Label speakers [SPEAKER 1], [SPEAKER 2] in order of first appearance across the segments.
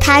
[SPEAKER 1] 他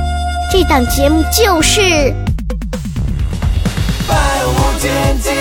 [SPEAKER 1] 这档节目就是《
[SPEAKER 2] 百无禁忌。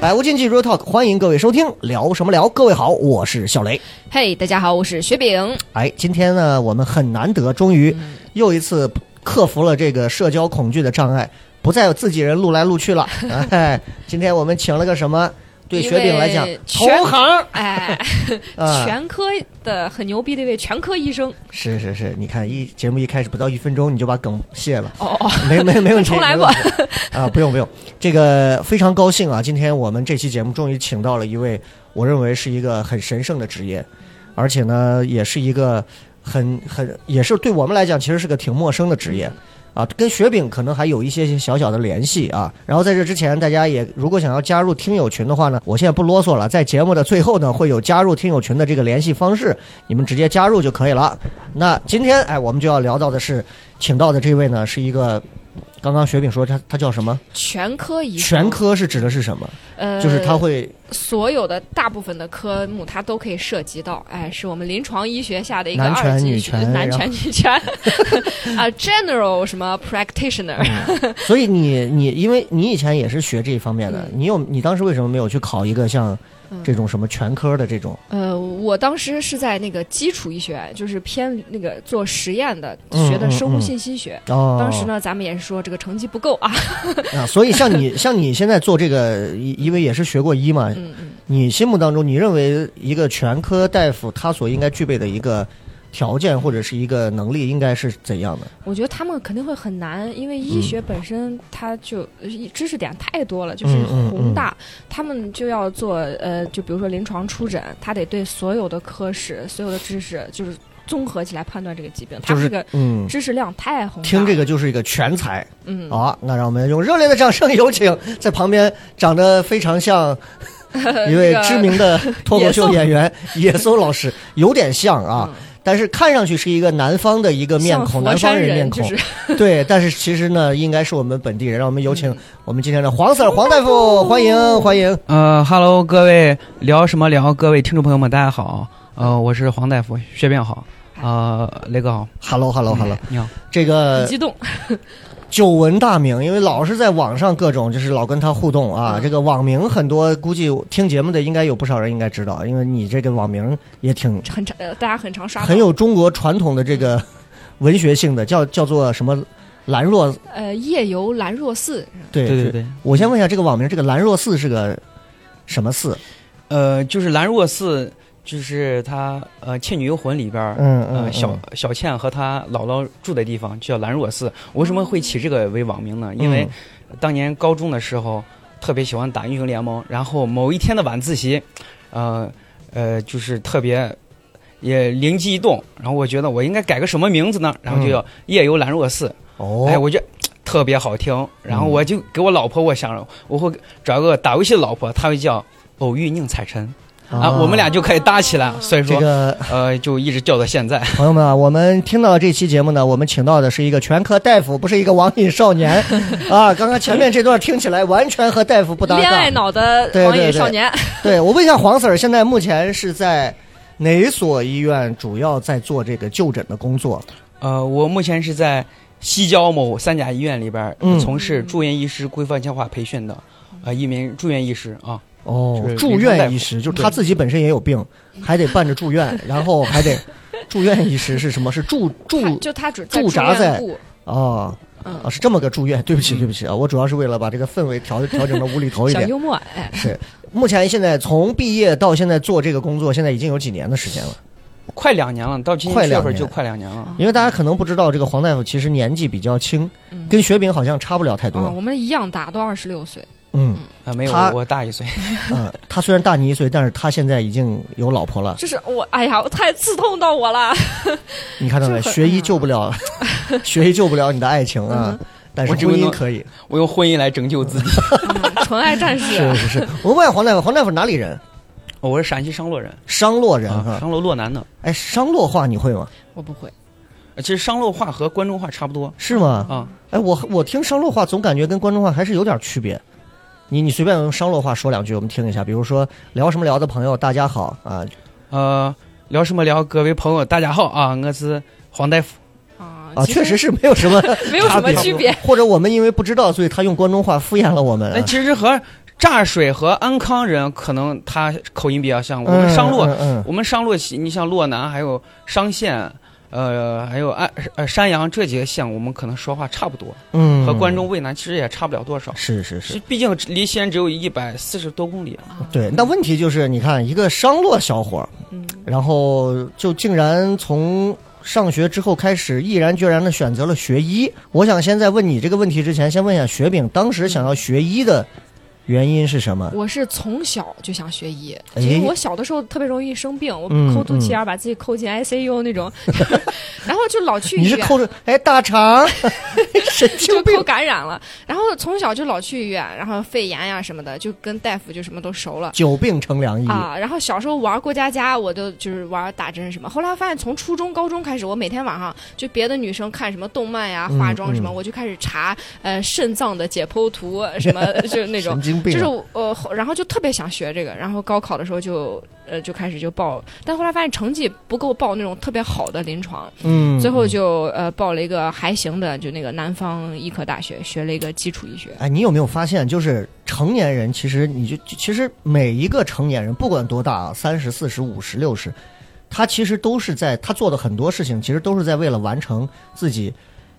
[SPEAKER 3] 百无禁忌 Real Talk，欢迎各位收听，聊什么聊？各位好，我是小雷。
[SPEAKER 4] 嘿大家好，我是雪饼。
[SPEAKER 3] 哎，今天呢，我们很难得，终于又一次克服了这个社交恐惧的障碍，不再有自己人录来录去 了。哎，今天我们请了个什么？对雪饼来讲
[SPEAKER 4] 一位，全
[SPEAKER 3] 同行。
[SPEAKER 4] 哎，
[SPEAKER 3] 啊
[SPEAKER 4] 全科的很牛逼的一位全科医生。
[SPEAKER 3] 是是是，你看一节目一开始不到一分钟，你就把梗卸了。
[SPEAKER 4] 哦哦，
[SPEAKER 3] 没没没问题，
[SPEAKER 4] 重来
[SPEAKER 3] 没
[SPEAKER 4] 过
[SPEAKER 3] 问题啊！不用不用，这个非常高兴啊！今天我们这期节目终于请到了一位我认为是一个很神圣的职业，而且呢，也是一个很很也是对我们来讲其实是个挺陌生的职业啊，跟雪饼可能还有一些小小的联系啊。然后在这之前，大家也如果想要加入听友群的话呢，我现在不啰嗦了，在节目的最后呢会有加入听友群的这个联系方式，你们直接加入就可以了。那今天哎，我们就要聊到的是，请到的这位呢是一个。刚刚雪饼说他他叫什么？
[SPEAKER 4] 全科医生，
[SPEAKER 3] 全科是指的是什么？
[SPEAKER 4] 呃，
[SPEAKER 3] 就是他会
[SPEAKER 4] 所有的大部分的科目，它都可以涉及到。哎，是我们临床医学下的一个
[SPEAKER 3] 男权
[SPEAKER 4] 二级
[SPEAKER 3] 女
[SPEAKER 4] 学
[SPEAKER 3] 权
[SPEAKER 4] 男
[SPEAKER 3] 然后
[SPEAKER 4] 权、女权 啊，general 什么 practitioner，
[SPEAKER 3] 所以你你，因为你以前也是学这一方面
[SPEAKER 4] 嗯
[SPEAKER 3] 的，你有你当时为什么没有去考一个像这种什么全科的这种？
[SPEAKER 4] 呃，我当时是在那个基础医学，就是偏那个做实验的，
[SPEAKER 3] 嗯
[SPEAKER 4] 学的生
[SPEAKER 3] 嗯
[SPEAKER 4] 物
[SPEAKER 3] 嗯
[SPEAKER 4] 信息学。
[SPEAKER 3] 哦，
[SPEAKER 4] 当时呢，咱们也是说这个成绩不够啊。
[SPEAKER 3] 啊，所以像你 像你现在做这个，因因为也是学过医嘛，
[SPEAKER 4] 嗯嗯，
[SPEAKER 3] 你心目当中你认为一个全科大夫他所应该具备的一个条件或者是一个能力应该是怎样的？
[SPEAKER 4] 我觉得他们肯定会很难，因为医学本身它就、呃知识点太多了，就是
[SPEAKER 3] 嗯嗯
[SPEAKER 4] 宏大。他们就要做呃，就比如说临床出诊，他得对所有的科室、所有的知识，就是综合起来判断这个疾病。
[SPEAKER 3] 就
[SPEAKER 4] 他们
[SPEAKER 3] 是
[SPEAKER 4] 这个
[SPEAKER 3] 嗯，
[SPEAKER 4] 知识量太宏大。
[SPEAKER 3] 听这，个啊就是一个全才。
[SPEAKER 4] 嗯，
[SPEAKER 3] 好、那让我们用热烈的掌声有请在旁边长得非常 像一位知名的脱口秀演员野松老师，有点像啊，但是看上去是一个南方的一个面
[SPEAKER 4] 嗯像
[SPEAKER 3] 孔，
[SPEAKER 4] 佛
[SPEAKER 3] 南方
[SPEAKER 4] 山
[SPEAKER 3] 人面
[SPEAKER 4] 人就
[SPEAKER 3] 孔，
[SPEAKER 4] 是
[SPEAKER 3] 对，但是其实呢，应该是我们本地人。让我们有请我们今天的黄 Sir 黄大夫，欢迎欢迎。
[SPEAKER 5] 呃哈喽，各位聊什么聊？各位听众朋友们，大家好。呃，我是黄大夫，薛病好。呃，雷哥好。嗯
[SPEAKER 3] Hello
[SPEAKER 4] 嗯
[SPEAKER 3] Hello Hello，、
[SPEAKER 5] 你好。
[SPEAKER 3] 这
[SPEAKER 4] 很
[SPEAKER 3] 个
[SPEAKER 4] 激动，
[SPEAKER 3] 久闻大名，因为老是在网上各种就是老跟他互动啊。
[SPEAKER 4] 嗯
[SPEAKER 3] 这个网名很多，估计听节目的应该有不少人应该知道，因为你这个网名也挺
[SPEAKER 4] 很常呃，大嗯家很常刷到
[SPEAKER 3] 很有中国传统的这个文学性的，叫叫做什么兰若？
[SPEAKER 4] 呃夜游兰若寺，
[SPEAKER 3] 对
[SPEAKER 5] 对对
[SPEAKER 3] 是
[SPEAKER 5] 对。
[SPEAKER 3] 我先问一下这个网名，这个兰若寺是个什么寺？
[SPEAKER 5] 呃，就是兰若寺，就是他呃《倩女幽魂》里边儿。
[SPEAKER 3] 嗯
[SPEAKER 5] 呃，
[SPEAKER 3] 嗯，
[SPEAKER 5] 小
[SPEAKER 3] 嗯
[SPEAKER 5] 小倩和她姥姥住的地方就叫兰若寺。我为什么会起这个为网名呢？因为当年高中的时候特别喜欢打英雄联盟，然后某一天的晚自习，呃呃，就是特别也灵机一动，然后我觉得我应该改个什么名字呢？然后就叫夜游兰若寺。
[SPEAKER 3] 嗯哦，嗯
[SPEAKER 5] 哎，我觉得特别好听。然后我就给我老婆，我想着我会找个打游戏的老婆，她会叫偶遇宁采臣啊，我们俩就可以搭起来。所以
[SPEAKER 3] 这
[SPEAKER 5] 说，
[SPEAKER 3] 个
[SPEAKER 5] 呃，就一直叫到现在。
[SPEAKER 3] 朋友们啊，我们听到这期节目呢，我们请到的是一个全科大夫，不是一个网瘾少 年啊。刚刚前面这段听起来完全和大夫不搭
[SPEAKER 4] 恋
[SPEAKER 3] 嘎。
[SPEAKER 4] 爱脑的
[SPEAKER 3] 对
[SPEAKER 4] 网
[SPEAKER 3] 对
[SPEAKER 4] 瘾
[SPEAKER 3] 对
[SPEAKER 4] 少年。
[SPEAKER 3] 对我问一下黄 Sir，现在目前是在哪所医院主要在做这个就诊的工作？
[SPEAKER 5] 呃，我目前是在西郊某三甲医院里边儿
[SPEAKER 3] 嗯
[SPEAKER 5] 从事住院医师规范强化培训的，呃，一名住院医师啊。
[SPEAKER 3] 哦
[SPEAKER 5] 这个，
[SPEAKER 3] 住院医师就是
[SPEAKER 5] 对
[SPEAKER 3] 他自己本身也有病，还得伴着住院，然后还得住院医师是什么？是住住
[SPEAKER 4] 他就他只
[SPEAKER 3] 驻扎
[SPEAKER 4] 住院
[SPEAKER 3] 在
[SPEAKER 4] 部
[SPEAKER 3] 哦，
[SPEAKER 4] 嗯
[SPEAKER 3] 啊，，是这么个祝愿。对不起，对不起啊，我主要是为了把这个氛围调调整的无厘头一
[SPEAKER 4] 小
[SPEAKER 3] 点。
[SPEAKER 4] 幽默，哎，
[SPEAKER 3] 是，目前现在从毕业到现在做这个工作，现在已经有几年的时间了。
[SPEAKER 5] 快两年了，到今
[SPEAKER 3] 快
[SPEAKER 5] 年七月
[SPEAKER 3] 两
[SPEAKER 5] 份就
[SPEAKER 3] 年啊
[SPEAKER 5] 快两年了。
[SPEAKER 3] 因为大家可能不知道，这个黄大夫其实年纪比较轻，
[SPEAKER 4] 嗯
[SPEAKER 3] 跟雪饼好像差不了太
[SPEAKER 4] 啊，
[SPEAKER 3] 多。
[SPEAKER 4] 我们一样大，都二十六岁，
[SPEAKER 3] 嗯，
[SPEAKER 5] 啊，没有，
[SPEAKER 3] 他
[SPEAKER 5] 我我大一岁。
[SPEAKER 3] 啊，他虽然大你一岁，但是他现在已经有老婆了。
[SPEAKER 4] 就是我，哎呀，我太刺痛到我了。
[SPEAKER 3] 你看到没？
[SPEAKER 4] 这很嗯
[SPEAKER 3] 学医救不了， 学医救不了你的爱情啊，但是
[SPEAKER 5] 我只会
[SPEAKER 3] 婚姻
[SPEAKER 5] 弄
[SPEAKER 3] 可 以。
[SPEAKER 5] 我用婚姻来拯救自己。
[SPEAKER 4] 嗯 纯爱战士
[SPEAKER 5] 啊
[SPEAKER 3] 是，是是，我问黄大夫，黄大夫哪里人？嗯
[SPEAKER 5] 哦我是陕西商洛人，
[SPEAKER 3] 商洛人
[SPEAKER 5] 啊，
[SPEAKER 3] 哈。
[SPEAKER 5] 商洛洛南的。
[SPEAKER 3] 哎，商洛话你会吗？
[SPEAKER 4] 我不会，
[SPEAKER 5] 呃其实商洛话和关中话差不多
[SPEAKER 3] 是吗？
[SPEAKER 5] 啊。
[SPEAKER 3] 哎，我我听商洛话总感觉跟关中话还是有点区别。你你随便用商洛话说两句，我们听一下。比如说聊什么聊的朋友，大家好啊，
[SPEAKER 5] 呃，聊什么聊？各位朋友，大家好啊，我是黄大夫。
[SPEAKER 4] 啊
[SPEAKER 3] 啊，确实是没有什 么
[SPEAKER 4] 没有什么区别。
[SPEAKER 3] 或者我们因为不知道，所以他用关中话敷衍了我们。啊
[SPEAKER 5] 那哎其实和柞水和安康人可能他口音比较像，我们
[SPEAKER 3] 嗯
[SPEAKER 5] 商洛，
[SPEAKER 3] 嗯嗯
[SPEAKER 5] 我们商洛，你像洛南，还有商县。呃，还有安呃山阳这几个县，我们可能说话差不多，
[SPEAKER 3] 嗯
[SPEAKER 5] 和关中、渭南其实也差不了多少。
[SPEAKER 3] 是是
[SPEAKER 5] 是
[SPEAKER 3] 是，，
[SPEAKER 5] 毕竟离西安只有一百四十多公里。
[SPEAKER 3] 对。那问题就是，你看一个商洛小伙儿，
[SPEAKER 4] 嗯，
[SPEAKER 3] 然后就竟然从上学之后开始，毅然决然的选择了学医。我想先在问你这个问题之前，先问一下雪饼，当时想要学医的原因是什么？
[SPEAKER 4] 我是从小就想学医，
[SPEAKER 3] 哎
[SPEAKER 4] 因为我小的时候特别容易生病，我
[SPEAKER 3] 嗯
[SPEAKER 4] 抠肚脐眼儿把自己抠进 ICU 那种，然后就老去
[SPEAKER 3] 你
[SPEAKER 4] 医
[SPEAKER 3] 是
[SPEAKER 4] 院。
[SPEAKER 3] 扣着哎大肠， 神经
[SPEAKER 4] 就
[SPEAKER 3] 病
[SPEAKER 4] 抠感染了，然后从小就老去医院，然后肺炎呀、什么的，就跟大夫就什么都熟了。
[SPEAKER 3] 久病成良医。
[SPEAKER 4] 啊，然后小时候玩过家家，我都就是玩打针什么。后来发现从初中、高中开始，我每天晚上就别的女生看什么动漫呀、
[SPEAKER 3] 嗯
[SPEAKER 4] 化妆什么，
[SPEAKER 3] 嗯
[SPEAKER 4] 我就开始查呃肾脏的解剖图什么，就是那种
[SPEAKER 3] 神。经病啊，
[SPEAKER 4] 就是我呃，后然后就特别想学这个，然后高考的时候就呃就开始就报，但后来发现成绩不够报那种特别好的临床，
[SPEAKER 3] 嗯，
[SPEAKER 4] 最后
[SPEAKER 3] 嗯
[SPEAKER 4] 就呃报了一个还行的，就那个南方医科大学，学了一个基础医学。
[SPEAKER 3] 哎，你有没有发现，就是成年人，其实你就就其实每一个成年人，不管多大啊，三十、四十、五十、六十，他其实都是在他做的很多事情，其实都是在为了完成自己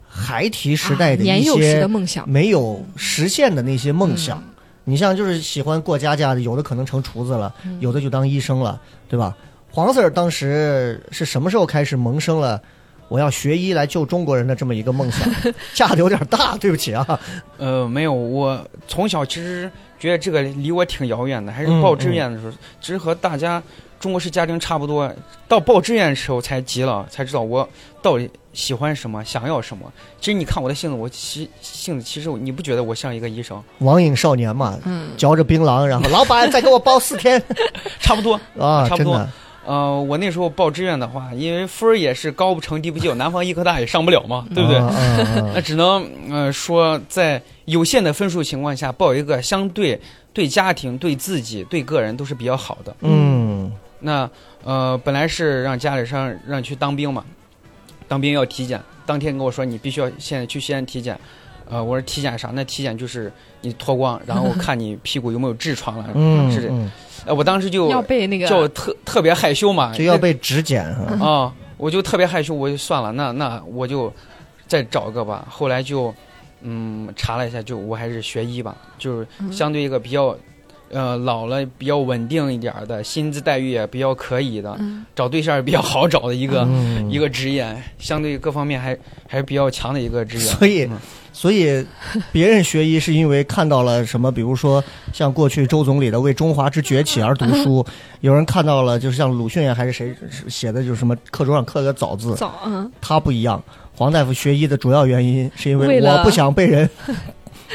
[SPEAKER 3] 孩提时代的
[SPEAKER 4] 啊年
[SPEAKER 3] 一
[SPEAKER 4] 幼时
[SPEAKER 3] 些
[SPEAKER 4] 的梦嗯想，
[SPEAKER 3] 没有实现的那些梦想。你像就是喜欢过家家的，有的可能成厨子了，
[SPEAKER 4] 嗯
[SPEAKER 3] 有的就当医生了，对吧？黄 Sir 当时是什么时候开始萌生了我要学医来救中国人的这么一个梦想？ 架的有点大，对不起啊。
[SPEAKER 5] 呃，没有，我从小其实觉得这个离我挺遥远的，还是
[SPEAKER 3] 嗯
[SPEAKER 5] 报志愿的时候，其实和大家中国式家庭差不多。到报志愿的时候才急了，才知道我到底喜欢什么，想要什么。其实你看我的性子，我其性子其实你不觉得我像一个医生，
[SPEAKER 3] 网瘾少年嘛，
[SPEAKER 4] 嗯，
[SPEAKER 3] 嚼着槟榔，然后老板再给我包四 天
[SPEAKER 5] 差不多。
[SPEAKER 3] 啊，
[SPEAKER 5] 差不
[SPEAKER 3] 真
[SPEAKER 5] 多
[SPEAKER 3] 的，
[SPEAKER 5] 呃，我那时候报志愿的话，因为分儿也是高不成低不就，南方医科大也上不了嘛，对不对？
[SPEAKER 3] 啊啊
[SPEAKER 5] 那
[SPEAKER 3] 啊
[SPEAKER 5] 只能呃说，在有限的分数情况下，报一个相对对家庭、对自己、对个人都是比较好的。
[SPEAKER 3] 嗯
[SPEAKER 5] 那呃，本来是让家里上让你去当兵嘛，当兵要体检，当天跟我说你必须要现在去西安体检。呃，我说体检啥？那体检就是你脱光，然后看你屁股有没有痔疮了，
[SPEAKER 3] 嗯，
[SPEAKER 5] 是的。
[SPEAKER 3] 嗯
[SPEAKER 5] 呃，我当时就
[SPEAKER 4] 要被那个
[SPEAKER 5] 叫我特特别害羞嘛，
[SPEAKER 3] 就要被指 检
[SPEAKER 5] 啊、
[SPEAKER 3] 啊
[SPEAKER 5] 我就特别害羞，我就算了，那那我就再找一个吧。后来就，嗯，查了一下，就我还是学医吧，就是相对一个比较，呃，老了比较稳定一点儿的，薪资待遇也比较可以的，
[SPEAKER 4] 嗯
[SPEAKER 5] 找对象也比较好找的一个、
[SPEAKER 3] 嗯
[SPEAKER 5] 一个职业，相对各方面还还是比较强的一个职业。
[SPEAKER 3] 所以
[SPEAKER 5] 嗯，
[SPEAKER 3] 所以别人学医是因为看到了什么，比如说像过去周总理的《为中华之崛起而读 书》，有人看到了，就是像鲁迅还是谁写的，就是什么课桌上刻个“早”字，
[SPEAKER 4] 早嗯，
[SPEAKER 3] 他不一样。黄大夫学医的主要原因是因
[SPEAKER 4] 为
[SPEAKER 3] 为
[SPEAKER 4] 了
[SPEAKER 3] 我不想被 人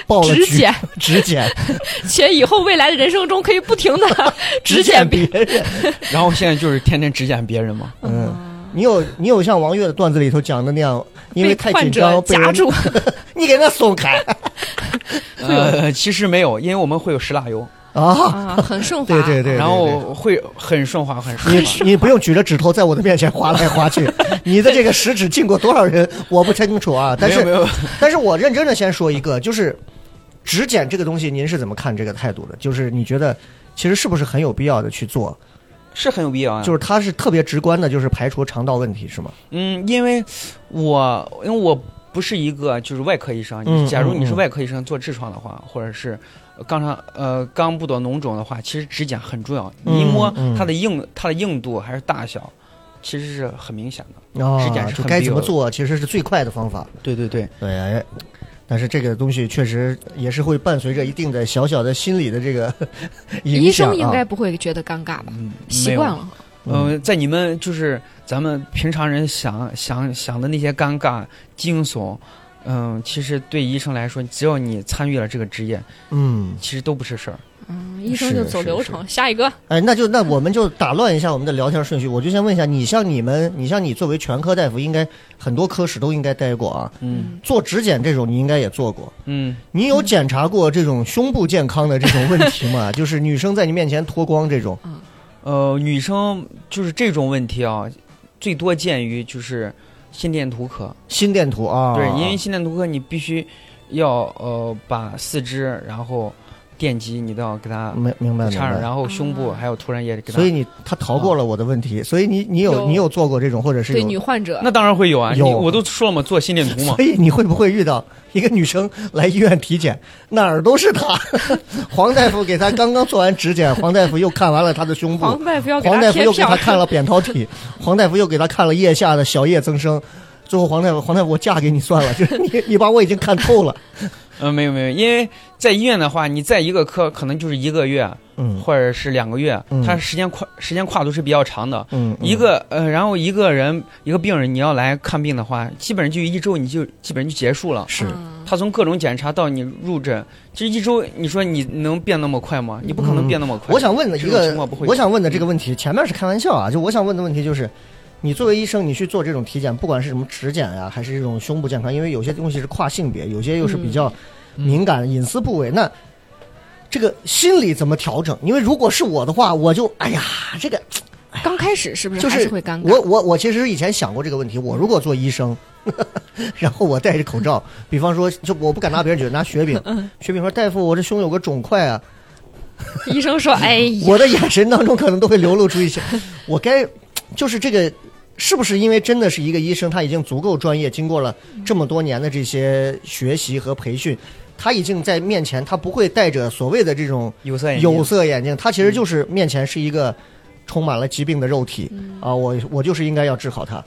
[SPEAKER 3] 报了
[SPEAKER 4] 指
[SPEAKER 3] 局
[SPEAKER 4] 检，
[SPEAKER 3] 指检，
[SPEAKER 4] 且以后未来的人生中可以不停的指检
[SPEAKER 3] 别
[SPEAKER 4] 别
[SPEAKER 3] 人。
[SPEAKER 5] 然后现在就是天天指检别人嘛，
[SPEAKER 3] 嗯，你有你有像王悦的段子里头讲的那样，因为
[SPEAKER 4] 被
[SPEAKER 3] 太
[SPEAKER 4] 患
[SPEAKER 3] 紧
[SPEAKER 4] 者
[SPEAKER 3] 张被
[SPEAKER 4] 夹
[SPEAKER 3] 人，
[SPEAKER 4] 住，
[SPEAKER 3] 你给他松开
[SPEAKER 5] 呃，其实没有，因为我们会有石蜡油，
[SPEAKER 3] 啊！
[SPEAKER 4] 啊，很顺滑。
[SPEAKER 3] 对对对，对
[SPEAKER 5] 然后会很顺滑，很顺滑。
[SPEAKER 3] 你你不用举着指头在我的面前划来划去，你的这个食指进过多少人，我不清楚啊。但
[SPEAKER 5] 没有没
[SPEAKER 3] 是
[SPEAKER 5] 有，
[SPEAKER 3] 但是我认真的先说一个，就是指检这个东西，您是怎么看这个态度的？就是你觉得其实是不是很有必要的去做？
[SPEAKER 5] 是很有必要啊。
[SPEAKER 3] 就是它是特别直观的，就是排除肠道问题是吗？
[SPEAKER 5] 嗯，因为我因为我不是一个就是外科医生。
[SPEAKER 3] 嗯
[SPEAKER 5] 你假如你是
[SPEAKER 3] 嗯嗯
[SPEAKER 5] 外科医生做痔疮的话，或者是肛上呃肛部的脓肿的话，其实指甲很重要。
[SPEAKER 3] 嗯
[SPEAKER 5] 你一摸
[SPEAKER 3] 嗯
[SPEAKER 5] 它的硬它的硬度还是大小，其实是很明显的。
[SPEAKER 3] 啊
[SPEAKER 5] 指甲是
[SPEAKER 3] 就
[SPEAKER 5] 很
[SPEAKER 3] 该
[SPEAKER 5] 必
[SPEAKER 3] 怎么
[SPEAKER 5] 要的
[SPEAKER 3] 做，其实是最快的方法。
[SPEAKER 5] 对对对，
[SPEAKER 3] 对，哎但是这个东西确实也是会伴随着一定的小小的心理的这 个
[SPEAKER 4] 医
[SPEAKER 3] 影响啊。
[SPEAKER 4] 生应该不会觉得尴尬吧？
[SPEAKER 5] 嗯，没
[SPEAKER 4] 习
[SPEAKER 5] 有
[SPEAKER 4] 惯。了，
[SPEAKER 3] 嗯
[SPEAKER 5] 呃，在你们就是咱们平常人想想想的那些尴尬、惊悚，嗯、其实对医生来说，只要你参与了这个职业，
[SPEAKER 3] 嗯，
[SPEAKER 5] 其实都不是事儿。
[SPEAKER 4] 嗯，医生就是走
[SPEAKER 3] 是
[SPEAKER 4] 流程，下一个。
[SPEAKER 3] 哎，那就那我们就打乱一下我们的聊天顺序，我就先问一下，你像你们，你像你作为全科大夫，应该很多科室都应该待过啊，
[SPEAKER 5] 嗯
[SPEAKER 3] 做指检这种你应该也做过，
[SPEAKER 5] 嗯，
[SPEAKER 3] 你有检查过这种胸部健康的这种问题吗？就是女生在你面前脱光这种，
[SPEAKER 5] 呃，女生就是这种问题啊，最多见于就是心电图科，
[SPEAKER 3] 心电图啊，
[SPEAKER 5] 对，因为心电图科你必须要呃把四肢，然后电极你都要给它
[SPEAKER 3] 明明嗯白明
[SPEAKER 5] 插上，
[SPEAKER 3] 白。
[SPEAKER 5] 然后胸部
[SPEAKER 4] 啊
[SPEAKER 5] 还有突然也给它。
[SPEAKER 3] 所以你他逃过了我的问题，所以你你有
[SPEAKER 4] 有
[SPEAKER 3] 你有做过这种，或者是
[SPEAKER 4] 对
[SPEAKER 3] 有
[SPEAKER 4] 女患者，
[SPEAKER 5] 那当然会有啊，你
[SPEAKER 3] 有
[SPEAKER 5] 我都说了嘛，做心电图嘛
[SPEAKER 3] 所。以你会不会遇到一个女生来医院体检，哪儿都是 她？黄大夫给她刚刚做完指检，黄大夫又看完了她的胸部，
[SPEAKER 4] 黄大夫要给
[SPEAKER 3] 黄
[SPEAKER 4] 他
[SPEAKER 3] 大夫
[SPEAKER 4] 贴
[SPEAKER 3] 又给她
[SPEAKER 4] 票，
[SPEAKER 3] 看了扁桃体，黄大夫又给她看了腋下的小叶增生。最后，黄大夫，黄大夫，我嫁给你算了，就是你，你把我已经看透了。
[SPEAKER 5] 嗯，没有没有，因为在医院的话，你在一个科可能就是一个月
[SPEAKER 3] 嗯
[SPEAKER 5] 或者是两个月，
[SPEAKER 3] 嗯
[SPEAKER 5] 它时间跨时间跨度是比较长的。
[SPEAKER 3] 嗯，
[SPEAKER 5] 一个呃，然后一个人一个病人你要来看病的话，基本上就一周你就基本上就结束了。
[SPEAKER 3] 是
[SPEAKER 4] 嗯
[SPEAKER 5] 他从各种检查到你入诊，这一周你说你能变那么快吗？你不可能变那么快。
[SPEAKER 3] 嗯我想问的一
[SPEAKER 5] 这种情
[SPEAKER 3] 个
[SPEAKER 5] 况不，会有
[SPEAKER 3] 我想问的这个问题，前面是开玩笑啊，就我想问的问题就是，你作为医生，你去做这种体检，不管是什么指检呀、还是这种胸部健康，因为有些东西是跨性别，有些又是比
[SPEAKER 5] 嗯
[SPEAKER 3] 较敏感、隐私部位，那这个心理怎么调整？因为如果是我的话，我就哎呀，这个
[SPEAKER 4] 刚开始是不
[SPEAKER 3] 就
[SPEAKER 4] 还
[SPEAKER 3] 是
[SPEAKER 4] 是会尴
[SPEAKER 3] 我
[SPEAKER 4] 尬？
[SPEAKER 3] 我我其实以前想过这个问题，我如果做医生， 然后我戴着口罩，比方说，就我不敢拿别人举，拿雪饼，
[SPEAKER 4] 嗯
[SPEAKER 3] 雪饼说大夫，我这胸有个肿块啊，
[SPEAKER 4] 医生说：“哎呀，
[SPEAKER 3] 我的眼神当中可能都会流露出一些，我该就是这个是不是因为真的是一个医生，他已经足够专业，经过了这么多年的这些学习和培训，他已经在面前，他不会带着所谓的这种
[SPEAKER 5] 有色眼镜
[SPEAKER 3] 有色眼镜，他其实就是面前是一个充满了疾病的肉体啊，我我就是应该要治好它，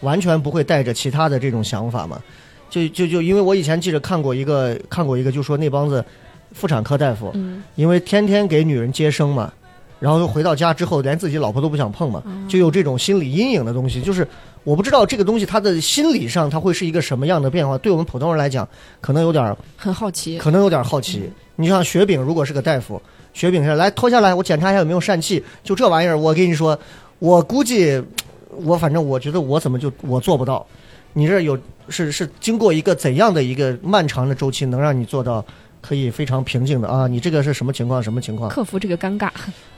[SPEAKER 3] 完全不会带着其他的这种想法嘛。就就就因为我以前记着看过一个看过一个，就说那帮子妇产科大夫，
[SPEAKER 4] 嗯
[SPEAKER 3] 因为天天给女人接生嘛，然后回到家之后连自己老婆都不想碰嘛，就有这种心理阴影的东西。就是我不知道这个东西它的心理上它会是一个什么样的变化，对我们普通人来讲，可能有点儿
[SPEAKER 4] 很好奇。
[SPEAKER 3] 可能有点好
[SPEAKER 5] 嗯
[SPEAKER 3] 奇。你像雪饼，如果是个大夫，雪饼是来脱下来，我检查一下有没有疝气。就这玩意儿，我跟你说，我估计，我反正我觉得我怎么就我做不到。你这有是是经过一个怎样的一个漫长的周期，能让你做到可以非常平静的啊？你这个是什么情况？什么情况？
[SPEAKER 4] 克服这个尴尬，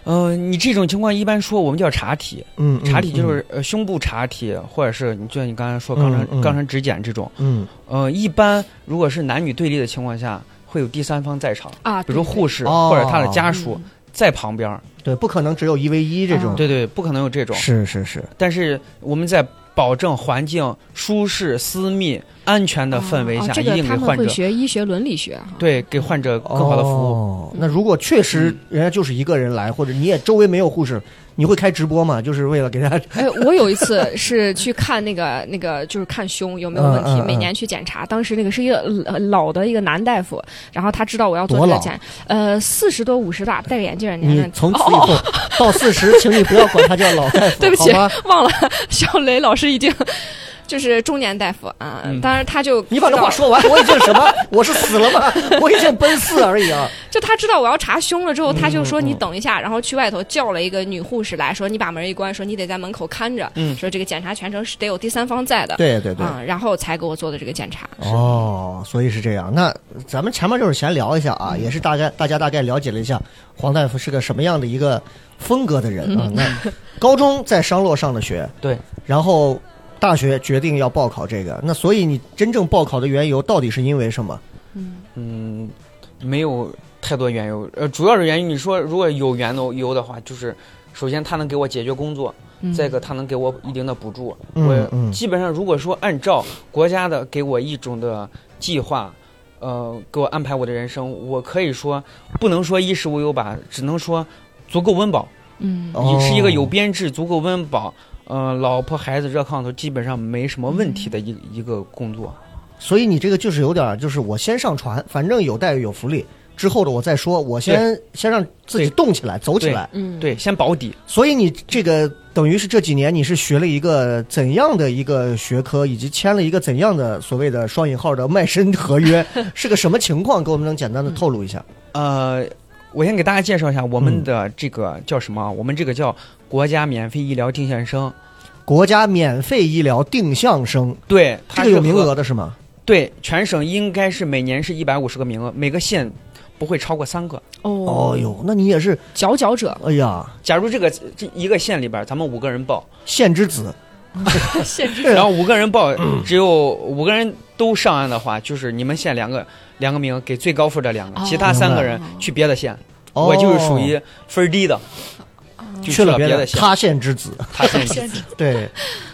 [SPEAKER 5] 呃，你这种情况一般说我们叫查体，
[SPEAKER 3] 嗯，
[SPEAKER 5] 查体就是呃胸部查体，或者是你就像你刚才说肛
[SPEAKER 3] 嗯嗯
[SPEAKER 5] 肠肛肠指检这种。
[SPEAKER 3] 嗯
[SPEAKER 5] 呃，一般如果是男女对立的情况下，会有第三方在场，
[SPEAKER 4] 啊
[SPEAKER 5] 比如说护士
[SPEAKER 3] 哦嗯
[SPEAKER 5] 或者他的家属在旁边儿。
[SPEAKER 3] 对，不可能只有一 v 一这种。
[SPEAKER 4] 嗯
[SPEAKER 5] 对啊对，不可能有这种。
[SPEAKER 3] 是是是，
[SPEAKER 5] 但是我们在保证环境舒适、私密、安全的氛围下，
[SPEAKER 4] 哦这
[SPEAKER 5] 一
[SPEAKER 4] 个
[SPEAKER 5] 定给
[SPEAKER 4] 他
[SPEAKER 5] 患
[SPEAKER 4] 们会
[SPEAKER 5] 者
[SPEAKER 4] 学医学伦理学啊哈。
[SPEAKER 5] 对给患者更好的服务。嗯
[SPEAKER 3] 哦。那如果确实人家就是一个人来，或者你也周围没有护士，你会开直播吗？就是为了给大家
[SPEAKER 4] 哎，我有一次是去看那个那个，就是看胸有没有问题，
[SPEAKER 3] 嗯嗯嗯
[SPEAKER 4] 每年去检查。当时那个是一个呃老的一个男大夫，然后他知道我要做
[SPEAKER 3] 多
[SPEAKER 4] 这
[SPEAKER 3] 老
[SPEAKER 4] 个检，呃，四十多五十吧，戴着眼镜的年
[SPEAKER 3] 你
[SPEAKER 4] 龄。
[SPEAKER 3] 嗯从此以
[SPEAKER 4] 哦
[SPEAKER 3] 后、到四十，请你不要管他叫老大夫，
[SPEAKER 4] 对不起
[SPEAKER 3] 好吗？
[SPEAKER 4] 忘了，小雷老师已经就是中年大夫啊，
[SPEAKER 5] 嗯
[SPEAKER 4] 当然他就
[SPEAKER 3] 你把这
[SPEAKER 4] 知道
[SPEAKER 3] 话说完，我已经什么？我是死了吗？我已经奔四而已啊！
[SPEAKER 4] 就他知道我要查胸了之后，他就说
[SPEAKER 3] 嗯
[SPEAKER 4] 你等一下，然后去外头叫了一个女护士来说，你把门一关，说你得在门口看着，
[SPEAKER 5] 嗯
[SPEAKER 4] 说这个检查全程是得有第三方在的，
[SPEAKER 3] 对对对，
[SPEAKER 4] 啊、然后才给我做的这个检查。
[SPEAKER 3] 哦，所以是这样。那咱们前面就是闲聊一下啊，也是大概大家大概了解了一下黄大夫是个什么样的一个风格的人
[SPEAKER 4] 嗯
[SPEAKER 3] 啊。那高中在商洛上的学，
[SPEAKER 5] 对，
[SPEAKER 3] 然后大学决定要报考这个，那所以你真正报考的缘由到底是因为什么？
[SPEAKER 5] 嗯，没有太多缘由，呃，主要是源于你说如果有缘由的话，就是首先它能给我解决工作，
[SPEAKER 4] 嗯
[SPEAKER 5] 再一个它能给我一定的补助。
[SPEAKER 3] 嗯
[SPEAKER 5] 我
[SPEAKER 3] 嗯
[SPEAKER 5] 基本上如果说按照国家的给我一种的计划。呃，给我安排我的人生，我可以说不能说衣食无忧吧，只能说足够温饱。
[SPEAKER 4] 嗯
[SPEAKER 3] 哦
[SPEAKER 5] 你是一个有编制、足够温饱，呃，老婆孩子热炕头，基本上没什么问题的一
[SPEAKER 3] 嗯
[SPEAKER 5] 一个工作。
[SPEAKER 3] 所以你这个就是有点儿，就是我先上船，反正有待遇有福利，之后的我再说，我先先让自己动起来，走起来。
[SPEAKER 4] 嗯，
[SPEAKER 5] 对，先保底。
[SPEAKER 3] 所以你这个等于是这几年你是学了一个怎样的一个学科，以及签了一个怎样的所谓的双引号的卖身合 约，是个什么情况？给我们能简单的透露一下？
[SPEAKER 5] 呃，我先给大家介绍一下我们
[SPEAKER 3] 嗯
[SPEAKER 5] 的这个叫什么啊？我们这个叫国家免费医疗定向生，
[SPEAKER 3] 国家免费医疗定向生，
[SPEAKER 5] 对，
[SPEAKER 3] 这
[SPEAKER 5] 它
[SPEAKER 3] 个
[SPEAKER 5] 是
[SPEAKER 3] 有名
[SPEAKER 5] 和
[SPEAKER 3] 额的是吗？
[SPEAKER 5] 对，全省应该是每年是一百五十个名额，每个县不会超过三个。
[SPEAKER 4] 哦
[SPEAKER 3] 哦，呦，那你也是，
[SPEAKER 4] 佼佼者，
[SPEAKER 3] 哎呀，
[SPEAKER 5] 假如这个这一个县里边儿，咱们五个人报，
[SPEAKER 3] 县之子，
[SPEAKER 4] 限制
[SPEAKER 5] 然后五个人报，
[SPEAKER 3] 嗯
[SPEAKER 5] 只有五个人都上岸的话，就是你们县两个两个名额给最高分的两个，
[SPEAKER 4] 哦
[SPEAKER 5] 其他三个人去别的县。
[SPEAKER 3] 哦
[SPEAKER 5] 我就是属于分儿低的，
[SPEAKER 4] 哦
[SPEAKER 5] 就
[SPEAKER 3] 去了
[SPEAKER 5] 别
[SPEAKER 3] 别
[SPEAKER 5] 的
[SPEAKER 3] 的
[SPEAKER 5] 县。
[SPEAKER 3] 他县之子。
[SPEAKER 5] 他 县
[SPEAKER 4] 限制，
[SPEAKER 3] 对，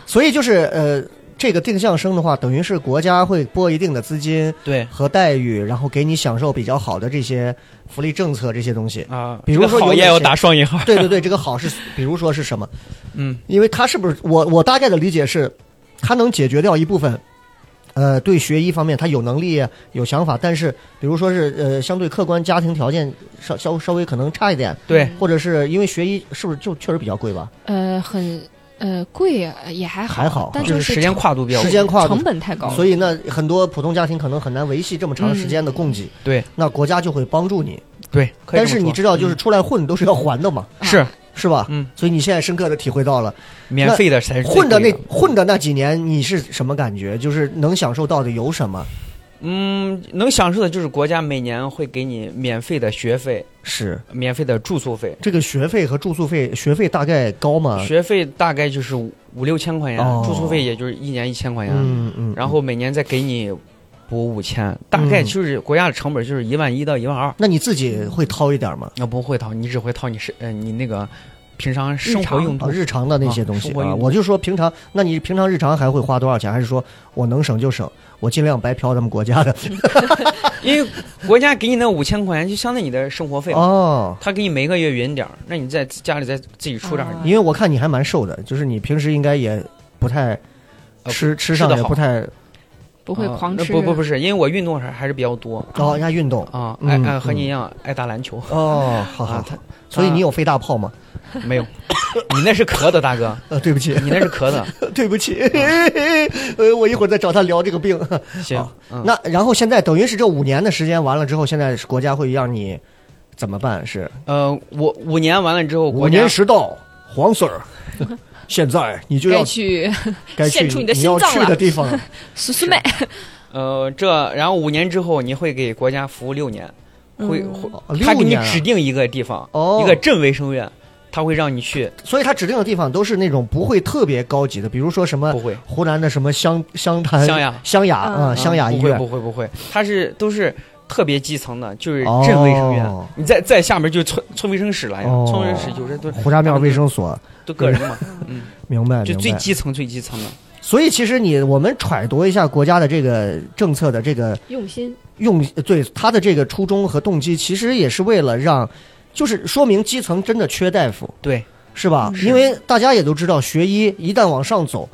[SPEAKER 3] 所以就是呃，这个定向生的话，等于是国家会拨一定的资金
[SPEAKER 5] 对
[SPEAKER 3] 和待遇，然后给你享受比较好的这些福利政策这些东西。
[SPEAKER 5] 啊，
[SPEAKER 3] 比如
[SPEAKER 5] 这个
[SPEAKER 3] 说
[SPEAKER 5] 好
[SPEAKER 3] 有
[SPEAKER 5] 也
[SPEAKER 3] 哪
[SPEAKER 5] 要
[SPEAKER 3] 些
[SPEAKER 5] 打双引号。
[SPEAKER 3] 对对对，这个好是，比如说是什么？
[SPEAKER 5] 嗯，
[SPEAKER 3] 因为它是不是我我大概的理解是，它能解决掉一部分，呃，对学医方面他有能力啊有想法，但是比如说是呃相对客观家庭条件稍稍稍微可能差一点，
[SPEAKER 5] 对，
[SPEAKER 3] 或者是因为学医是不是就确实比较贵吧？
[SPEAKER 4] 呃，很呃贵呃也还好，
[SPEAKER 3] 还好
[SPEAKER 4] 但
[SPEAKER 3] 哈
[SPEAKER 5] 就是
[SPEAKER 4] 是
[SPEAKER 5] 时间跨度比较
[SPEAKER 3] 时间跨度
[SPEAKER 4] 成本太高了
[SPEAKER 3] 所。以呢，很多普通家庭可能很难维系这么长时间的供给。
[SPEAKER 5] 嗯对，
[SPEAKER 3] 那国家就会帮助你。
[SPEAKER 5] 对。可以
[SPEAKER 3] 但
[SPEAKER 5] 这
[SPEAKER 3] 是
[SPEAKER 5] 么
[SPEAKER 3] 你
[SPEAKER 5] 说
[SPEAKER 3] 知道，就是出来混都是要还的嘛，
[SPEAKER 5] 是
[SPEAKER 4] 啊
[SPEAKER 3] 是吧？
[SPEAKER 5] 嗯。
[SPEAKER 3] 所以你现在深刻的体会到了，
[SPEAKER 5] 免费的才是最
[SPEAKER 3] 混的
[SPEAKER 5] 贵
[SPEAKER 3] 那混的那几年，你是什么感觉？就是能享受到的有什么？
[SPEAKER 5] 嗯，能享受的就是国家每年会给你免费的学费、
[SPEAKER 3] 是
[SPEAKER 5] 免费的住宿费，
[SPEAKER 3] 这个学费和住宿费，学费大概高吗？
[SPEAKER 5] 学费大概就是五五六千块钱，
[SPEAKER 3] 啊哦
[SPEAKER 5] 住宿费也就是一年一千块钱，
[SPEAKER 3] 嗯嗯。
[SPEAKER 5] 啊然后每年再给你补五千，大概就是国家的成本就是一万一到一万二。
[SPEAKER 3] 那你自己会掏一点吗？
[SPEAKER 5] 那不会掏，你只会掏你是呃你那个平常生活
[SPEAKER 4] 日常
[SPEAKER 5] 用
[SPEAKER 3] 啊，
[SPEAKER 5] 度。
[SPEAKER 3] 日常的那些东
[SPEAKER 5] 啊
[SPEAKER 3] 西
[SPEAKER 5] 生活用
[SPEAKER 3] 啊，
[SPEAKER 5] 品
[SPEAKER 3] 我就说平常，那你平常日常还会花多少钱？还是说我能省就省，我尽量白嫖咱们国家的？
[SPEAKER 5] 因为国家给你那五千块钱就相当于你的生活费嘛，
[SPEAKER 3] 哦，
[SPEAKER 5] 他给你每个月匀点儿，那你在家里再自己出点儿，
[SPEAKER 4] 啊
[SPEAKER 3] 因为我看你还蛮瘦的，就是你平时应该也不太
[SPEAKER 5] 呃
[SPEAKER 3] 吃、吃
[SPEAKER 5] 吃
[SPEAKER 3] 上
[SPEAKER 5] 得
[SPEAKER 3] 也
[SPEAKER 5] 好
[SPEAKER 3] 不太
[SPEAKER 4] 不会
[SPEAKER 5] 啊
[SPEAKER 4] 狂
[SPEAKER 5] 那
[SPEAKER 4] 吃，
[SPEAKER 5] 不不不是，因为我运动还还是比较多
[SPEAKER 3] 哦，人家运动
[SPEAKER 5] 啊，
[SPEAKER 3] 嗯
[SPEAKER 5] 爱爱和
[SPEAKER 3] 嗯
[SPEAKER 5] 你一样爱打篮球
[SPEAKER 3] 哦，好好
[SPEAKER 5] 啊，
[SPEAKER 3] 好，
[SPEAKER 5] 他
[SPEAKER 3] 所以你有肥大炮吗？
[SPEAKER 5] 没有，你那是咳的，大哥，
[SPEAKER 3] 呃，对不起，
[SPEAKER 5] 你那是咳的，
[SPEAKER 3] 对不起， 呃，我一会儿再找他聊这个病。
[SPEAKER 5] 行
[SPEAKER 3] 好，
[SPEAKER 5] 嗯
[SPEAKER 3] 那然后现在等于是这五年的时间完了之后，现在是国家会让你怎么办？是
[SPEAKER 5] 呃，我五年完了之后，
[SPEAKER 3] 五
[SPEAKER 5] 国家
[SPEAKER 3] 年时到，黄 Sir，现在你就要
[SPEAKER 4] 该去
[SPEAKER 3] 该
[SPEAKER 4] 献
[SPEAKER 3] 去
[SPEAKER 4] 出你的心
[SPEAKER 3] 要
[SPEAKER 4] 脏
[SPEAKER 3] 去
[SPEAKER 4] 了
[SPEAKER 3] 的地方了。
[SPEAKER 4] 苏苏妹，
[SPEAKER 5] 呃这，然后五年之后你会给国家服务六年，会会
[SPEAKER 3] 哦六
[SPEAKER 5] 他给你
[SPEAKER 3] 年啊
[SPEAKER 5] 指定一个地方，
[SPEAKER 3] 哦呃
[SPEAKER 5] 一个镇卫生院，他会让你去，
[SPEAKER 3] 所以他指定的地方都是那种不会特别高级的，比如说什么
[SPEAKER 5] 不会
[SPEAKER 3] 湖南的什么湘湘潭
[SPEAKER 5] 湘雅
[SPEAKER 3] 湘雅啊
[SPEAKER 5] 啊
[SPEAKER 3] 湘雅医
[SPEAKER 5] 不会
[SPEAKER 3] 院
[SPEAKER 5] 不会不会，他是都是。特别基层的，就是镇卫生院，
[SPEAKER 3] 哦
[SPEAKER 5] 你在在下面就是村村卫生室了呀，
[SPEAKER 3] 哦
[SPEAKER 5] 村卫生室有些都
[SPEAKER 3] 胡家庙卫生所，
[SPEAKER 5] 都个人的 嘛，嗯，
[SPEAKER 3] 明白
[SPEAKER 5] 就
[SPEAKER 3] 明
[SPEAKER 5] 最
[SPEAKER 3] 白。
[SPEAKER 5] 基层最基层的。
[SPEAKER 3] 所以其实你我们揣度一下国家的这个政策的这个
[SPEAKER 4] 用心，
[SPEAKER 3] 用对他的这个初衷和动机，其实也是为了让，就是说明基层真的缺大夫，
[SPEAKER 5] 对，
[SPEAKER 3] 是吧？
[SPEAKER 4] 是
[SPEAKER 3] 因为大家也都知道，学医一旦往上走，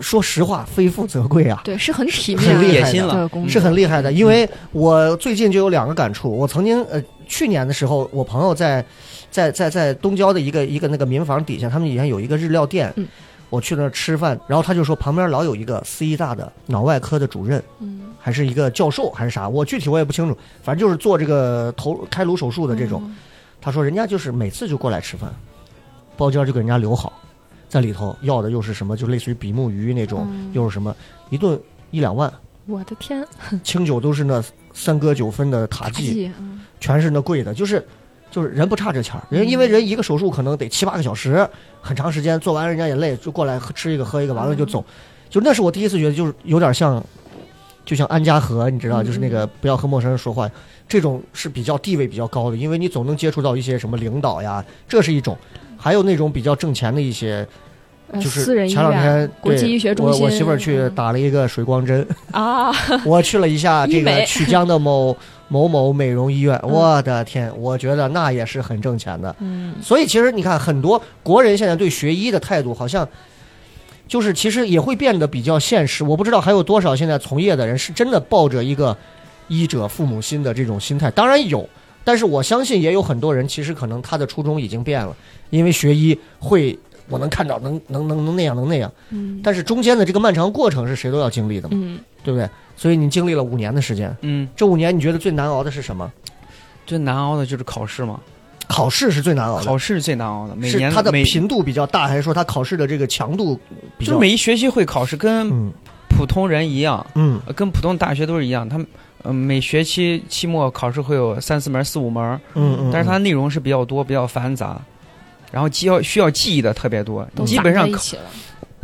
[SPEAKER 3] 说实话，非富则贵啊。
[SPEAKER 4] 对，是很体
[SPEAKER 3] 很
[SPEAKER 4] 面
[SPEAKER 3] 厉害
[SPEAKER 4] 的
[SPEAKER 5] 野心了
[SPEAKER 4] 的工
[SPEAKER 3] 嗯是
[SPEAKER 4] 作，
[SPEAKER 3] 很厉害的，因为我最近就有两个感触。我曾经呃，去年的时候，我朋友在在在在东郊的一个一个那个民房底下，他们以前有一个日料店，
[SPEAKER 4] 嗯
[SPEAKER 3] 我去那儿吃饭，然后他就说旁边老有一个四医大的脑外科的主任，
[SPEAKER 4] 嗯，
[SPEAKER 3] 还是一个教授还是啥，我具体我也不清楚，反正就是做这个头开颅手术的这种。
[SPEAKER 4] 嗯
[SPEAKER 3] 他说人家就是每次就过来吃饭，包间就给人家留好，在里头要的又是什么，就类似于比目鱼那种，
[SPEAKER 4] 嗯
[SPEAKER 3] 又是什么一顿一两万。
[SPEAKER 4] 我的天，
[SPEAKER 3] 清酒都是那三哥九分的塔记，
[SPEAKER 4] 记，嗯
[SPEAKER 3] 全是那贵的，就是就是人不差这钱儿，人因为人一个手术可能得七八个小时，很长时间，做完人
[SPEAKER 4] 嗯
[SPEAKER 3] 家也累，就过来喝吃一个喝一个，完了就走，就那是我第一次觉得就是有点像就像安家和，你知道，
[SPEAKER 4] 嗯
[SPEAKER 3] 就是那个不要和陌生人说话，这种是比较地位比较高的，因为你总能接触到一些什么领导呀，这是一种。还有那种比较挣钱的一些，
[SPEAKER 4] 呃
[SPEAKER 3] 就是
[SPEAKER 4] 私人医
[SPEAKER 3] 前两
[SPEAKER 4] 院
[SPEAKER 3] 天
[SPEAKER 4] 国际
[SPEAKER 3] 对
[SPEAKER 4] 医学中
[SPEAKER 3] 我
[SPEAKER 4] 心
[SPEAKER 3] 我媳妇儿去
[SPEAKER 4] 嗯
[SPEAKER 3] 打了一个水光针，
[SPEAKER 4] 啊，
[SPEAKER 3] 我去了一下这
[SPEAKER 4] 医
[SPEAKER 3] 个
[SPEAKER 4] 美
[SPEAKER 3] 曲江的某某某美容医院，我的天，我觉得那也是很挣钱的。
[SPEAKER 4] 嗯，
[SPEAKER 3] 所以其实你看，很多国人现在对学医的态度好像。就是其实也会变得比较现实，我不知道还有多少现在从业的人是真的抱着一个医者父母心的这种心态，当然有，但是我相信也有很多人其实可能他的初衷已经变了，因为学医会我能看到能能能能那样能那样，
[SPEAKER 4] 嗯
[SPEAKER 3] 但是中间的这个漫长过程是谁都要经历的嘛，
[SPEAKER 4] 嗯，
[SPEAKER 3] 对不对？所以你经历了五年的时间，
[SPEAKER 5] 嗯，
[SPEAKER 3] 这五年你觉得最难熬的是什么？
[SPEAKER 5] 最难熬的就是考试嘛，
[SPEAKER 3] 考试是最难熬的，
[SPEAKER 5] 考试是最难熬的，每
[SPEAKER 3] 呃是
[SPEAKER 5] 年
[SPEAKER 3] 它的
[SPEAKER 5] 每
[SPEAKER 3] 频度比较大，还是说它考试的这个强度比
[SPEAKER 5] 就
[SPEAKER 3] 较？
[SPEAKER 5] 是每一学期会考试，跟
[SPEAKER 3] 嗯
[SPEAKER 5] 普通人一样，
[SPEAKER 3] 嗯
[SPEAKER 5] 呃跟普通大学都是一样，他们呃每学期期末考试会有三四门、四五门儿，
[SPEAKER 3] 嗯嗯，
[SPEAKER 5] 但是它内容是比较多、比较繁杂，然后记要需要记忆的特别多。
[SPEAKER 4] 都
[SPEAKER 5] 基
[SPEAKER 4] 攒
[SPEAKER 5] 本上
[SPEAKER 4] 在一
[SPEAKER 5] 考，
[SPEAKER 4] 起了，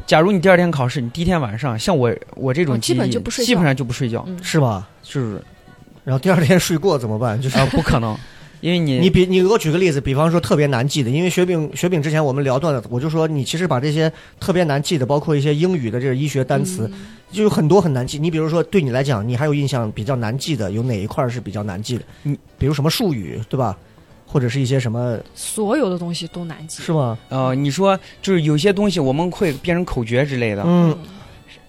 [SPEAKER 5] 假如你第二天考试，你第一天晚上，像我我这
[SPEAKER 4] 哦
[SPEAKER 5] 种
[SPEAKER 4] 基
[SPEAKER 5] 记忆，
[SPEAKER 4] 本就不睡觉
[SPEAKER 5] 基本上就不睡觉，
[SPEAKER 4] 嗯，
[SPEAKER 3] 是吧？
[SPEAKER 5] 就是
[SPEAKER 3] 然后第二天睡过怎么办？就是
[SPEAKER 5] 啊，不可能，因为你
[SPEAKER 3] 你比你给我举个例子，比方说特别难记的，因为雪饼雪饼之前我们聊断了，我就说你其实把这些特别难记的，包括一些英语的这个医学单
[SPEAKER 5] 嗯
[SPEAKER 3] 词，
[SPEAKER 4] 嗯
[SPEAKER 3] 就有很多很难记。你比如说对你来讲，你还有印象比较难记的有哪一块是比较难记的？
[SPEAKER 5] 嗯，
[SPEAKER 3] 比如什么术语对吧？或者是一些什么
[SPEAKER 4] 所有的东西都难记，
[SPEAKER 3] 是吗？
[SPEAKER 5] 呃，你说就是有些东西我们会变成口诀之类的，
[SPEAKER 3] 嗯，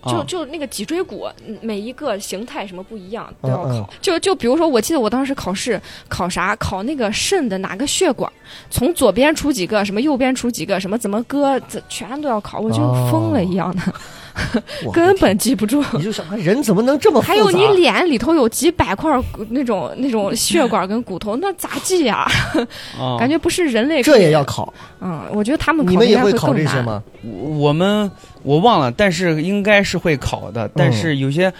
[SPEAKER 5] 啊
[SPEAKER 4] 就就那个脊椎骨，嗯每一个形态什么不一样都要考。
[SPEAKER 3] 嗯嗯
[SPEAKER 4] 就就比如说，我记得我当时考试考啥，考那个肾的哪个血管，从左边出几个，什么右边出几个，什么怎么割，这全都要考，我就
[SPEAKER 3] 哦
[SPEAKER 4] 疯了一样的，
[SPEAKER 3] 我的
[SPEAKER 4] 根
[SPEAKER 3] 天
[SPEAKER 4] 本记不住。
[SPEAKER 3] 你就想哎人怎么能这么复杂？
[SPEAKER 4] 还有你脸里头有几百块儿骨那种那种血管跟骨头，那咋记呀、
[SPEAKER 5] 啊，
[SPEAKER 4] 感觉不是人类可以。
[SPEAKER 3] 这也要考，
[SPEAKER 4] 嗯，我觉得他们考
[SPEAKER 3] 你们也
[SPEAKER 4] 应该会
[SPEAKER 3] 考
[SPEAKER 4] 更
[SPEAKER 3] 这些
[SPEAKER 4] 难？
[SPEAKER 3] 吗？
[SPEAKER 5] 我我们我忘了，但是应该是会考的，但
[SPEAKER 3] 嗯
[SPEAKER 5] 是有些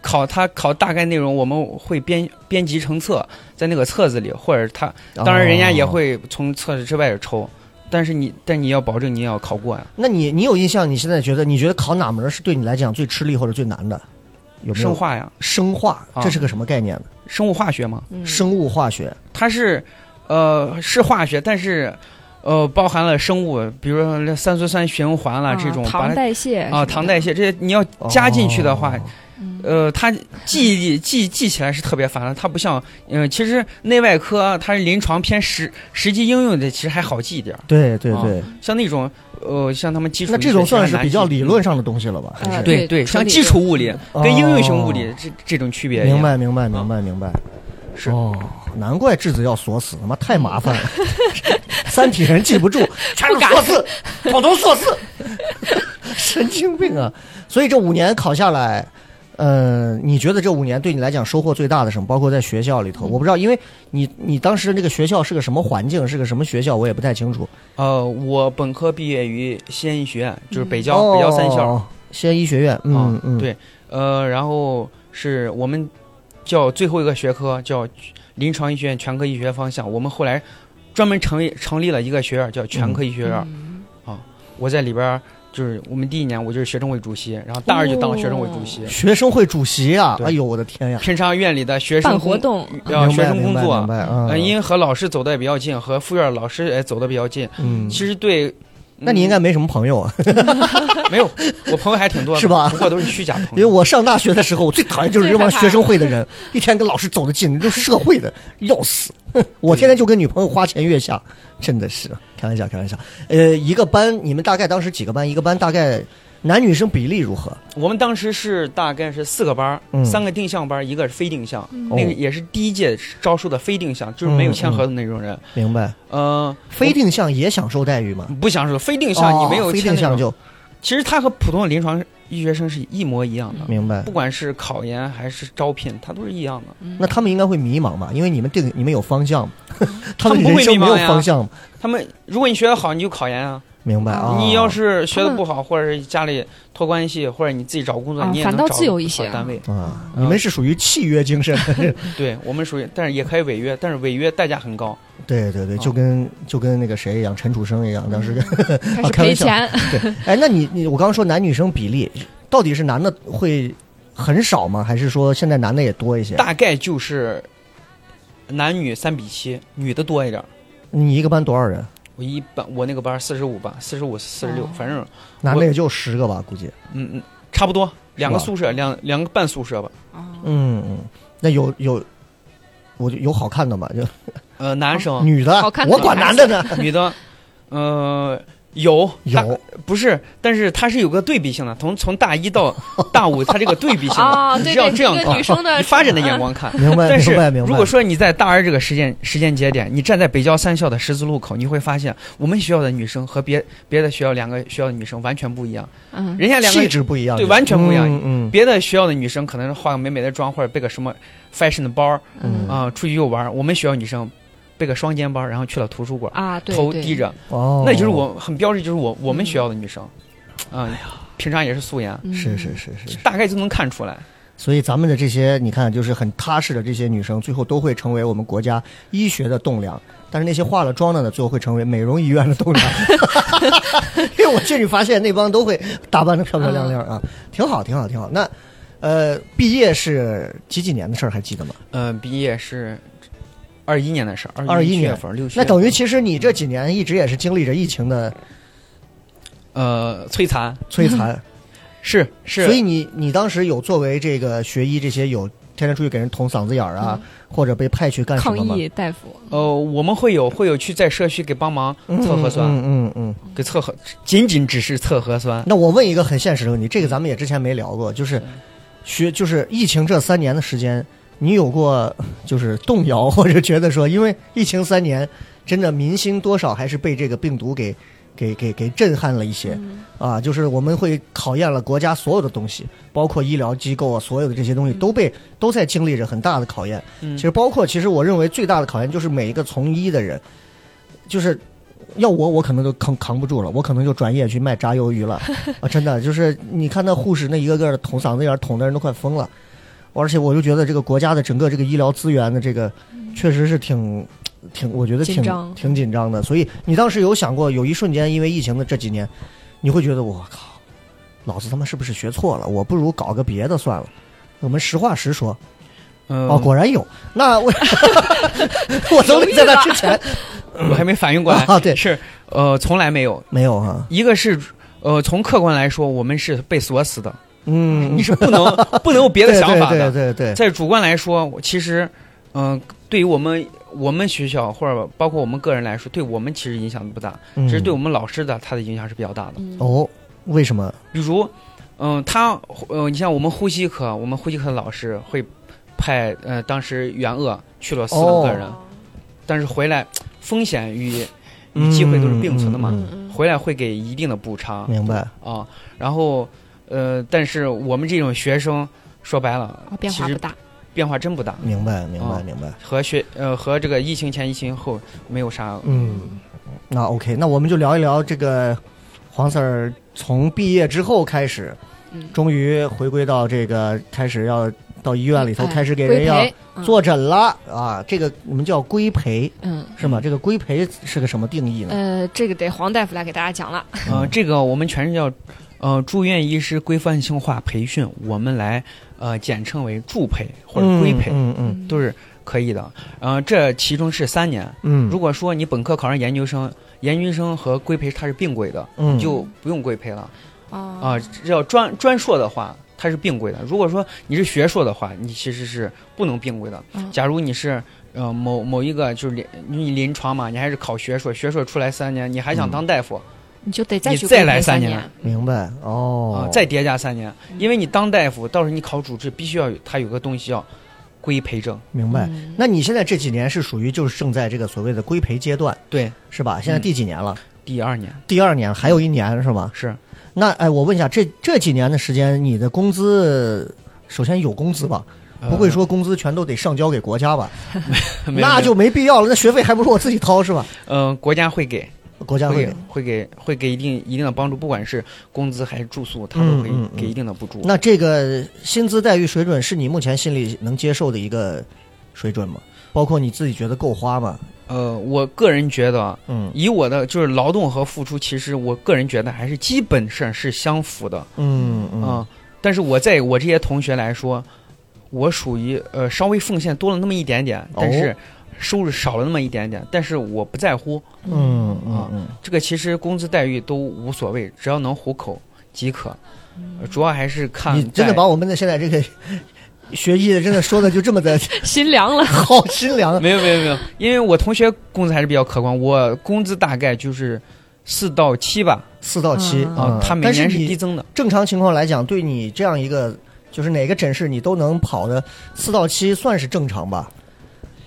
[SPEAKER 5] 考它考大概内容，我们会编编辑成册，在那个册子里，或者他当然人家也
[SPEAKER 3] 哦。
[SPEAKER 5] 会从册子之外抽，但是你但你要保证你也要考过呀、
[SPEAKER 3] 那你你有印象？你现在觉得你觉得考哪门是对你来讲最吃力或者最难的？有没有
[SPEAKER 5] 生化呀，
[SPEAKER 3] 生化，
[SPEAKER 5] 啊
[SPEAKER 3] 这是个什么概念呢？
[SPEAKER 5] 生物化学嘛，
[SPEAKER 4] 嗯，
[SPEAKER 3] 生物化学
[SPEAKER 5] 它是呃是化学，但是呃包含了生物，比如说三羧酸循环啦、
[SPEAKER 4] 啊
[SPEAKER 5] 这种，把
[SPEAKER 4] 糖
[SPEAKER 5] 它
[SPEAKER 4] 代谢
[SPEAKER 5] 啊糖代
[SPEAKER 4] 谢，
[SPEAKER 5] 谢这些你要加进去的话，
[SPEAKER 3] 哦
[SPEAKER 4] 嗯
[SPEAKER 5] 呃，它记忆记记起来是特别烦的，它不像，嗯、其实内外科它是临床偏实实际应用的，其实还好记一点儿。
[SPEAKER 3] 对对对，
[SPEAKER 5] 像那种，呃，像他们基础
[SPEAKER 3] 那这种算是比较理论
[SPEAKER 5] 上，
[SPEAKER 3] 上的东西了吧？还
[SPEAKER 4] 呃
[SPEAKER 3] 是
[SPEAKER 5] 对对，像基础物理
[SPEAKER 3] 哦
[SPEAKER 5] 跟应用型物理这这种区别一样。
[SPEAKER 3] 明白明白明白明白，
[SPEAKER 5] 是
[SPEAKER 3] 哦，难怪质子要锁死，他妈太麻 烦了，三体人记不住，全是硕士，普通硕士， 神经病啊！所以这五年考下来。呃，你觉得这五年对你来讲收获最大的什么？包括在学校里头，
[SPEAKER 5] 嗯
[SPEAKER 3] 我不知道，因为你你当时那个学校是个什么环境，是个什么学校，我也不太清楚。
[SPEAKER 5] 呃，我本科毕业于西安医学院，就是北交、
[SPEAKER 3] 哦，
[SPEAKER 5] 北交三校。
[SPEAKER 3] 西安医学院，嗯
[SPEAKER 5] 啊
[SPEAKER 3] 嗯，
[SPEAKER 5] 对呃，然后是我们叫最后一个学科叫临床医学院全科医学方向，我们后来专门成立成立了一个学院叫全科医学院。
[SPEAKER 4] 嗯
[SPEAKER 5] 我在里边儿就是我们第一年我就是学生会主席，然后大二就
[SPEAKER 4] 哦
[SPEAKER 5] 当了学生会主席，
[SPEAKER 3] 学生会主席啊！
[SPEAKER 5] 对
[SPEAKER 3] 哎呦，我的天呀！
[SPEAKER 5] 平常院里的学
[SPEAKER 4] 办
[SPEAKER 5] 生嗯
[SPEAKER 4] 活
[SPEAKER 5] 工，
[SPEAKER 4] 动，
[SPEAKER 5] 要
[SPEAKER 3] 明
[SPEAKER 5] 学
[SPEAKER 3] 白
[SPEAKER 5] 生工
[SPEAKER 3] 明
[SPEAKER 5] 作，
[SPEAKER 3] 白，明白
[SPEAKER 5] 呃，
[SPEAKER 3] 嗯，
[SPEAKER 5] 因为和老师走的也比较近，和副院老师也走的比较近。
[SPEAKER 3] 嗯，
[SPEAKER 5] 其实对，
[SPEAKER 3] 那你应 该
[SPEAKER 5] 嗯
[SPEAKER 3] 没什么朋友啊，
[SPEAKER 5] 没有，我朋友还挺多的，
[SPEAKER 3] 是吧
[SPEAKER 5] 不过都是虚假朋
[SPEAKER 3] 因为
[SPEAKER 5] 友。
[SPEAKER 3] 我上大学的时候，我最讨厌就是这帮学生会的人，一天跟老师走得近，都社会的要死。 我天天就跟女朋友花前月下，真的是开玩笑，开玩笑。呃，一个班，你们大概当时几个班？一个班大概男女生比例如何？
[SPEAKER 5] 我们当时是大概是四个班儿，
[SPEAKER 3] 嗯
[SPEAKER 5] 三个定向班儿，一个是非定向，
[SPEAKER 3] 哦
[SPEAKER 5] 那个也是第一届招收的非定向，就是没有签
[SPEAKER 3] 嗯嗯
[SPEAKER 5] 合同那种人。
[SPEAKER 3] 明白？
[SPEAKER 5] 呃，
[SPEAKER 3] 非定向也享受待遇吗？
[SPEAKER 5] 不享受非定向，你没
[SPEAKER 3] 哦
[SPEAKER 5] 有
[SPEAKER 3] 非定
[SPEAKER 5] 签那种
[SPEAKER 3] 向就
[SPEAKER 5] 其实他和普通的临床医学生是一模一样的，
[SPEAKER 3] 明白
[SPEAKER 5] 不。管是考研还是招聘，他都是一样的。
[SPEAKER 4] 嗯
[SPEAKER 3] 那他们应该会迷茫吧？因为你们定你们有方向， 他
[SPEAKER 5] 们不
[SPEAKER 3] 人
[SPEAKER 5] 会
[SPEAKER 3] 生
[SPEAKER 5] 迷
[SPEAKER 3] 没
[SPEAKER 5] 茫
[SPEAKER 3] 有
[SPEAKER 5] 呀
[SPEAKER 3] 方向，
[SPEAKER 5] 他们，如果你学得好，你就考研啊；
[SPEAKER 3] 明白啊？
[SPEAKER 4] 哦
[SPEAKER 5] 你要是学
[SPEAKER 4] 他
[SPEAKER 5] 的
[SPEAKER 4] 们
[SPEAKER 5] 不好，或者是家里托关系，或者你自己找工作，
[SPEAKER 4] 啊
[SPEAKER 5] 你也
[SPEAKER 4] 反
[SPEAKER 5] 能
[SPEAKER 4] 倒
[SPEAKER 5] 找
[SPEAKER 4] 自由
[SPEAKER 5] 到
[SPEAKER 4] 一
[SPEAKER 5] 好
[SPEAKER 4] 些啊
[SPEAKER 5] 单位。
[SPEAKER 3] 啊，
[SPEAKER 5] 嗯
[SPEAKER 3] 你们是属于契约精神，
[SPEAKER 5] 对我们属于，但是也可以违约，但是违约代价很高。
[SPEAKER 3] 对对对，
[SPEAKER 5] 哦
[SPEAKER 3] 就跟就跟那个谁一样，陈楚生一
[SPEAKER 5] 嗯
[SPEAKER 3] 样，当 时跟
[SPEAKER 4] 开
[SPEAKER 3] 啊
[SPEAKER 4] 始
[SPEAKER 3] 开玩
[SPEAKER 4] 赔
[SPEAKER 3] 笑
[SPEAKER 4] 钱，
[SPEAKER 3] 哎，那你你我刚刚说男女生比例，到底是男的会很少吗？还是说现在男的也多一
[SPEAKER 4] 嗯
[SPEAKER 3] 些？
[SPEAKER 5] 大概就是男女三比七，女的多一点儿。
[SPEAKER 3] 你一个班多少人？
[SPEAKER 5] 我一班我那个班四十五吧，四十五四十六，
[SPEAKER 4] 哦
[SPEAKER 5] 反正
[SPEAKER 3] 男的也就十个吧，估计。
[SPEAKER 5] 嗯嗯差不多，两个
[SPEAKER 3] 是吧
[SPEAKER 5] 宿舍两两个半宿舍吧。
[SPEAKER 4] 啊，
[SPEAKER 3] 嗯嗯，那有有，我就有好看的嘛，就
[SPEAKER 5] 呃，男
[SPEAKER 4] 哦
[SPEAKER 5] 生、
[SPEAKER 3] 女的
[SPEAKER 4] 好看，的
[SPEAKER 3] 我管男的 呢。
[SPEAKER 5] 女的，呃，有大
[SPEAKER 3] 有
[SPEAKER 5] 不是，但是它是有个对比性的，从从大一到大五，它这个对比性
[SPEAKER 4] 哦
[SPEAKER 5] 的，你
[SPEAKER 4] 对
[SPEAKER 5] 是要
[SPEAKER 4] 对
[SPEAKER 5] 这样
[SPEAKER 4] 一个
[SPEAKER 5] 看，
[SPEAKER 4] 女 生的
[SPEAKER 5] 以发展的眼光看。
[SPEAKER 3] 明白
[SPEAKER 5] 但是
[SPEAKER 3] 明白明白。
[SPEAKER 5] 如果说你在大二这个时间时间节点，你站在北交三校的十字路口，你会发现我们学校的女生和别别的学校两个学校的女生完全不一样，
[SPEAKER 4] 嗯，
[SPEAKER 5] 人家两个
[SPEAKER 3] 气质不一样，
[SPEAKER 5] 对完全不一样
[SPEAKER 3] 嗯嗯
[SPEAKER 5] 别的学校的女生可能是化个美美的妆或者背个什么 fashion 的包儿
[SPEAKER 3] 嗯
[SPEAKER 5] 啊、出去又玩儿。我们学校女生背个双肩包，然后去了图书馆，
[SPEAKER 4] 啊，对，
[SPEAKER 5] 头
[SPEAKER 4] 对
[SPEAKER 5] 低，着，
[SPEAKER 3] 哦，
[SPEAKER 5] 那就是我很标志，就是我我们学校的女生，啊、平常也是素颜，
[SPEAKER 4] 嗯
[SPEAKER 3] 是是是哎是。是
[SPEAKER 5] 大概就能看出来。
[SPEAKER 3] 所以咱们的这些，你看，就是很踏实的这些女生，最后都会成为我们国家医学的栋梁。但是那些化了妆的呢，最后会成为美容医院的栋梁。 因为我进去发现那帮都会打扮的漂漂亮亮啊，挺好，挺好，挺好。那，呃，毕业是几几年的事儿还记得吗？
[SPEAKER 5] 嗯、毕业是二一年的事儿，
[SPEAKER 3] 21
[SPEAKER 5] 一
[SPEAKER 3] 年
[SPEAKER 5] 月份六月份。
[SPEAKER 3] 那等于其实你这几年一直也是经历着疫情的
[SPEAKER 5] 呃摧残
[SPEAKER 3] 摧
[SPEAKER 4] 嗯
[SPEAKER 3] 残，
[SPEAKER 5] 是是，
[SPEAKER 3] 所以你你当时有作为这个学医这些有天天出去给人捅嗓子眼儿啊，或者被派去干什
[SPEAKER 4] 嗯抗
[SPEAKER 3] 么吗？
[SPEAKER 4] 议大夫，
[SPEAKER 5] 呃我们会有会有去在社区给帮忙测核酸，
[SPEAKER 3] 嗯嗯嗯嗯。
[SPEAKER 5] 给测核，仅仅只是测核酸。
[SPEAKER 3] 那我问一个很现实的问题，这个咱们也之前没聊过，就是学就是疫情这三年的时间，你有过就是动摇或者觉得说，因为疫情三年，真的民心多少还是被这个病毒给给给给震撼了一些、啊，就是我们会考验了国家所有的东西，包括医疗机构啊，所有的这些东西都被、都在经历着很大的考验。
[SPEAKER 5] 嗯
[SPEAKER 3] 其实包括其实我认为最大的考验就是每一个从医的人，就是。要我，我可能都扛扛不住了，我可能就转业去卖炸鱿鱼 了啊！真的，就是你看那护士那一个个的捅嗓子眼儿，捅的人都快疯了。而且我就觉得这个国家的整个这个医疗资源的这个，确实是挺挺，我觉得挺
[SPEAKER 4] 紧张
[SPEAKER 3] 挺紧张的。所以你当时有想过，有一瞬间因为疫情的这几年，你会觉得我靠，老子他妈是不是学错了？我不如搞个别的算了。我们实话实说，
[SPEAKER 5] 嗯，
[SPEAKER 3] 哦，果然有。那我 我都没在那之前
[SPEAKER 5] 我还没反应过来
[SPEAKER 3] 啊对
[SPEAKER 5] 是呃，从来没有。
[SPEAKER 3] 没有哈、啊。
[SPEAKER 5] 一个是呃，从客观来说，我们是被锁死的，
[SPEAKER 3] 嗯，
[SPEAKER 5] 你是不能 不能有别的想法
[SPEAKER 3] 对对
[SPEAKER 5] 的。
[SPEAKER 3] 对对对，
[SPEAKER 5] 在主观来说，我其实嗯、对于我们我们学校或者包括我们个人来说，对我们其实影响不大，
[SPEAKER 3] 嗯
[SPEAKER 5] 只是对我们老师的他的影响是比较大的。
[SPEAKER 4] 嗯，
[SPEAKER 3] 哦，为什么？
[SPEAKER 5] 比如，嗯、他呃，你像我们呼吸科，我们呼吸科的老师会派呃，当时援鄂去了四五个人，
[SPEAKER 4] 哦
[SPEAKER 5] 但是回来风险与与机会都是并存的嘛，
[SPEAKER 3] 嗯嗯
[SPEAKER 4] 嗯
[SPEAKER 5] 回来会给一定的补偿
[SPEAKER 3] 嗯明白？
[SPEAKER 5] 啊。然后呃，但是我们这种学生说白了
[SPEAKER 4] 哦，变化
[SPEAKER 5] 其
[SPEAKER 4] 不
[SPEAKER 5] 实
[SPEAKER 4] 大，
[SPEAKER 5] 变化真不大，
[SPEAKER 3] 明白，明白，
[SPEAKER 5] 哦
[SPEAKER 3] 明白。
[SPEAKER 5] 和学呃和这个疫情前、疫情后没有啥。
[SPEAKER 3] 嗯，那 OK，那我们就聊一聊这个黄 Sir 从毕业之后开始，
[SPEAKER 4] 嗯，
[SPEAKER 3] 终于回归到这个开始要到医
[SPEAKER 5] 啊
[SPEAKER 3] 院里头
[SPEAKER 4] 哎
[SPEAKER 3] 开始给
[SPEAKER 4] 规
[SPEAKER 3] 人要
[SPEAKER 4] 培嗯
[SPEAKER 3] 坐诊了啊，这个我们叫规培
[SPEAKER 4] 嗯。
[SPEAKER 3] 是吗？这个规培是个什么定义呢？
[SPEAKER 5] 嗯
[SPEAKER 4] 呃，这个得黄大夫来给大家讲了。
[SPEAKER 5] 呃，这个我们全是叫，呃，住院医师规范性化培训，我们来呃简称为住培或者规培，
[SPEAKER 3] 嗯嗯
[SPEAKER 5] 都是可以的。呃，这其中是三年。
[SPEAKER 3] 嗯，
[SPEAKER 5] 如果说你本科考上研究生，研究生和规培它是并轨的，
[SPEAKER 3] 嗯
[SPEAKER 5] 就不用规培了啊、
[SPEAKER 4] 啊
[SPEAKER 5] 这要专专硕的话，它是并轨的。如果说你是学硕的话，你其实是不能并轨的。
[SPEAKER 4] 嗯
[SPEAKER 5] 假如你是呃某某一个就是临你临床嘛，你还是考学硕，学硕出来三年，你还
[SPEAKER 3] 嗯
[SPEAKER 5] 想当大夫，
[SPEAKER 4] 你就得再
[SPEAKER 5] 你
[SPEAKER 4] 去
[SPEAKER 5] 再
[SPEAKER 4] 规
[SPEAKER 5] 来
[SPEAKER 4] 培
[SPEAKER 5] 三
[SPEAKER 4] 三
[SPEAKER 5] 年
[SPEAKER 4] 年，
[SPEAKER 3] 明白
[SPEAKER 5] 啊、
[SPEAKER 3] 嗯哦，
[SPEAKER 5] 再叠加三年，因为你当大夫，到时候你考主治，必须要有他有个东西叫规培证。
[SPEAKER 4] 嗯
[SPEAKER 3] 明白。那你现在这几年是属于就是正在这个所谓的规培阶段
[SPEAKER 5] 对，
[SPEAKER 3] 是吧？现在
[SPEAKER 5] 嗯
[SPEAKER 3] 第几年了？
[SPEAKER 5] 第二年
[SPEAKER 3] 第二年还有一年是吧？
[SPEAKER 5] 是
[SPEAKER 3] 那哎，我问一下，这这几年的时间，你的工资首先有工资吧？不会、说工资全都得上交给国家吧？
[SPEAKER 5] 呃没有
[SPEAKER 3] 那就呃 没必要了，那学费还不如我自己掏是 吧？
[SPEAKER 5] 没有呃，国家会给
[SPEAKER 3] 国家会
[SPEAKER 5] 会给
[SPEAKER 3] 给。
[SPEAKER 5] 会给会给一定一定的帮助，不管是工资还是住宿，他都会
[SPEAKER 3] 嗯嗯嗯
[SPEAKER 5] 给一定的补助。
[SPEAKER 3] 那这个薪资待遇水准是你目前心里能接受的一个水准吗？包括你自己觉得够花吗？
[SPEAKER 5] 呃，我个人觉得，啊
[SPEAKER 3] 嗯
[SPEAKER 5] 以我的就是劳动和付出，其实我个人觉得还是基本上是相符的。
[SPEAKER 3] 嗯
[SPEAKER 5] 嗯，但是我在我这些同学来说，我属于呃稍微奉献多了那么一点点，
[SPEAKER 3] 哦
[SPEAKER 5] 但是收入少了那么一点点，但是我不在乎。
[SPEAKER 3] 嗯嗯嗯，
[SPEAKER 5] 这个其实工资待遇都无所谓，只要能糊口即可。呃主要还是看
[SPEAKER 3] 你真的
[SPEAKER 5] 在
[SPEAKER 3] 把我们的现在这个 学医的真的说的就这么的
[SPEAKER 4] 心凉了。
[SPEAKER 3] 好心凉。
[SPEAKER 5] 没有没有没有，因为我同学工资还是比较可观，我工资大概就是四到七吧，
[SPEAKER 3] 四到七
[SPEAKER 4] 嗯
[SPEAKER 5] 啊、
[SPEAKER 3] 嗯
[SPEAKER 5] 他每
[SPEAKER 3] 但是
[SPEAKER 5] 年是
[SPEAKER 3] 你
[SPEAKER 5] 递增的。
[SPEAKER 3] 正常情况来讲，对你这样一个就是哪个诊室你都能跑的四到七算是正常吧？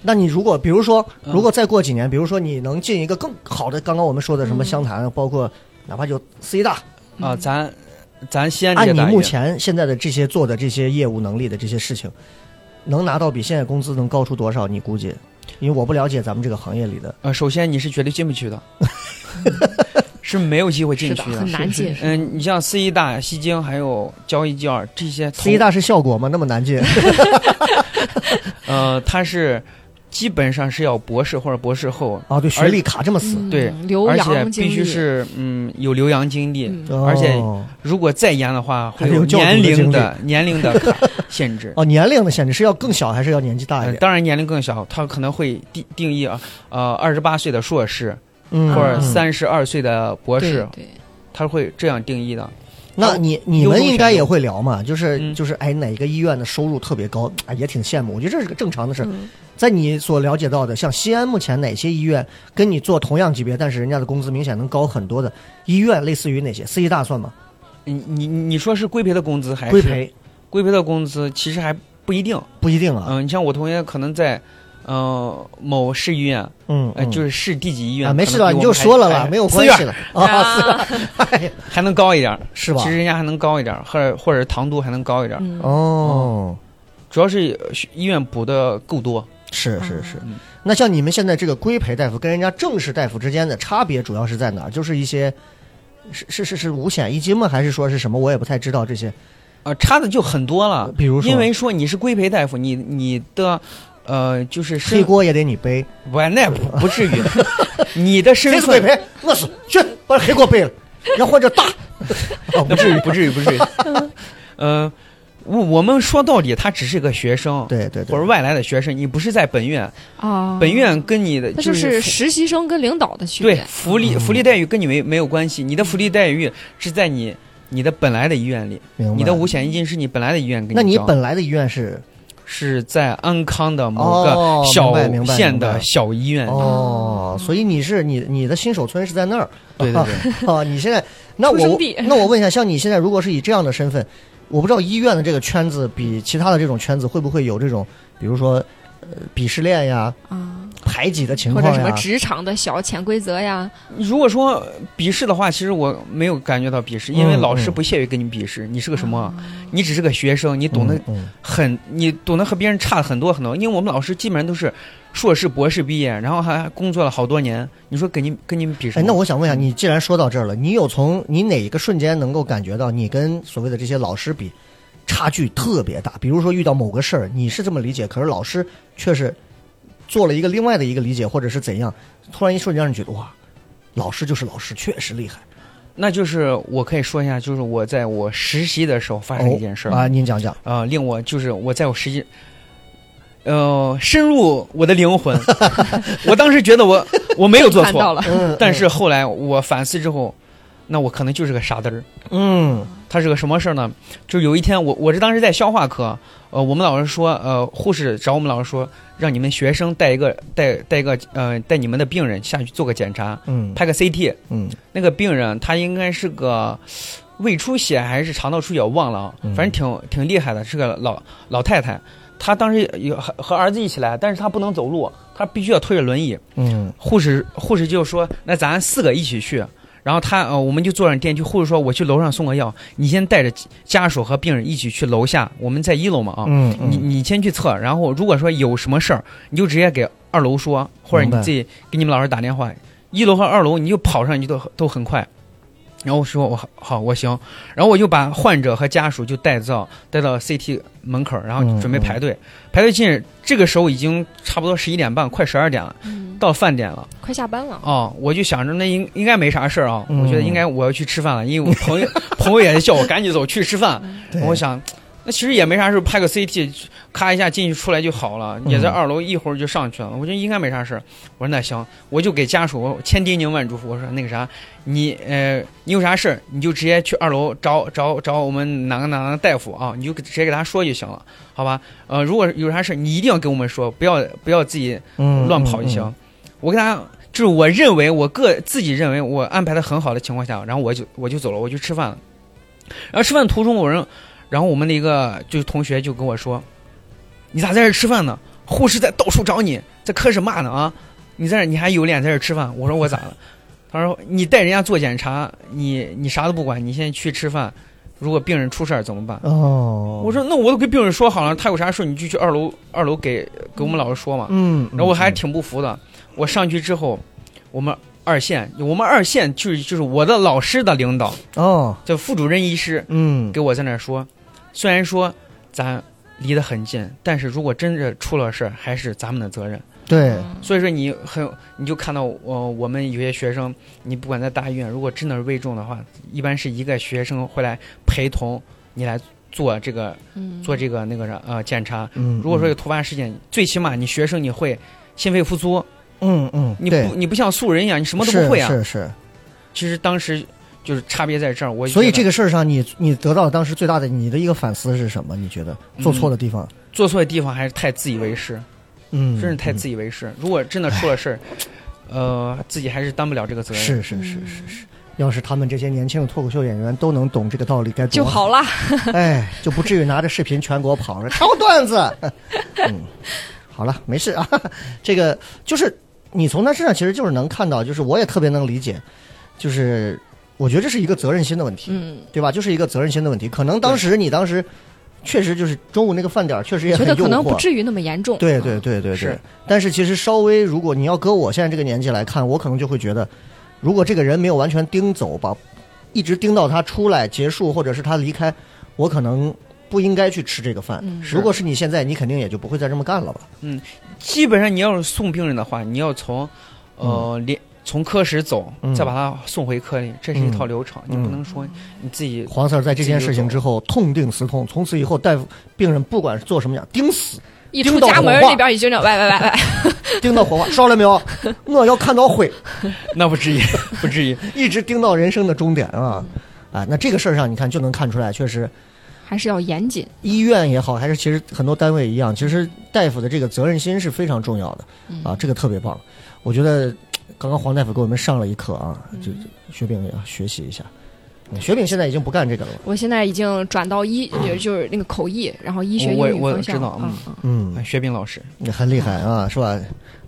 [SPEAKER 3] 那你如果比如说，
[SPEAKER 5] 嗯
[SPEAKER 3] 如果再过几年，比如说你能进一个更好的，刚刚我们说的
[SPEAKER 4] 嗯
[SPEAKER 3] 什么湘潭，包括哪怕就四医大，
[SPEAKER 5] 啊，咱咱西安
[SPEAKER 3] 嗯
[SPEAKER 5] 这
[SPEAKER 3] 按
[SPEAKER 5] 个
[SPEAKER 3] 你
[SPEAKER 5] 大
[SPEAKER 3] 目
[SPEAKER 5] 学
[SPEAKER 3] 前现在的这些做的这些业务能力的这些事情，能拿到比现在工资能高出多少？你估计？因为我不了解咱们这个行业里的，
[SPEAKER 5] 呃，首先你是绝对进不 去的，是没有机会 进
[SPEAKER 4] 是
[SPEAKER 5] 去
[SPEAKER 4] 的，很难进。
[SPEAKER 5] 嗯，你像四医大、西京还有交一、交二这些同，
[SPEAKER 3] 四医大是效果吗？那么难 进？
[SPEAKER 5] 呃，它是基本上是要博士或者博士后，
[SPEAKER 3] 啊，对，学历卡这么死，
[SPEAKER 4] 嗯
[SPEAKER 5] 对，
[SPEAKER 4] 留
[SPEAKER 5] 而且
[SPEAKER 4] 洋经
[SPEAKER 5] 必须
[SPEAKER 4] 历
[SPEAKER 5] 是嗯有留洋经历，
[SPEAKER 4] 嗯
[SPEAKER 3] 哦
[SPEAKER 5] 而且如果再严的话，
[SPEAKER 3] 还
[SPEAKER 5] 会
[SPEAKER 3] 有
[SPEAKER 5] 有
[SPEAKER 3] 教徒的
[SPEAKER 5] 年
[SPEAKER 3] 经
[SPEAKER 5] 龄
[SPEAKER 3] 历
[SPEAKER 5] 的年龄的 卡限制。
[SPEAKER 3] 哦，年龄的限制是要更小还是要年纪大一
[SPEAKER 5] 呃
[SPEAKER 3] 点？
[SPEAKER 5] 当然，年龄更小，他可能会定定义啊，呃，二十八岁的硕士
[SPEAKER 3] 嗯，
[SPEAKER 5] 或者
[SPEAKER 3] 嗯
[SPEAKER 5] 三十二岁的博士，
[SPEAKER 4] 对
[SPEAKER 5] 他会这样定义的。哦
[SPEAKER 3] 那你你们应该也会聊嘛？就是
[SPEAKER 5] 嗯
[SPEAKER 3] 就是，哎，哪个医院的收入特别高，哎，也挺羡慕。我觉得这是个正常的事
[SPEAKER 4] 对
[SPEAKER 3] 儿。
[SPEAKER 4] 嗯
[SPEAKER 3] 在你所了解到的，像西安目前哪些医院跟你做同样级别，但是人家的工资明显能高很多的医院，类似于哪些？四医大算吗？
[SPEAKER 5] 你你你说是规培的工资哎还是
[SPEAKER 3] 规培
[SPEAKER 5] 规培的工资其实还不一定。
[SPEAKER 3] 不一定
[SPEAKER 5] 嗯、
[SPEAKER 3] 啊。
[SPEAKER 5] 你像我同学可能在，呃，某市医院，
[SPEAKER 3] 嗯，
[SPEAKER 5] 呃，
[SPEAKER 3] 嗯
[SPEAKER 5] 就是市地级医院，
[SPEAKER 3] 啊，没
[SPEAKER 5] 可
[SPEAKER 3] 事
[SPEAKER 5] 能
[SPEAKER 3] 的，
[SPEAKER 5] 比
[SPEAKER 3] 你
[SPEAKER 5] 我
[SPEAKER 3] 就
[SPEAKER 5] 们还
[SPEAKER 3] 说了
[SPEAKER 5] 哎
[SPEAKER 3] 啦，没有
[SPEAKER 5] 四
[SPEAKER 3] 关
[SPEAKER 5] 院
[SPEAKER 3] 系的 啊，四院哎呀
[SPEAKER 5] 还能高一点儿，
[SPEAKER 3] 是吧
[SPEAKER 5] 其？实人家还能高一点儿，或者或者唐都还能高一点儿，
[SPEAKER 4] 嗯
[SPEAKER 3] 哦，
[SPEAKER 5] 主要是呃学医院补的够多。
[SPEAKER 3] 是是是
[SPEAKER 5] 嗯。
[SPEAKER 3] 那像你们现在这个规培大夫跟人家正式大夫之间的差别主要是在哪儿？就是一些是是是是五险一金吗？还是说是什么？我也不太知道这些。
[SPEAKER 5] 呃，差的就很多了。
[SPEAKER 3] 比如说，
[SPEAKER 5] 因为说你是规培大夫，你你的呃就是
[SPEAKER 3] 黑
[SPEAKER 5] 身
[SPEAKER 3] 锅也得你背。
[SPEAKER 5] 不那不不至 于，你的身
[SPEAKER 3] 谁是规
[SPEAKER 5] 份
[SPEAKER 3] 培？我是去把黑锅背了，然后或者打。哦，不
[SPEAKER 5] 那 不
[SPEAKER 3] 至
[SPEAKER 5] 至于
[SPEAKER 3] 于。
[SPEAKER 5] 不至于不至于。呃，我我们说到底，他只是个学生，
[SPEAKER 3] 对对
[SPEAKER 5] 或者
[SPEAKER 3] 对，
[SPEAKER 5] 外来的学生，你不是在本院，
[SPEAKER 4] 啊，
[SPEAKER 5] 本院跟你的
[SPEAKER 4] 那就
[SPEAKER 5] 就是福
[SPEAKER 4] 实习生跟领导的区
[SPEAKER 5] 对
[SPEAKER 4] 别。
[SPEAKER 5] 福
[SPEAKER 3] 嗯
[SPEAKER 5] 利福利待遇跟你没没有关系，你的福利待遇是在你你的本来的医院里，
[SPEAKER 3] 明白
[SPEAKER 5] 你的五险一金是你本来的医院给
[SPEAKER 3] 那你
[SPEAKER 5] 交，
[SPEAKER 3] 本来的医院是
[SPEAKER 5] 是在安康的某
[SPEAKER 3] 哦
[SPEAKER 5] 个小
[SPEAKER 3] 明白明白
[SPEAKER 5] 县
[SPEAKER 3] 明白
[SPEAKER 5] 的小医院，
[SPEAKER 3] 哦，所以你是你你的新手村是在那儿。
[SPEAKER 5] 对对 对，
[SPEAKER 3] 啊，你现在那
[SPEAKER 4] 出生
[SPEAKER 3] 我
[SPEAKER 4] 地
[SPEAKER 3] 那我问一下，像你现在如果是以这样的身份，我不知道医院的这个圈子比其他的这种圈子会不会有这种，比如说呃鄙视链呀、
[SPEAKER 4] 啊，
[SPEAKER 3] 排挤的情
[SPEAKER 4] 或
[SPEAKER 3] 况
[SPEAKER 4] 者什么
[SPEAKER 3] 呀？
[SPEAKER 4] 职场的小潜规则呀，
[SPEAKER 5] 如果说鄙视的话，其实我没有感觉到鄙视，因为
[SPEAKER 3] 嗯
[SPEAKER 5] 老师
[SPEAKER 3] 嗯
[SPEAKER 5] 不屑于跟你鄙视，你是个什么？你只是个学生，你懂得
[SPEAKER 3] 嗯嗯
[SPEAKER 5] 很，你懂得和别人差很多很多。因为我们老师基本上都是硕士、博士毕业，然后还工作了好多年。你说跟你跟你们比什
[SPEAKER 3] 哎
[SPEAKER 5] 么？，
[SPEAKER 3] 那我想问一下，你既然说到这儿了，你有从你哪一个瞬间能够感觉到你跟所谓的这些老师比差距特别大？比如说遇到某个事儿，你是这么理解，可是老师却是做了一个另外的一个理解，或者是怎样？突然一瞬间让你觉得哇，老师就是老师，确实厉害。
[SPEAKER 5] 那就是我可以说一下，就是我在我实习的时候发生一件事儿、
[SPEAKER 3] 哦啊，您讲讲。
[SPEAKER 5] 呃，令我就是我在我实际，呃，深入我的灵 魂。我当时觉得我我没有做
[SPEAKER 4] 看到
[SPEAKER 5] 错，
[SPEAKER 4] 了，
[SPEAKER 3] 嗯，
[SPEAKER 5] 但是后来我反思之后，那我可能就是个傻嘚儿。
[SPEAKER 3] 嗯
[SPEAKER 5] 它是个什么事儿呢？就是有一天我我是当时在消化科，呃，我们老师说，呃，护士找我们老师说，让你们学生带一个带带一个呃带你们的病人下去做个检查，
[SPEAKER 3] 嗯
[SPEAKER 5] 拍个 CT。
[SPEAKER 3] 嗯
[SPEAKER 5] 那个病人他应该是个胃出血还是肠道出血，我忘了啊，
[SPEAKER 3] 嗯
[SPEAKER 5] 反正挺挺厉害的，是个老老太太。她当时有和和儿子一起来，但是她不能走路，她必须要推着轮椅。
[SPEAKER 3] 嗯
[SPEAKER 5] 护士护士就说：“那咱四个一起去。”然后他呃，我们就坐上电梯。护士说：“我去楼上送个药，你先带着家属和病人一起去楼下，我们在一楼嘛啊，
[SPEAKER 3] 嗯
[SPEAKER 5] 你你先去测。然后如果说有什么事儿，你就直接给二楼说，或者你
[SPEAKER 3] 明白
[SPEAKER 5] 自己给你们老师打电话。一楼和二楼你就跑上去都都很快。然后我说我好好我行，然后我就把患者和家属就带到带到 CT 门口，然后
[SPEAKER 3] 嗯
[SPEAKER 5] 准备
[SPEAKER 3] 嗯
[SPEAKER 5] 排队、排队进。这个时候已经差不多十一点半，快十二点了，
[SPEAKER 4] 嗯，
[SPEAKER 5] 到饭点了。
[SPEAKER 4] 快下班了，
[SPEAKER 5] 哦，我就想着那应应该没啥事儿啊，
[SPEAKER 3] 嗯
[SPEAKER 5] 我觉得应该我要去吃饭了，因为我 朋友朋友也叫我赶紧走去吃饭。
[SPEAKER 3] 对
[SPEAKER 5] 我想，那其实也没啥事，拍个 CT，咔一下进去出来就好了，也在
[SPEAKER 3] 嗯
[SPEAKER 5] 二楼一会儿就上去了，我觉得应该没啥事儿。我说那行，我就给家属我千叮咛万嘱咐，我说那个啥，你呃你有啥事儿你就直接去二楼找找找我们哪个哪个大夫啊，你就直接给他说就行了，好吧？呃，如果有啥事儿你一定要跟我们说，不要不要自己。
[SPEAKER 3] 嗯
[SPEAKER 5] 乱跑就行。。我跟他就是我认为我个自己认为我安排的很好的情况下，然后我就我就走了，我去吃饭了。然后吃饭途中，我让然后我们的一个就是同学就跟我说：“你咋在这儿吃饭呢？护士在到处找你，在科室骂呢啊！你在这儿你还有脸在这儿吃饭？”我说我咋了？ 他说：“你带人家做检查，你你啥都不管，你先去吃饭。如果病人出事儿怎么办？”
[SPEAKER 3] 哦，
[SPEAKER 5] 我说：“那我都跟病人说好了，他有啥事儿你就去二楼二楼给给我们老师说嘛。”
[SPEAKER 3] 嗯，嗯，
[SPEAKER 5] 然后我还挺不服的。我上去之后，我们二线，我们二线就是就是我的老师的领导，
[SPEAKER 3] 嗯哦，
[SPEAKER 5] 就副主任医师
[SPEAKER 3] 嗯
[SPEAKER 5] 给我在那儿说，虽然说咱离得很近，但是如果真的出了事儿，还是咱们的责任。
[SPEAKER 3] 对，
[SPEAKER 4] 嗯
[SPEAKER 5] 所以说你很，你就看到我、我们有些学生，你不管在大医院，如果真的是危重的话，一般是一个学生会来陪同你来做这个
[SPEAKER 4] 嗯，
[SPEAKER 5] 做这个那个啥呃检查。
[SPEAKER 3] 嗯，
[SPEAKER 5] 如果说有突发事件，最起码你学生你会心肺复苏，
[SPEAKER 3] 嗯嗯，
[SPEAKER 5] 你
[SPEAKER 3] 对
[SPEAKER 5] 不你不像素人一样，你什么都
[SPEAKER 3] 是
[SPEAKER 5] 不会啊。
[SPEAKER 3] 是是，
[SPEAKER 5] 其实当时就是差别在这儿，我
[SPEAKER 3] 所以这
[SPEAKER 5] 个
[SPEAKER 3] 个事儿上你，你得到当时最大的你的一个反思是什么？你觉得做
[SPEAKER 5] 嗯
[SPEAKER 3] 错的地方，
[SPEAKER 5] 做错的地方还是太自以为是，
[SPEAKER 3] 嗯，
[SPEAKER 5] 真是太自
[SPEAKER 3] 己、
[SPEAKER 5] 以为是。如果真的出了事儿，呃，自己还是担不了这嗯个责
[SPEAKER 3] 嗯
[SPEAKER 5] 任。
[SPEAKER 3] 是是是是是。要是他们这些年轻的脱口秀演员都能懂这个道理，该多
[SPEAKER 4] 就好了。
[SPEAKER 3] 哎，就不至于拿着视频全国跑着 抄段子。嗯，好了，没事啊。这个就是你从他身上其实就是能看到，就是我也特别能理解，就是我觉得这是一个责任心的问题，
[SPEAKER 4] 嗯，
[SPEAKER 3] 对吧？就是一个责任心的问题。可能当时你当时确实就是中午那个饭点儿确实也
[SPEAKER 4] 觉
[SPEAKER 3] 很
[SPEAKER 4] 得
[SPEAKER 3] 诱惑，
[SPEAKER 4] 可能不至于那么严重。啊
[SPEAKER 3] 对对对对对。
[SPEAKER 5] 是
[SPEAKER 3] 但是其实稍微，如果你要搁我现在这个年纪来看，我可能就会觉得，如果这个人没有完全盯走，把一直盯到他出来结束，或者是他离开，我可能不应该去吃这个饭。
[SPEAKER 4] 嗯
[SPEAKER 3] 如果是你现在，你肯定也就不会再这么干了吧？
[SPEAKER 5] 基本上你要是送病人的话，你要从呃连。从科室走，
[SPEAKER 3] 嗯
[SPEAKER 5] 再把他送回科里，这是一套流程。
[SPEAKER 3] 嗯
[SPEAKER 5] 你不能说你自己
[SPEAKER 3] 黄 Sir 在这件事情之后痛定思痛，从此以后大夫病人不管是做什么样，盯死，
[SPEAKER 4] 一出家门
[SPEAKER 3] 叮咚
[SPEAKER 4] 那边已经那喂喂喂 喂，
[SPEAKER 3] 盯到火 化，烧了没有？我要看到灰。
[SPEAKER 5] 那不至于， 不至于。
[SPEAKER 3] 一直盯到人生的终点啊！啊，那这个事儿上，你看就能看出来，确实
[SPEAKER 4] 还是要严谨。
[SPEAKER 3] 医院也好，还是其实很多单位一样，其实大夫的这个责任心是非常重要的
[SPEAKER 4] 嗯
[SPEAKER 3] 啊，这个特别棒。我觉得刚刚黄大夫给我们上了一课啊，就雪饼也要学习一下。嗯雪饼现在已经不干这个了，
[SPEAKER 4] 我现在已经转到医，就就是那个口译，然后医学
[SPEAKER 5] 我
[SPEAKER 4] 英语
[SPEAKER 5] 我
[SPEAKER 4] 方向。
[SPEAKER 5] 知道
[SPEAKER 4] 嗯嗯，
[SPEAKER 3] 嗯，
[SPEAKER 5] 哎薛冰老师，
[SPEAKER 3] 你很厉害啊，是吧？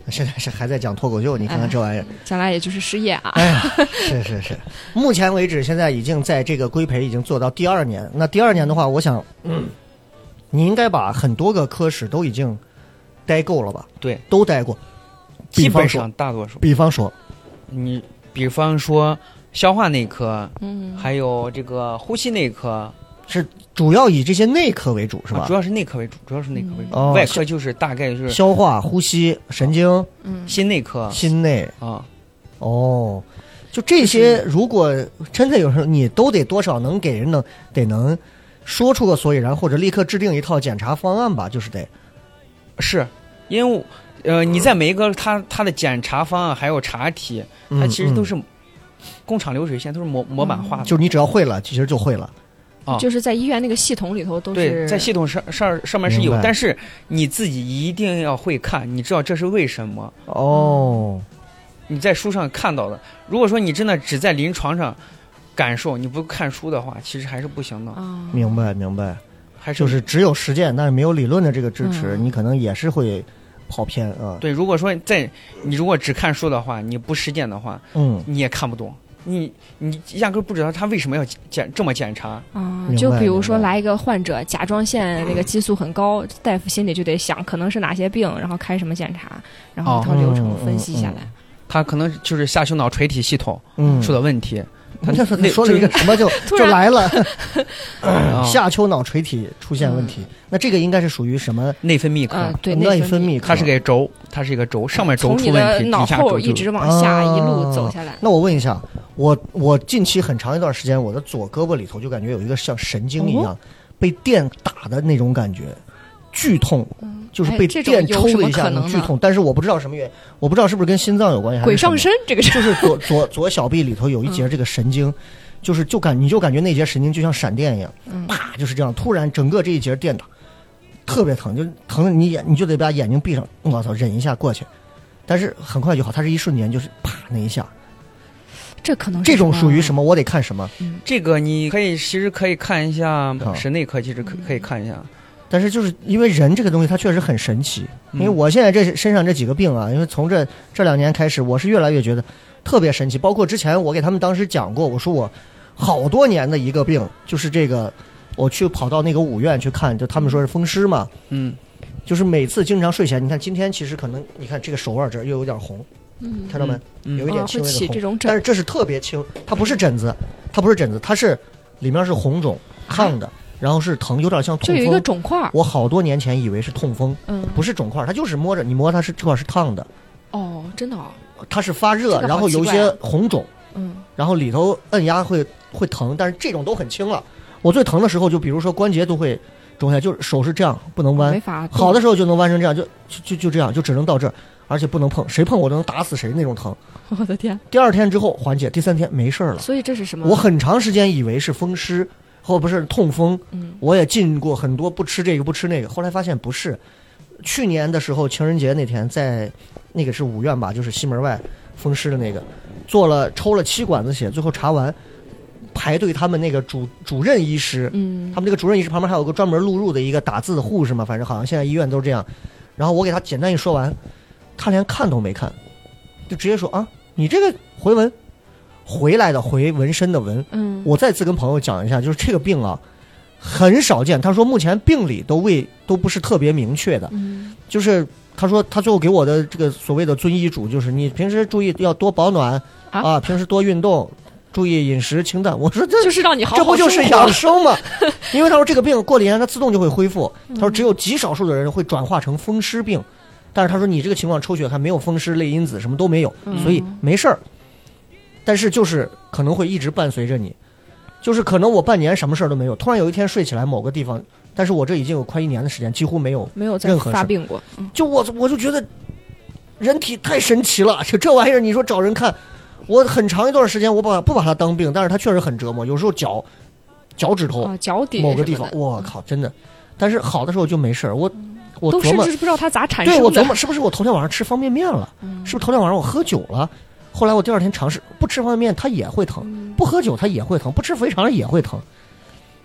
[SPEAKER 3] 现在是还在讲脱口秀，你看看这玩意儿，
[SPEAKER 4] 将来也就是失业啊。
[SPEAKER 3] 哎呀，是是是，目前为止，现在已经在这个规培已经做到第二年。那第二年的话，我想，嗯你应该把很多个科室都已经待够了吧？
[SPEAKER 5] 对，
[SPEAKER 3] 都待过。
[SPEAKER 5] 基
[SPEAKER 3] 比
[SPEAKER 5] 本
[SPEAKER 3] 方说
[SPEAKER 5] 上，大多数。
[SPEAKER 3] 比方说，
[SPEAKER 5] 你比方说消化内科，
[SPEAKER 4] 嗯，
[SPEAKER 5] 还有这个呼吸内科，
[SPEAKER 3] 主要以这些内科为主，是
[SPEAKER 5] 啊
[SPEAKER 3] 吧
[SPEAKER 5] 主？要是内科为主，主要是内科为主，
[SPEAKER 3] 哦
[SPEAKER 5] 外科就是大概就是啊
[SPEAKER 3] 消化、呼吸、神经、
[SPEAKER 4] 嗯，
[SPEAKER 5] 心内科
[SPEAKER 3] 心内，
[SPEAKER 5] 啊。
[SPEAKER 3] 哦，就这些。如果真的有时候你都得多少能给人能得能说出个所以然，或者立刻制定一套检查方案吧，就是得。
[SPEAKER 5] 是，因为呃你在每一个它它的检查方案还有查题，它
[SPEAKER 3] 嗯
[SPEAKER 5] 其实都
[SPEAKER 3] 嗯
[SPEAKER 5] 是工厂流水线，都是模模
[SPEAKER 4] 嗯
[SPEAKER 5] 板化的。
[SPEAKER 3] 就是你只要会了，其实就会了。
[SPEAKER 5] 啊
[SPEAKER 4] 就是在医院那个系统里头都
[SPEAKER 5] 对，
[SPEAKER 4] 是
[SPEAKER 5] 在系统上上上面是
[SPEAKER 3] 明
[SPEAKER 5] 有
[SPEAKER 3] 白，
[SPEAKER 5] 但是你自己一定要会看，你知道这是为什么。
[SPEAKER 3] 哦，
[SPEAKER 5] 你在书上看到的，如果说你真的只在临床上感受，你不看书的话，其实还是不行的，
[SPEAKER 4] 啊，
[SPEAKER 3] 明白明白，
[SPEAKER 5] 还是
[SPEAKER 3] 就是只有实践，但是没有理论的这个支持，
[SPEAKER 4] 嗯
[SPEAKER 3] 你可能也是会跑偏啊。
[SPEAKER 5] 对。如果说在你如果只看书的话，你不实践的话，
[SPEAKER 3] 嗯，
[SPEAKER 5] 你也看不懂，你你压根儿不知道他为什么要检检这么检查。
[SPEAKER 4] 啊
[SPEAKER 3] 明，白
[SPEAKER 4] 就比如说
[SPEAKER 3] 明白
[SPEAKER 4] 来一个患者甲状腺那个激素很高，大夫心里就得想可能是哪些病，然后开什么检查，然
[SPEAKER 3] 哦嗯
[SPEAKER 4] 后一套流程分析下来。
[SPEAKER 5] 他可能就是下丘脑垂体系统
[SPEAKER 3] 嗯
[SPEAKER 5] 出的问题，
[SPEAKER 3] 他就说
[SPEAKER 5] 那
[SPEAKER 3] 说了一个什么就
[SPEAKER 4] 突
[SPEAKER 3] 就
[SPEAKER 4] 然
[SPEAKER 3] 来了，嗯
[SPEAKER 5] 啊
[SPEAKER 3] 下丘脑垂体出现问题，那这个应该是属于什么
[SPEAKER 5] 内分泌科
[SPEAKER 4] 啊，，嗯对，
[SPEAKER 3] 内
[SPEAKER 4] 分
[SPEAKER 3] 泌科？
[SPEAKER 5] 它是个轴，它是一个轴，上面轴
[SPEAKER 4] 从
[SPEAKER 5] 出
[SPEAKER 4] 你
[SPEAKER 5] 问
[SPEAKER 4] 的
[SPEAKER 5] 题，
[SPEAKER 4] 脑
[SPEAKER 5] 底下
[SPEAKER 4] 后
[SPEAKER 5] 轴
[SPEAKER 4] 一
[SPEAKER 5] 就
[SPEAKER 4] 直往下一路走
[SPEAKER 3] 啊
[SPEAKER 4] 下来，
[SPEAKER 3] 那我问一下，我我近期很长一段时间，我的左胳膊里头就感觉有一个像神经一
[SPEAKER 4] 哦
[SPEAKER 3] 样、被电打的那种感觉，剧痛，就是
[SPEAKER 4] 哎
[SPEAKER 3] 被
[SPEAKER 4] 这
[SPEAKER 3] 电
[SPEAKER 4] 种
[SPEAKER 3] 抽
[SPEAKER 4] 有什
[SPEAKER 3] 了
[SPEAKER 4] 么
[SPEAKER 3] 一下
[SPEAKER 4] 可
[SPEAKER 3] 那种
[SPEAKER 4] 能
[SPEAKER 3] 剧
[SPEAKER 4] 呢
[SPEAKER 3] 痛，但是我不知道什么原因，我不知道是不是跟心脏有关系，还
[SPEAKER 4] 鬼
[SPEAKER 3] 是什么
[SPEAKER 4] 上身这个是
[SPEAKER 3] 就是左左左小臂里头有一节这个神经，就是就感你就感觉那节神经就像闪电一样，啪就是这样，突然整个这一节电打，特别疼，就疼得你眼你就得把眼睛闭上，我操，忍一下过去，但是很快就好，它是一瞬间，就是啪那一下，
[SPEAKER 4] 这可能
[SPEAKER 3] 这种属于什
[SPEAKER 4] 么？
[SPEAKER 3] 么？我得看什么？
[SPEAKER 5] 这个你可以，其实可以看一下神内科，其实可可以看一下。
[SPEAKER 3] 但是就是因为人这个东西，它确实很神奇。
[SPEAKER 4] 嗯
[SPEAKER 3] 因为我现在这身上这几个病啊，因为从这这两年开始，我是越来越觉得特别神奇。包括之前我给他们当时讲过，我说我好多年的一个病就是这个，我去跑到那个五院去看，就他们说是风湿嘛，
[SPEAKER 5] 嗯，
[SPEAKER 3] 就是每次经常睡前，你看今天其实可能你看这个手腕这儿又有点红，
[SPEAKER 4] 嗯，
[SPEAKER 3] 看到没？
[SPEAKER 5] 嗯
[SPEAKER 3] 有一
[SPEAKER 4] 啊
[SPEAKER 3] 点
[SPEAKER 4] 会
[SPEAKER 3] 轻微的
[SPEAKER 4] 起
[SPEAKER 3] 红，
[SPEAKER 4] 这种
[SPEAKER 3] 但
[SPEAKER 4] 疹
[SPEAKER 3] 是这是特别轻，它不是疹子，它不是疹子，它是里面是红肿烫的，然后是疼，有点像
[SPEAKER 4] 就
[SPEAKER 3] 痛
[SPEAKER 4] 啊有一个
[SPEAKER 3] 风。
[SPEAKER 4] 肿块儿，
[SPEAKER 3] 我好多年前以为是痛风，
[SPEAKER 4] 嗯，
[SPEAKER 3] 不是肿块，它就是摸着你摸它是这块是烫的，
[SPEAKER 4] 哦，真的哦，
[SPEAKER 3] 它是发热，
[SPEAKER 4] 这个好
[SPEAKER 3] 然后有一
[SPEAKER 4] 奇怪
[SPEAKER 3] 些
[SPEAKER 4] 啊
[SPEAKER 3] 红肿，
[SPEAKER 4] 嗯，
[SPEAKER 3] 然后里头按压会会疼，但是这种都很轻了。我最疼的时候就比如说关节都会肿起来，就是手是这样不能
[SPEAKER 4] 没
[SPEAKER 3] 弯，
[SPEAKER 4] 法动
[SPEAKER 3] 好的时候就能弯成这样，就就就就这样，就只能到这儿，而且不能碰，谁碰我都能打死谁那种疼。
[SPEAKER 4] 我的天，
[SPEAKER 3] 第二天之后缓解，第三天没事儿了。
[SPEAKER 4] 所以这是什么？
[SPEAKER 3] 我很长时间以为是风湿或不是痛风，
[SPEAKER 4] 嗯
[SPEAKER 3] 我也进过很多不吃这个不吃那个，后来发现不是。去年的时候，情人节那天在那个是五院吧，就是西门外风湿的那个，做了抽了七管子血，最后查完，排队他们那个主主任医师，
[SPEAKER 4] 嗯
[SPEAKER 3] 他们这个主任医师旁边还有个专门录入的一个打字的护士嘛，反正好像现在医院都是这样。然后我给他简单一说完，他连看都没看，就直接说啊，你这个回纹，回来的回纹身的纹，
[SPEAKER 4] 嗯，
[SPEAKER 3] 我再次跟朋友讲一下，就是这个病啊，很少见。他说目前病理都未都不是特别明确的，
[SPEAKER 4] 嗯
[SPEAKER 3] 就是他说他最后给我的这个所谓的遵医嘱，就是你平时注意要多保暖
[SPEAKER 4] 啊
[SPEAKER 3] 平时多运动，注意饮食清淡。我说这
[SPEAKER 4] 就是让你好好
[SPEAKER 3] 这不就是
[SPEAKER 4] 生活
[SPEAKER 3] 养生 吗？因为他说这个病过几年它自动就会恢复，
[SPEAKER 4] 嗯
[SPEAKER 3] 他说只有极少数的人会转化成风湿病，但是他说你这个情况抽血还没有风湿类因子，什么都没有，所以
[SPEAKER 4] 嗯
[SPEAKER 3] 没事儿。但是就是可能会一直伴随着你，就是可能我半年什么事儿都没有，突然有一天睡起来某个地方，但是我这已经有快一年的时间几乎没有，
[SPEAKER 4] 没有再
[SPEAKER 3] 任何事
[SPEAKER 4] 发
[SPEAKER 3] 儿
[SPEAKER 4] 病过，
[SPEAKER 3] 就我我就觉得人体太神奇了，就这玩意儿你说找人看，我很长一段时间我把不把它当病，但是它确实很折磨，有时候脚脚趾头。
[SPEAKER 4] 啊，脚底
[SPEAKER 3] 某个
[SPEAKER 4] 什
[SPEAKER 3] 地
[SPEAKER 4] 么
[SPEAKER 3] 方，
[SPEAKER 4] 的嗯
[SPEAKER 3] 我靠，真的。但是好的时候就没事儿，我我
[SPEAKER 4] 都
[SPEAKER 3] 琢
[SPEAKER 4] 甚
[SPEAKER 3] 磨
[SPEAKER 4] 至，是不知道它咋产
[SPEAKER 3] 对
[SPEAKER 4] 生
[SPEAKER 3] 我琢
[SPEAKER 4] 的，
[SPEAKER 3] 磨是不是我头天晚上吃方便面了，
[SPEAKER 4] 嗯
[SPEAKER 3] 是不是头天晚上我喝酒了？后来我第二天尝试不吃方便面，它也会
[SPEAKER 4] 嗯
[SPEAKER 3] 疼；不喝酒它也会疼；不吃肥肠也会疼。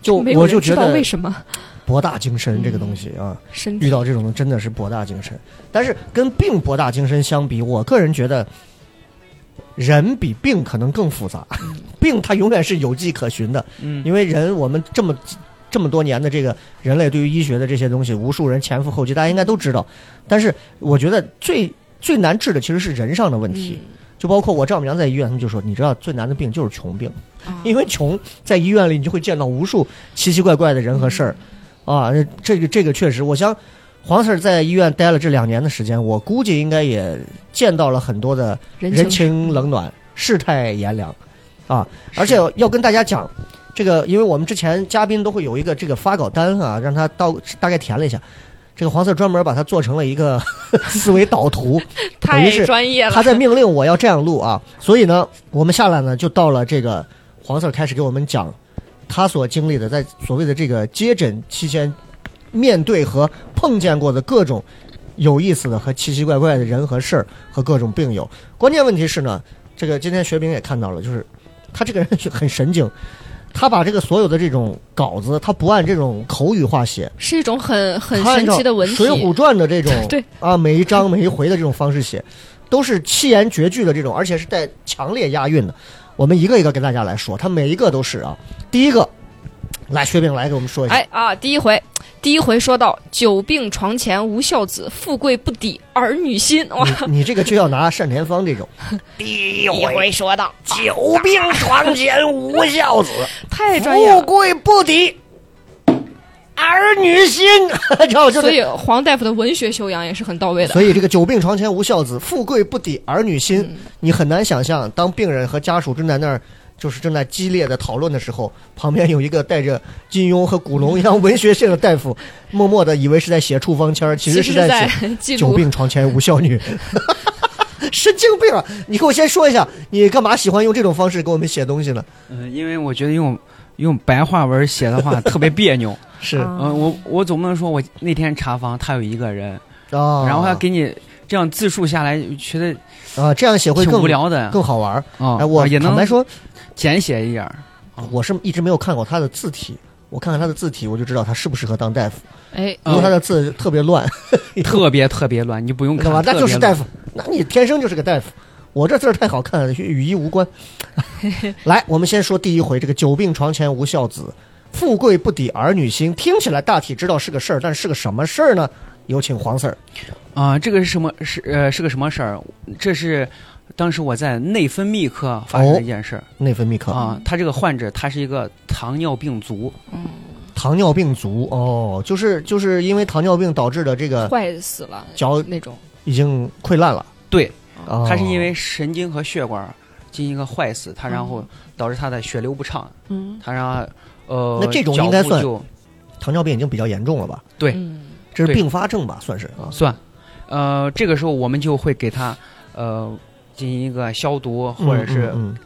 [SPEAKER 3] 就
[SPEAKER 4] 没有
[SPEAKER 3] 我
[SPEAKER 4] 人
[SPEAKER 3] 就
[SPEAKER 4] 知
[SPEAKER 3] 觉
[SPEAKER 4] 道
[SPEAKER 3] 得
[SPEAKER 4] 为什么嗯
[SPEAKER 3] 博大精深这个东西啊，
[SPEAKER 4] 身
[SPEAKER 3] 遇
[SPEAKER 4] 体
[SPEAKER 3] 到这种东西真的是博大精深。但是跟病博大精深相比，我个人觉得人比病可能更复杂，病它永远是有迹可循的。
[SPEAKER 5] 嗯
[SPEAKER 3] 因为人我们这么这么多年的这个人类对于医学的这些东西，无数人前赴后继，大家应该都知道。但是我觉得最最难治的其实是人上的问题，
[SPEAKER 4] 嗯
[SPEAKER 3] 就包括我丈母娘在医院，他们就说，你知道最难的病就是穷病，
[SPEAKER 4] 啊
[SPEAKER 3] 因为穷在医院里你就会见到无数奇奇怪怪的人和事儿，
[SPEAKER 4] 嗯
[SPEAKER 3] 啊，这个这个确实，我想黄 Sir 在医院待了这两年的时间，我估计应该也见到了很多的。
[SPEAKER 4] 人
[SPEAKER 3] 人
[SPEAKER 4] 情
[SPEAKER 3] 情冷暖，世态炎凉，啊！而且要跟大家讲，这个因为我们之前嘉宾都会有一个这个发稿单啊，让他到大概填了一下，这个黄色专门把它做成了一个 思维导图，等于
[SPEAKER 4] 太
[SPEAKER 3] 是
[SPEAKER 4] 专业
[SPEAKER 3] 他
[SPEAKER 4] 了，
[SPEAKER 3] 在命令我要这样录 啊，所以呢，我们下来呢就到了这个黄色开始给我们讲他所经历的，在所谓的这个接诊期间面对和碰见过的各种有意思的和奇奇怪怪的人和事儿和各种病友。关键问题是呢，这个今天学兵也看到了，就是他这个人就很神经。他把这个所有的这种稿子，他不按这种口语化写，
[SPEAKER 4] 是一种很很
[SPEAKER 3] 他按
[SPEAKER 4] 神
[SPEAKER 3] 照
[SPEAKER 4] 奇的文
[SPEAKER 3] 《
[SPEAKER 4] 体，
[SPEAKER 3] 水浒传》的这种
[SPEAKER 4] 对
[SPEAKER 3] 啊，每一章每一回的这种方式写，都是七言绝句的这种，而且是带强烈押韵的。我们一个一个跟大家来说，它每一个都是啊。第一个，来薛炳来给我们说一下，
[SPEAKER 4] 哎哎啊，第一回第一回说到“久病床前无孝子，富贵不抵儿女心”。哇，
[SPEAKER 3] 你你这个就要拿单田芳这 种，
[SPEAKER 4] 第一回说到
[SPEAKER 3] 久病床前无孝 子，
[SPEAKER 4] 太哎专业
[SPEAKER 3] 富
[SPEAKER 4] 了。
[SPEAKER 3] 贵不敌儿女心， 然后就
[SPEAKER 4] 所
[SPEAKER 3] 是。
[SPEAKER 4] 以黄大夫的文学修养也是很到位的。
[SPEAKER 3] 所以这个久病床前无孝子，富贵不抵儿女心。
[SPEAKER 4] 嗯
[SPEAKER 3] 你很难想象，当病人和家属正在那儿，就是正在激烈的讨论的时候，旁边有一个带着金庸和古龙一样文学性的大 夫，默默的以为是在写处方签儿，其实是
[SPEAKER 4] 其实
[SPEAKER 3] 在
[SPEAKER 4] 是
[SPEAKER 3] 写
[SPEAKER 4] 在记
[SPEAKER 3] 久
[SPEAKER 4] 录
[SPEAKER 3] 病床前无孝女。神经病啊！你给我先说一下，你干嘛喜欢用这种方式给我们写东西呢？
[SPEAKER 5] 嗯，因为我觉得用用白话文写的话特别别 扭。
[SPEAKER 3] 是啊，
[SPEAKER 4] 啊
[SPEAKER 5] 嗯，我我总不能说我那天查房他有一个人，然
[SPEAKER 3] 然
[SPEAKER 5] 后还给你这样自述下来，觉得
[SPEAKER 3] 啊这样写会
[SPEAKER 5] 挺
[SPEAKER 3] 更
[SPEAKER 5] 无聊的。
[SPEAKER 3] 更好玩儿。
[SPEAKER 5] 啊
[SPEAKER 3] 哎，我
[SPEAKER 5] 也
[SPEAKER 3] 坦
[SPEAKER 5] 能啊
[SPEAKER 3] 白说，
[SPEAKER 5] 简写一点儿。
[SPEAKER 3] 我是一直没有看过他的字体，我看看他的字体，我就知道他适不适合当大夫。
[SPEAKER 4] 哎，
[SPEAKER 5] 嗯
[SPEAKER 3] 因为他的字特别乱，
[SPEAKER 5] 哦特别特别乱，你不用
[SPEAKER 3] 干
[SPEAKER 5] 看
[SPEAKER 3] 嘛？，那
[SPEAKER 5] 特
[SPEAKER 3] 就
[SPEAKER 5] 别
[SPEAKER 3] 是
[SPEAKER 5] 乱
[SPEAKER 3] 大夫，那你天生就是个大夫。我这字儿太好看了，与与医 无关。来，我们先说第一回，这个久病床前无孝子，富贵不抵儿女心。听起来大体知道是个事儿，但是个什么事儿呢？有请黄 Sir。
[SPEAKER 5] 啊、这个是什么？是呃，是个什么事儿？这是当时我在内分泌科发
[SPEAKER 3] 哦
[SPEAKER 5] 生的一件事儿
[SPEAKER 3] 内分泌科、
[SPEAKER 5] 啊、他这个患者他是一个糖尿病足，
[SPEAKER 3] 糖尿病足哦，就是就是因为糖尿病导致的这个
[SPEAKER 4] 坏死了
[SPEAKER 3] 脚
[SPEAKER 4] 那种。
[SPEAKER 3] 已经溃烂了。
[SPEAKER 5] 对，
[SPEAKER 3] 哦、
[SPEAKER 5] 他是因为神经和血管进行一个坏死，他然
[SPEAKER 3] 嗯
[SPEAKER 5] 后导致他的血流不畅，
[SPEAKER 4] 嗯
[SPEAKER 5] 他让他呃，
[SPEAKER 3] 那这种
[SPEAKER 5] 脚
[SPEAKER 3] 应该
[SPEAKER 5] 部
[SPEAKER 3] 算
[SPEAKER 5] 就
[SPEAKER 3] 糖尿病已经比较严重了吧？
[SPEAKER 5] 对
[SPEAKER 4] 嗯
[SPEAKER 3] 这是
[SPEAKER 5] 对
[SPEAKER 3] 并发症吧，算是啊。
[SPEAKER 5] 算，呃，这个时候我们就会给他呃进行一个消毒，或者是
[SPEAKER 3] 嗯嗯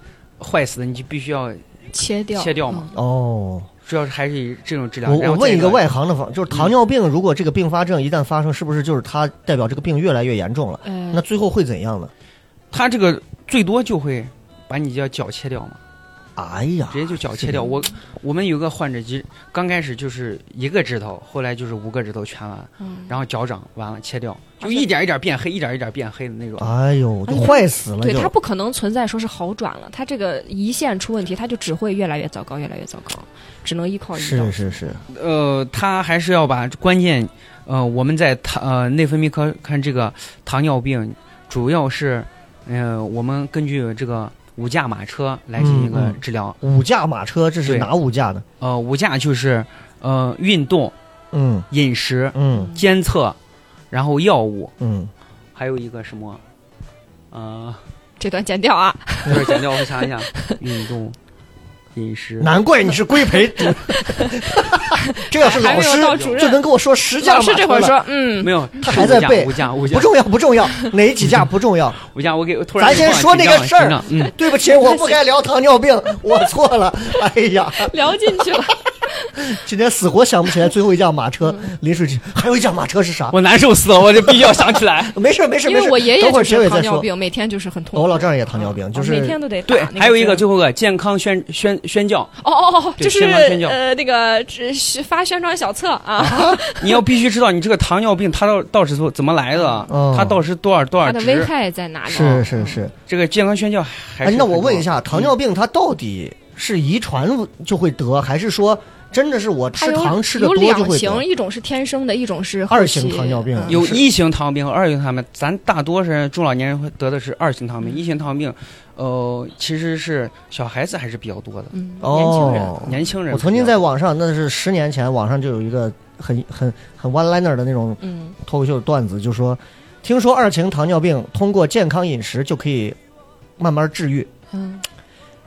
[SPEAKER 5] 坏死的你就必须要
[SPEAKER 4] 切掉
[SPEAKER 5] 切掉嘛
[SPEAKER 3] 嗯哦。
[SPEAKER 5] 主要是还是以这种治疗。
[SPEAKER 3] 我
[SPEAKER 5] 然
[SPEAKER 3] 我
[SPEAKER 5] 后再
[SPEAKER 3] 问一个
[SPEAKER 5] 个
[SPEAKER 3] 外行的
[SPEAKER 5] 嗯
[SPEAKER 3] 方，就是糖尿病，如果这个并发症一旦发生，是不是就是它代表这个病越来越严重了？
[SPEAKER 4] 嗯，
[SPEAKER 3] 那
[SPEAKER 4] 哎，
[SPEAKER 3] 最后会怎样呢？
[SPEAKER 5] 他这个最多就会把你叫脚切掉嘛，
[SPEAKER 3] 哎呀，
[SPEAKER 5] 直接就脚切掉。
[SPEAKER 3] 是
[SPEAKER 5] 我我们有个患者，其实刚开始就是一个指头，后来就是五个指头全完，
[SPEAKER 4] 嗯
[SPEAKER 5] 然后脚掌完了切掉，
[SPEAKER 3] 啊
[SPEAKER 4] 而
[SPEAKER 5] 就
[SPEAKER 4] 且
[SPEAKER 5] 一点一点变黑，一点一点变黑的那种。
[SPEAKER 3] 哎呦，
[SPEAKER 4] 而
[SPEAKER 3] 都
[SPEAKER 4] 且它
[SPEAKER 3] 坏死了
[SPEAKER 4] 对
[SPEAKER 3] 就
[SPEAKER 4] 它不可能存在说是好转了，它这个胰腺出问题，它就只会越来越糟糕，越来越糟糕，只能依靠胰岛
[SPEAKER 3] 是。是是，
[SPEAKER 5] 呃，他还是要把关键，呃，我们在糖呃内分泌科看这个糖尿病，主要是，呃，我们根据这个五驾马车来进行一
[SPEAKER 3] 嗯
[SPEAKER 5] 个
[SPEAKER 3] 嗯
[SPEAKER 5] 治疗。
[SPEAKER 3] 五驾马车，这是
[SPEAKER 5] 对
[SPEAKER 3] 哪五驾呢？
[SPEAKER 5] 呃，五驾就是呃运动、
[SPEAKER 3] 嗯
[SPEAKER 5] 饮食、
[SPEAKER 3] 嗯
[SPEAKER 5] 监测，然后药物。
[SPEAKER 3] 嗯，
[SPEAKER 5] 还有一个什么？呃，
[SPEAKER 4] 这段剪掉啊，
[SPEAKER 5] 一会儿剪掉，我 想一想，运动、饮食。
[SPEAKER 3] 嗯难怪你是规培 主，这要是
[SPEAKER 4] 还
[SPEAKER 3] 老
[SPEAKER 4] 没有到
[SPEAKER 3] 师
[SPEAKER 4] 主任
[SPEAKER 3] 就能跟我说十驾
[SPEAKER 4] 老
[SPEAKER 3] 马车
[SPEAKER 4] 师
[SPEAKER 3] 了。
[SPEAKER 4] 这会儿说，嗯
[SPEAKER 5] 没，有，
[SPEAKER 3] 他还在背
[SPEAKER 5] 五架，五架
[SPEAKER 3] 不，重要不重要，哪几驾不重 要。
[SPEAKER 5] 五架，我给我突然
[SPEAKER 3] 咱先说这
[SPEAKER 5] 这
[SPEAKER 3] 个事儿
[SPEAKER 5] 嗯，
[SPEAKER 3] 对不起，我不该聊糖尿病，我错了。哎呀。
[SPEAKER 4] 聊进去 了。
[SPEAKER 3] 今天死活想不起来最后一辆马车，
[SPEAKER 4] 嗯
[SPEAKER 3] 临时起 还有一辆马车是啥？。
[SPEAKER 5] 我难受死了，我这必须要想起来
[SPEAKER 3] 没事没事
[SPEAKER 4] 因
[SPEAKER 3] 没
[SPEAKER 4] 为
[SPEAKER 3] 事，
[SPEAKER 4] 我爷
[SPEAKER 3] 等
[SPEAKER 4] 爷
[SPEAKER 3] 会儿
[SPEAKER 4] 就
[SPEAKER 3] 结
[SPEAKER 4] 是
[SPEAKER 3] 尾
[SPEAKER 4] 糖
[SPEAKER 3] 再
[SPEAKER 4] 尿
[SPEAKER 3] 说。哦
[SPEAKER 4] 病，每天就是很痛苦。
[SPEAKER 3] 我老丈人也糖尿病，就是
[SPEAKER 4] 哦每天都得打
[SPEAKER 5] 对
[SPEAKER 4] 那，
[SPEAKER 5] 还有一个
[SPEAKER 4] 针
[SPEAKER 5] 最后个健康宣宣宣教，
[SPEAKER 4] 哦哦哦，
[SPEAKER 5] 对
[SPEAKER 4] 就是
[SPEAKER 5] 宣传宣教
[SPEAKER 4] 呃那个只是发宣传小册啊，
[SPEAKER 5] 你要必须知道你这个糖尿病它到到时候怎么来的啊
[SPEAKER 3] 嗯，
[SPEAKER 5] 它到时多少多
[SPEAKER 4] 它
[SPEAKER 5] 少
[SPEAKER 4] 的危
[SPEAKER 5] 值。
[SPEAKER 4] 害在哪里？
[SPEAKER 3] 是是是。
[SPEAKER 5] 这个健康宣教哦还
[SPEAKER 3] 哎
[SPEAKER 5] 是，
[SPEAKER 3] 那我问一
[SPEAKER 5] 很重要，
[SPEAKER 3] 下，
[SPEAKER 5] 嗯
[SPEAKER 3] 糖尿病它到底是遗传就会得，还是说真的是我
[SPEAKER 4] 它
[SPEAKER 3] 吃
[SPEAKER 4] 有
[SPEAKER 3] 糖吃的
[SPEAKER 4] 有
[SPEAKER 3] 多就
[SPEAKER 4] 两
[SPEAKER 3] 会
[SPEAKER 4] 型，
[SPEAKER 3] 得？
[SPEAKER 4] 一种是天生的，一种是后
[SPEAKER 3] 二型
[SPEAKER 4] 期
[SPEAKER 3] 糖尿病
[SPEAKER 4] 嗯
[SPEAKER 5] 有
[SPEAKER 3] 是
[SPEAKER 5] 一型糖尿病和二型糖尿病，咱大多数人中老年人会得的是二型糖尿
[SPEAKER 3] 嗯
[SPEAKER 5] 病，一型糖尿病，呃，其实是小孩子还是比较多的。
[SPEAKER 4] 嗯，年轻人，
[SPEAKER 3] 哦，
[SPEAKER 5] 年轻人，
[SPEAKER 3] 我曾经在网上，那是十年前，网上就有一个很很很 one liner 的那种
[SPEAKER 4] 嗯，
[SPEAKER 3] 脱口秀段子，就说，听说二型糖尿病通过健康饮食就可以慢慢治愈，
[SPEAKER 4] 嗯，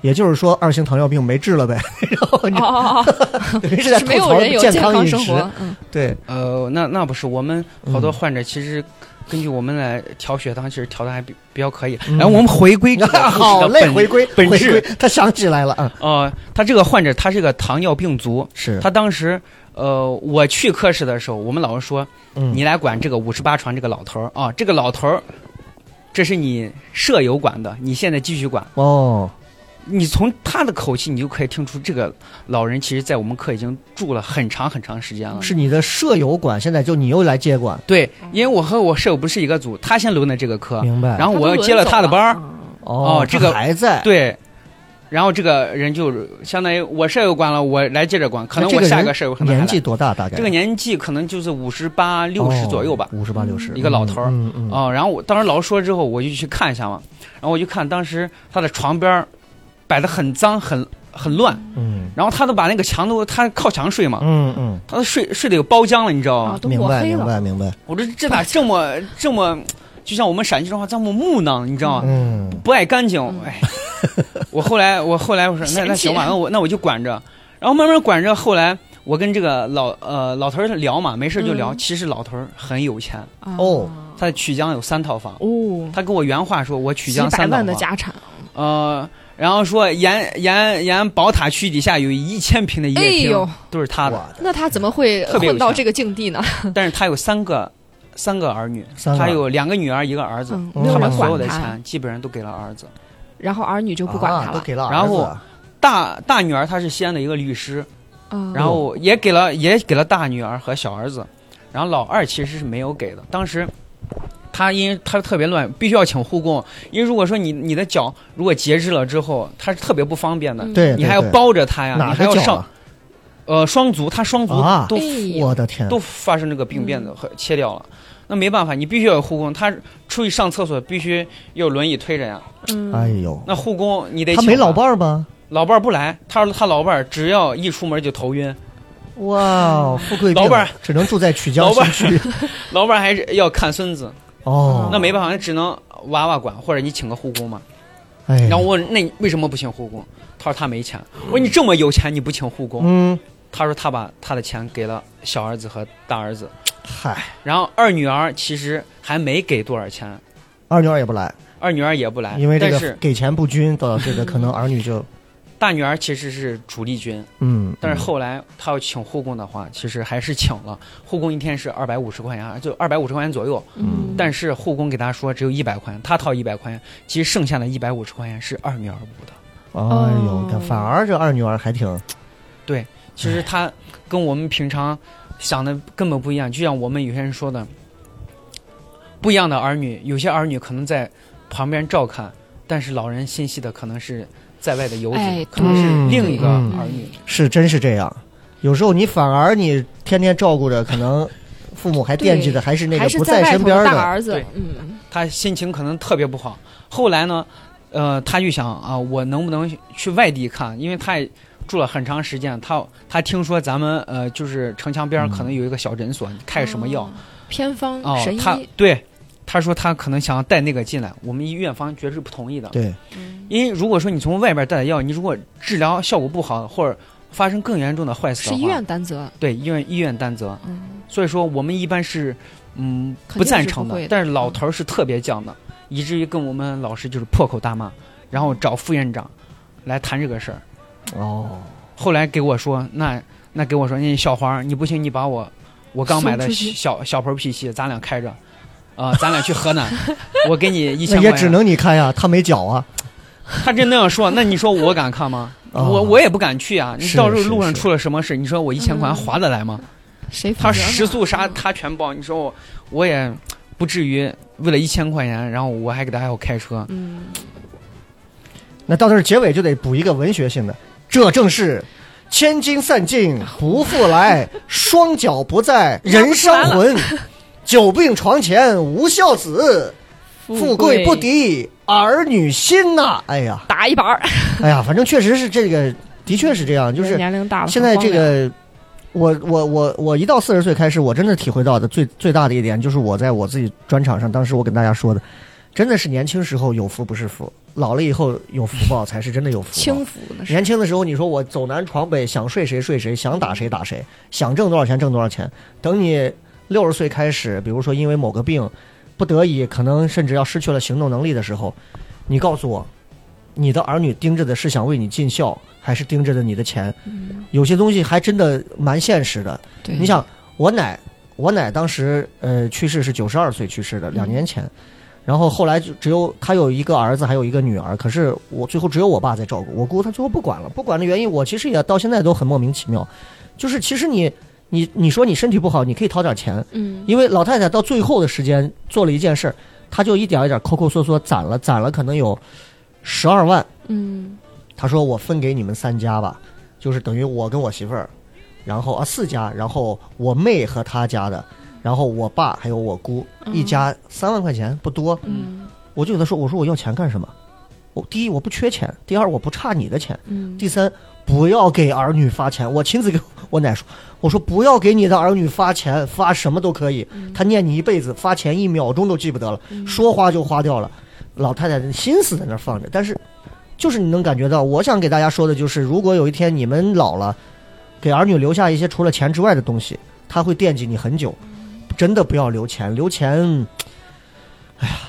[SPEAKER 3] 也就是说二型糖尿病没治了呗， 然后你
[SPEAKER 4] 哦 哦哦，
[SPEAKER 3] 等于是在
[SPEAKER 4] 是没
[SPEAKER 3] 吐
[SPEAKER 4] 有
[SPEAKER 3] 槽
[SPEAKER 4] 人有
[SPEAKER 3] 健康
[SPEAKER 4] 康
[SPEAKER 3] 饮
[SPEAKER 4] 生
[SPEAKER 3] 食
[SPEAKER 4] 活。，嗯，
[SPEAKER 3] 对，
[SPEAKER 5] 呃，那那不是我们好多
[SPEAKER 3] 嗯
[SPEAKER 5] 患者，其实根据我们来调血糖，其实调的还比比较可以。
[SPEAKER 3] 嗯
[SPEAKER 5] 然后我们回归 这个 故事的
[SPEAKER 3] 好嘞，
[SPEAKER 5] 本
[SPEAKER 3] 回归
[SPEAKER 5] 本
[SPEAKER 3] 回
[SPEAKER 5] 质
[SPEAKER 3] 归，他想起来了啊，
[SPEAKER 5] 呃，他这个患者他是个糖尿病足，
[SPEAKER 3] 是
[SPEAKER 5] 他当时呃，我去科室的时候，我们老师说，
[SPEAKER 3] 嗯
[SPEAKER 5] 你来管这个五十八床这个老头儿啊，这个老头儿，这是你舍友管的，你现在继续管。
[SPEAKER 3] 哦，
[SPEAKER 5] 你从他的口气，你就可以听出这个老人其实在我们科已经住了很长很长时间了。
[SPEAKER 3] 是你的舍友管，现在就你又来接管，
[SPEAKER 5] 对，因为我和我舍友不是一个组，
[SPEAKER 3] 嗯
[SPEAKER 5] 他先轮的这个科，
[SPEAKER 3] 明白？
[SPEAKER 5] 然后
[SPEAKER 4] 他
[SPEAKER 5] 我
[SPEAKER 4] 都
[SPEAKER 5] 又
[SPEAKER 4] 轮
[SPEAKER 5] 接了
[SPEAKER 4] 走
[SPEAKER 5] 他的班儿，
[SPEAKER 4] 嗯
[SPEAKER 3] 哦
[SPEAKER 5] 哦，这个
[SPEAKER 3] 他还在，
[SPEAKER 5] 对，然后这个人就相当于我舍友管了，我来接着管，可能
[SPEAKER 3] 那
[SPEAKER 5] 我
[SPEAKER 3] 这个
[SPEAKER 5] 下
[SPEAKER 3] 人
[SPEAKER 5] 一个舍友可能还
[SPEAKER 3] 年
[SPEAKER 5] 来
[SPEAKER 3] 纪多大？大概哦
[SPEAKER 5] 这个年纪可能就是五十八六十左右吧。
[SPEAKER 3] 五十八六十，
[SPEAKER 5] 一个老头儿
[SPEAKER 3] 嗯嗯，嗯
[SPEAKER 5] 哦，然后我当时老师说之后，我就去看一下嘛，然后我就看当时他的床边儿摆的很脏很很乱，
[SPEAKER 3] 嗯
[SPEAKER 5] 然后他都把那个墙都他靠墙睡嘛，
[SPEAKER 3] 嗯嗯
[SPEAKER 5] 他都睡睡得有包浆了，你知道
[SPEAKER 4] 啊
[SPEAKER 5] 吗？
[SPEAKER 3] 哦
[SPEAKER 4] 都
[SPEAKER 3] 明
[SPEAKER 4] 抹
[SPEAKER 3] 白
[SPEAKER 4] 黑
[SPEAKER 3] 明
[SPEAKER 4] 了，
[SPEAKER 3] 白明白，
[SPEAKER 5] 我这这咋这么这么，就像我们陕西人话这么木讷，你知道吗？
[SPEAKER 3] 嗯
[SPEAKER 5] 不爱干净，哎，我后来我后来我说那那
[SPEAKER 4] 嫌弃
[SPEAKER 5] 行吧，那我那我就管着，然后慢慢管着，后来。我跟这个老呃老头儿聊嘛，没事就聊。
[SPEAKER 4] 嗯
[SPEAKER 5] 其实老头儿很有钱，
[SPEAKER 4] 啊
[SPEAKER 3] 哦
[SPEAKER 5] 他在曲江有三套房。
[SPEAKER 4] 哦，
[SPEAKER 5] 他跟我原话说，我曲
[SPEAKER 4] 几
[SPEAKER 5] 江
[SPEAKER 4] 百
[SPEAKER 5] 三套
[SPEAKER 4] 万
[SPEAKER 5] 房
[SPEAKER 4] 的。家产，
[SPEAKER 5] 呃，然后说沿沿沿宝塔区底下有一千平的一
[SPEAKER 4] 哎
[SPEAKER 5] 夜厅，
[SPEAKER 4] 呦
[SPEAKER 5] 都是他的。
[SPEAKER 3] 哇
[SPEAKER 4] 那他怎么会
[SPEAKER 5] 特别有
[SPEAKER 4] 混到
[SPEAKER 5] 钱
[SPEAKER 4] 这个境地呢？
[SPEAKER 5] 但是他有三个三个儿女，
[SPEAKER 3] 三个啊
[SPEAKER 5] 他有两个女儿一个儿子，
[SPEAKER 4] 嗯，
[SPEAKER 3] 嗯
[SPEAKER 4] 没有
[SPEAKER 5] 他把
[SPEAKER 4] 人
[SPEAKER 5] 所有
[SPEAKER 4] 管
[SPEAKER 5] 的
[SPEAKER 4] 他，
[SPEAKER 5] 钱基本上都给了儿子。
[SPEAKER 4] 然后儿女就不管
[SPEAKER 3] 啊
[SPEAKER 4] 他
[SPEAKER 3] 都
[SPEAKER 4] 了。
[SPEAKER 3] 给了儿子，
[SPEAKER 5] 然后大大女儿她是西安的一个律师，
[SPEAKER 4] 啊
[SPEAKER 5] 然
[SPEAKER 3] 嗯
[SPEAKER 5] 后也给了也给了大女儿和小儿子，然后老二其实是没有给的。当时。他因为他特别乱，必须要请护工。因为如果说你你的脚如果截肢了之后，他是特别不方便的。
[SPEAKER 4] 嗯
[SPEAKER 3] 对，对
[SPEAKER 5] 你还要
[SPEAKER 3] 对
[SPEAKER 5] 包着他呀，
[SPEAKER 3] 哪
[SPEAKER 5] 你
[SPEAKER 3] 个
[SPEAKER 5] 还要
[SPEAKER 3] 脚
[SPEAKER 5] 上
[SPEAKER 3] 啊？
[SPEAKER 5] 呃双足，他双足
[SPEAKER 3] 啊
[SPEAKER 5] 都、
[SPEAKER 4] 哎嗯呦
[SPEAKER 3] 我的天，
[SPEAKER 5] 都发生这个病变的和切掉了。那没办法，你必须要有护工，他出去上厕所必须有轮椅推着呀。
[SPEAKER 4] 嗯
[SPEAKER 3] 哎呦，
[SPEAKER 5] 那护工你得
[SPEAKER 3] 他
[SPEAKER 5] 请啊
[SPEAKER 3] 没老，伴儿吗？
[SPEAKER 5] 老伴儿不来，他说他老伴儿只要一出门就头晕，
[SPEAKER 3] 哇
[SPEAKER 4] 嗯
[SPEAKER 3] 哦，富贵病
[SPEAKER 5] 老伴儿
[SPEAKER 3] 只能住在曲江
[SPEAKER 5] 老伴
[SPEAKER 3] 新
[SPEAKER 5] 儿
[SPEAKER 3] 区
[SPEAKER 5] 老伴儿还是要看孙子，
[SPEAKER 3] 哦，
[SPEAKER 5] 那没办法，那只能娃娃管，或者你请个护工嘛。
[SPEAKER 3] 哎，
[SPEAKER 5] 然后我问那你为什么不请护工？他说他没钱。我说你这么有钱你不请护工？
[SPEAKER 3] 嗯，
[SPEAKER 5] 他说他把他的钱给了小儿子和大儿子。
[SPEAKER 3] 嗨，
[SPEAKER 5] 然后二女儿其实还没给多少钱，
[SPEAKER 3] 二女儿也不来，
[SPEAKER 5] 二女儿也不来，
[SPEAKER 3] 因为这
[SPEAKER 5] 哎但
[SPEAKER 3] 个
[SPEAKER 5] 是
[SPEAKER 3] 给钱不均，到这个可能儿女就
[SPEAKER 5] 大女儿其实是主力军，
[SPEAKER 3] 嗯，
[SPEAKER 5] 但是后来她要请护工的话，其实还是请了护工，一天是二百五十块钱，就二百五十块钱左右。
[SPEAKER 4] 嗯
[SPEAKER 5] 但是护工给她说只有一百块钱，她掏一百块钱，其实剩下的一百五十块钱是二女儿补的。
[SPEAKER 3] 哎
[SPEAKER 4] 哦
[SPEAKER 3] 呦，你看反而这二女儿还挺
[SPEAKER 5] 其实她跟我们平常想的根本不一样，就像我们有些人说的，不一样的儿女，有些儿女可能在旁边照看，但是老人心系的可能是在外的游子，
[SPEAKER 4] 哎
[SPEAKER 5] 可能是
[SPEAKER 3] 对
[SPEAKER 5] 另一个
[SPEAKER 3] 嗯
[SPEAKER 5] 儿女。
[SPEAKER 3] 是真是这样，有时候你反而你天天照顾着，可能父母还惦记的还是那
[SPEAKER 4] 还
[SPEAKER 3] 个
[SPEAKER 4] 是
[SPEAKER 3] 不
[SPEAKER 4] 在外
[SPEAKER 3] 身
[SPEAKER 4] 头
[SPEAKER 3] 边
[SPEAKER 4] 的
[SPEAKER 3] 儿
[SPEAKER 4] 大
[SPEAKER 3] 的，
[SPEAKER 4] 儿子
[SPEAKER 5] 对，
[SPEAKER 4] 嗯，
[SPEAKER 5] 他心情可能特别不好。后来呢，呃，他就想啊，我能不能去外地看？因为他也住了很长时间，他他听说咱们呃，就是城墙边儿
[SPEAKER 3] 嗯
[SPEAKER 5] 可能有一个小诊所，你开个什么药
[SPEAKER 4] 哦？偏方
[SPEAKER 5] 哦
[SPEAKER 4] 神，
[SPEAKER 5] 他
[SPEAKER 4] 医，
[SPEAKER 5] 对他说他可能想要带那个进来，我们医院方绝对是不同意的。
[SPEAKER 3] 对，
[SPEAKER 5] 因为如果说你从外边带的药，你如果治疗效果不好，或者发生更严重的坏死
[SPEAKER 4] 是
[SPEAKER 5] 的
[SPEAKER 4] 医
[SPEAKER 5] 话，
[SPEAKER 4] 院担责，
[SPEAKER 5] 对医院医院担责。
[SPEAKER 4] 嗯，
[SPEAKER 5] 所以说我们一般是嗯
[SPEAKER 4] 肯定
[SPEAKER 5] 不赞成
[SPEAKER 4] 是不
[SPEAKER 5] 的
[SPEAKER 4] 会的嗯
[SPEAKER 5] 但是老头儿是特别犟的，以至于跟我们老师就是破口大骂，然后找副院长来谈这个事儿。
[SPEAKER 3] 哦，
[SPEAKER 5] 后来给我说，那那给我说，那小黄儿，你不行，你把我我刚买的
[SPEAKER 4] 送出去
[SPEAKER 5] 小小盆脾气，咱俩开着，啊、咱俩去 河南，我给你
[SPEAKER 3] 那
[SPEAKER 5] 一千块啊
[SPEAKER 3] 也
[SPEAKER 5] 钱。
[SPEAKER 3] 只能你看呀，他没脚啊，
[SPEAKER 5] 他真那样说，那你说我敢看吗？
[SPEAKER 3] 啊
[SPEAKER 5] 我我也不敢去啊！你
[SPEAKER 3] 是
[SPEAKER 5] 到时候
[SPEAKER 3] 是
[SPEAKER 5] 路上
[SPEAKER 3] 是
[SPEAKER 5] 出了什么事，你说我一千块钱
[SPEAKER 4] 嗯
[SPEAKER 5] 划得来吗？
[SPEAKER 4] 谁负责
[SPEAKER 5] 他
[SPEAKER 4] 呢
[SPEAKER 5] 食宿啥
[SPEAKER 4] 嗯
[SPEAKER 5] 他全包，你说我我也不至于为了一千块钱，然后我还给他还要开车，
[SPEAKER 4] 嗯，
[SPEAKER 3] 那到那儿结尾就得补一个文学性的，这正是。千金散尽不复来，双脚不在人伤魂。 久病床前无孝子，富贵不敌儿女心呐、哎呀，
[SPEAKER 4] 打一板儿，
[SPEAKER 3] 哎呀，反正确实是这个，的确是这样，就是
[SPEAKER 4] 年龄大了，
[SPEAKER 3] 现在
[SPEAKER 4] 很
[SPEAKER 3] 这
[SPEAKER 4] 荒凉
[SPEAKER 3] 个，我我我我一到四十岁开始，我真的体会到的最最大的一点，就是我在我自己专场上，当时我跟大家说的，真的是年轻时候有福不是福，老了以后有福报才是真的有福报
[SPEAKER 4] 轻。浮那是
[SPEAKER 3] 年轻的时候，你说我走南闯北，想睡谁睡谁，想打谁打谁，想挣多少钱挣多少钱。等你六十岁开始，比如说因为某个病，不得已可能甚至要失去了行动能力的时候，你告诉我，你的儿女盯着的是想为你尽孝，还是盯着的你的钱？
[SPEAKER 4] 嗯
[SPEAKER 3] 有些东西还真的蛮现实的。
[SPEAKER 4] 对，
[SPEAKER 3] 你想，我奶，我奶当时呃去世是九十二岁去世的，两年前。然后后来就只有她有一个儿子，还有一个女儿。可是我最后只有我爸在照顾，我姑她最后不管了。不管的原因，我其实也到现在都很莫名其妙。就是其实你你你说你身体不好，你可以掏点钱，
[SPEAKER 4] 嗯，
[SPEAKER 3] 因为老太太到最后的时间做了一件事儿，她就一点一点抠抠缩缩攒了攒了可能有十二万，
[SPEAKER 4] 嗯
[SPEAKER 3] 他说我分给你们三家吧，就是等于我跟我媳妇儿，然后啊四家，然后我妹和她家的，然后我爸还有我姑一家三万块钱不多，
[SPEAKER 4] 嗯
[SPEAKER 3] 我就给他说，我说我要钱干什么？我第一我不缺钱，第二我不差你的钱，
[SPEAKER 4] 嗯
[SPEAKER 3] 第三不要给儿女发钱。我亲自给我奶说，我说不要给你的儿女发钱，发什么都可以。
[SPEAKER 4] 嗯
[SPEAKER 3] 他念你一辈子，发钱一秒钟都记不得了，说花就花掉了。老太太的心思在那儿放着，但是就是你能感觉到，我想给大家说的就是，如果有一天你们老了，给儿女留下一些除了钱之外的东西，他会惦记你很久。
[SPEAKER 4] 嗯
[SPEAKER 3] 真的不要留钱，留钱
[SPEAKER 4] 马上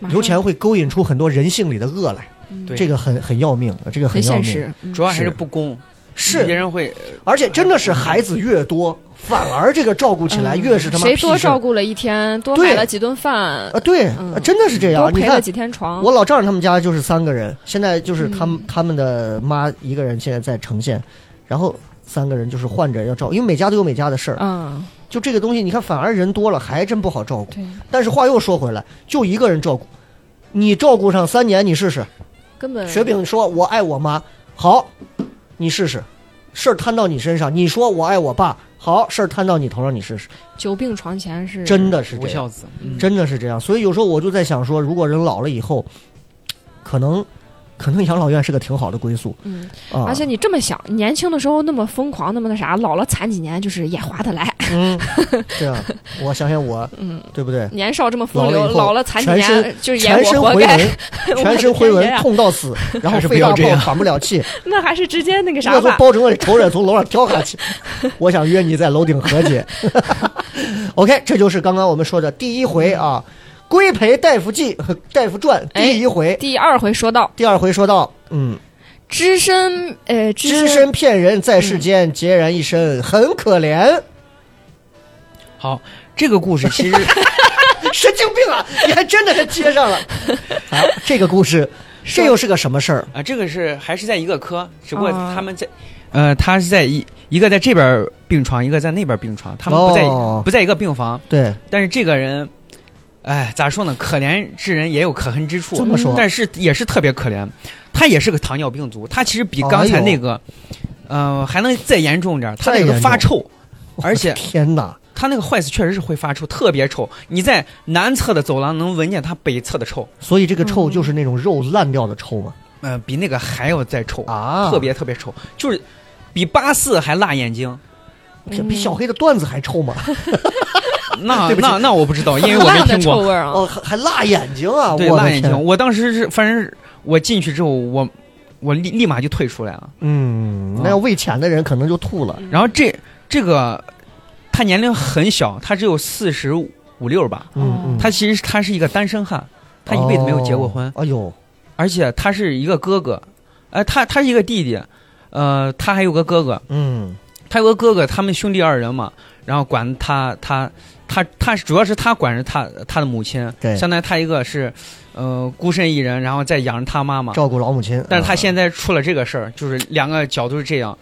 [SPEAKER 4] 嗯
[SPEAKER 3] 留钱会勾引出很多人性里的恶来，
[SPEAKER 5] 对
[SPEAKER 3] 这个很很要命，这个
[SPEAKER 4] 很
[SPEAKER 3] 要
[SPEAKER 4] 现
[SPEAKER 3] 命。
[SPEAKER 4] 实，嗯
[SPEAKER 5] 主要还
[SPEAKER 3] 是
[SPEAKER 5] 是不公，
[SPEAKER 3] 是
[SPEAKER 5] 别人会
[SPEAKER 3] 而且真的是孩子越多，反而这个照顾起来越是他妈
[SPEAKER 4] 嗯谁多照
[SPEAKER 3] 顾
[SPEAKER 4] 顾了一天，多
[SPEAKER 3] 对
[SPEAKER 4] 买了几顿饭
[SPEAKER 3] 啊？，对，
[SPEAKER 4] 嗯
[SPEAKER 3] 啊真的是这
[SPEAKER 4] 多
[SPEAKER 3] 样。你
[SPEAKER 4] 陪了
[SPEAKER 3] 看，
[SPEAKER 4] 几天床，
[SPEAKER 3] 我老丈人他们家就是三个人，现在就是他
[SPEAKER 4] 嗯
[SPEAKER 3] 们、他们的妈一个人现在在呈现，然后三个人就是换着要照顾，因为每家都有每家的事儿。
[SPEAKER 4] 嗯，
[SPEAKER 3] 就这个东西，你看反而人多了还真不好照顾。
[SPEAKER 4] 对，
[SPEAKER 3] 但是话又说回来，就一个人照顾，你照顾上三年，你试试。
[SPEAKER 4] 根本
[SPEAKER 3] 雪饼说：“我爱我妈。”好，你试试。事儿摊到你身上，你说我爱我爸，好事儿摊到你头上，你试试。
[SPEAKER 4] 久病床前是
[SPEAKER 3] 真的是
[SPEAKER 5] 无
[SPEAKER 3] 这样，
[SPEAKER 5] 孝子，嗯
[SPEAKER 3] 真的是这样。所以有时候我就在想说，如果人老了以后，可能可能养老院是个挺好的归宿
[SPEAKER 4] 嗯，
[SPEAKER 3] 啊。
[SPEAKER 4] 而且你这么想，年轻的时候那么疯狂，那么那啥，老了惨几年就是也划得来。
[SPEAKER 3] 嗯，对啊，我想想我，
[SPEAKER 4] 嗯，
[SPEAKER 3] 对不对？
[SPEAKER 4] 年少这么风
[SPEAKER 3] 老了
[SPEAKER 4] 流，
[SPEAKER 3] 以后
[SPEAKER 4] 老了惨几
[SPEAKER 3] 全
[SPEAKER 4] 年
[SPEAKER 3] 身
[SPEAKER 4] 就是也
[SPEAKER 3] 全身
[SPEAKER 4] 我
[SPEAKER 3] 回
[SPEAKER 4] 活该。
[SPEAKER 3] 纹，
[SPEAKER 4] 我
[SPEAKER 3] 全
[SPEAKER 4] 的
[SPEAKER 3] 身回
[SPEAKER 4] 天
[SPEAKER 3] 纹
[SPEAKER 4] 爷，啊
[SPEAKER 3] 痛到 死，然后
[SPEAKER 5] 还是
[SPEAKER 3] 肺
[SPEAKER 5] 不要
[SPEAKER 3] 大
[SPEAKER 5] 这
[SPEAKER 3] 泡
[SPEAKER 5] 样
[SPEAKER 3] 喘不了气，
[SPEAKER 4] 那还是直接那个 啥
[SPEAKER 3] 饿都
[SPEAKER 4] 吧。
[SPEAKER 3] 包成了仇人从楼上跳下去。我想约你在楼顶和解。OK，这就是刚刚我们说的第一回
[SPEAKER 4] 嗯
[SPEAKER 3] 啊，《规培大夫记》和《大夫传》第一回，
[SPEAKER 4] 哎第二回说到
[SPEAKER 3] 第二回说到，嗯，
[SPEAKER 4] 只身，呃，
[SPEAKER 3] 只
[SPEAKER 4] 只
[SPEAKER 3] 身骗人在
[SPEAKER 5] 嗯
[SPEAKER 3] 世间孑然一身，很可 怜。
[SPEAKER 5] 好，这个故事 其实
[SPEAKER 3] 神经病啊！你还真的是接上 了。好，这个故事，这又是个什么事儿？
[SPEAKER 5] 啊，这个是还是在一个科，只不过
[SPEAKER 4] 啊
[SPEAKER 5] 他们在，呃，他是在一一个在这边儿病床，一个在那边儿病床，他们不在、
[SPEAKER 3] 哦
[SPEAKER 5] 不在一个病房，
[SPEAKER 3] 对，
[SPEAKER 5] 但是这个人，哎，咋说呢？可怜之人也有可恨之处，
[SPEAKER 3] 这么说
[SPEAKER 5] 但是也是特别可怜。他也是个糖尿病足，他其实比刚才那个，呃，还能再严重点儿。他
[SPEAKER 3] 哎再
[SPEAKER 5] 那个
[SPEAKER 3] 严
[SPEAKER 5] 发
[SPEAKER 3] 重
[SPEAKER 5] 臭，而且
[SPEAKER 3] 天哪，
[SPEAKER 5] 他那个坏死确实是会发臭，特别臭。你在南侧的走廊能闻见他北侧的臭，
[SPEAKER 3] 所以这个
[SPEAKER 5] 嗯
[SPEAKER 3] 臭就是那种肉烂掉的臭嘛？
[SPEAKER 5] 呃，比那个还要再臭，
[SPEAKER 3] 啊，
[SPEAKER 5] 特别特别臭，就是比八四还辣眼睛。
[SPEAKER 3] 比比小黑的段子还臭嘛？
[SPEAKER 5] 那
[SPEAKER 3] 对不起
[SPEAKER 5] 那那我不知道，因为我没
[SPEAKER 4] 辣的
[SPEAKER 5] 听
[SPEAKER 4] 臭
[SPEAKER 5] 过。
[SPEAKER 4] 味儿啊，
[SPEAKER 3] 哦，还还辣眼睛啊！
[SPEAKER 5] 嗯对，
[SPEAKER 3] 我
[SPEAKER 5] 辣
[SPEAKER 3] 的
[SPEAKER 5] 眼睛。
[SPEAKER 3] 天，
[SPEAKER 5] 我当时是，反正我进去之后，我我立立马就退出来了。
[SPEAKER 3] 嗯，那要喂钱的人可能就吐了。
[SPEAKER 5] 然后这这个他年龄很小，他只有四十五六吧。
[SPEAKER 3] 嗯嗯，
[SPEAKER 5] 哦他其实他是一个单身汉，他一辈子没有结过婚，
[SPEAKER 3] 哦。哎呦，
[SPEAKER 5] 而且他是一个哥哥，呃，他他是一个弟弟，呃，他还有个哥哥，
[SPEAKER 3] 嗯，
[SPEAKER 5] 他有个哥哥，他们兄弟二人嘛，然后管他他他他主要是他管着他他的母亲，
[SPEAKER 3] 对
[SPEAKER 5] 相当于他一个是呃孤身一人，然后再养着他妈妈，
[SPEAKER 3] 照顾老母亲。
[SPEAKER 5] 但是他
[SPEAKER 3] 啊
[SPEAKER 5] 现在出了这个事儿，就是两个角度是这样。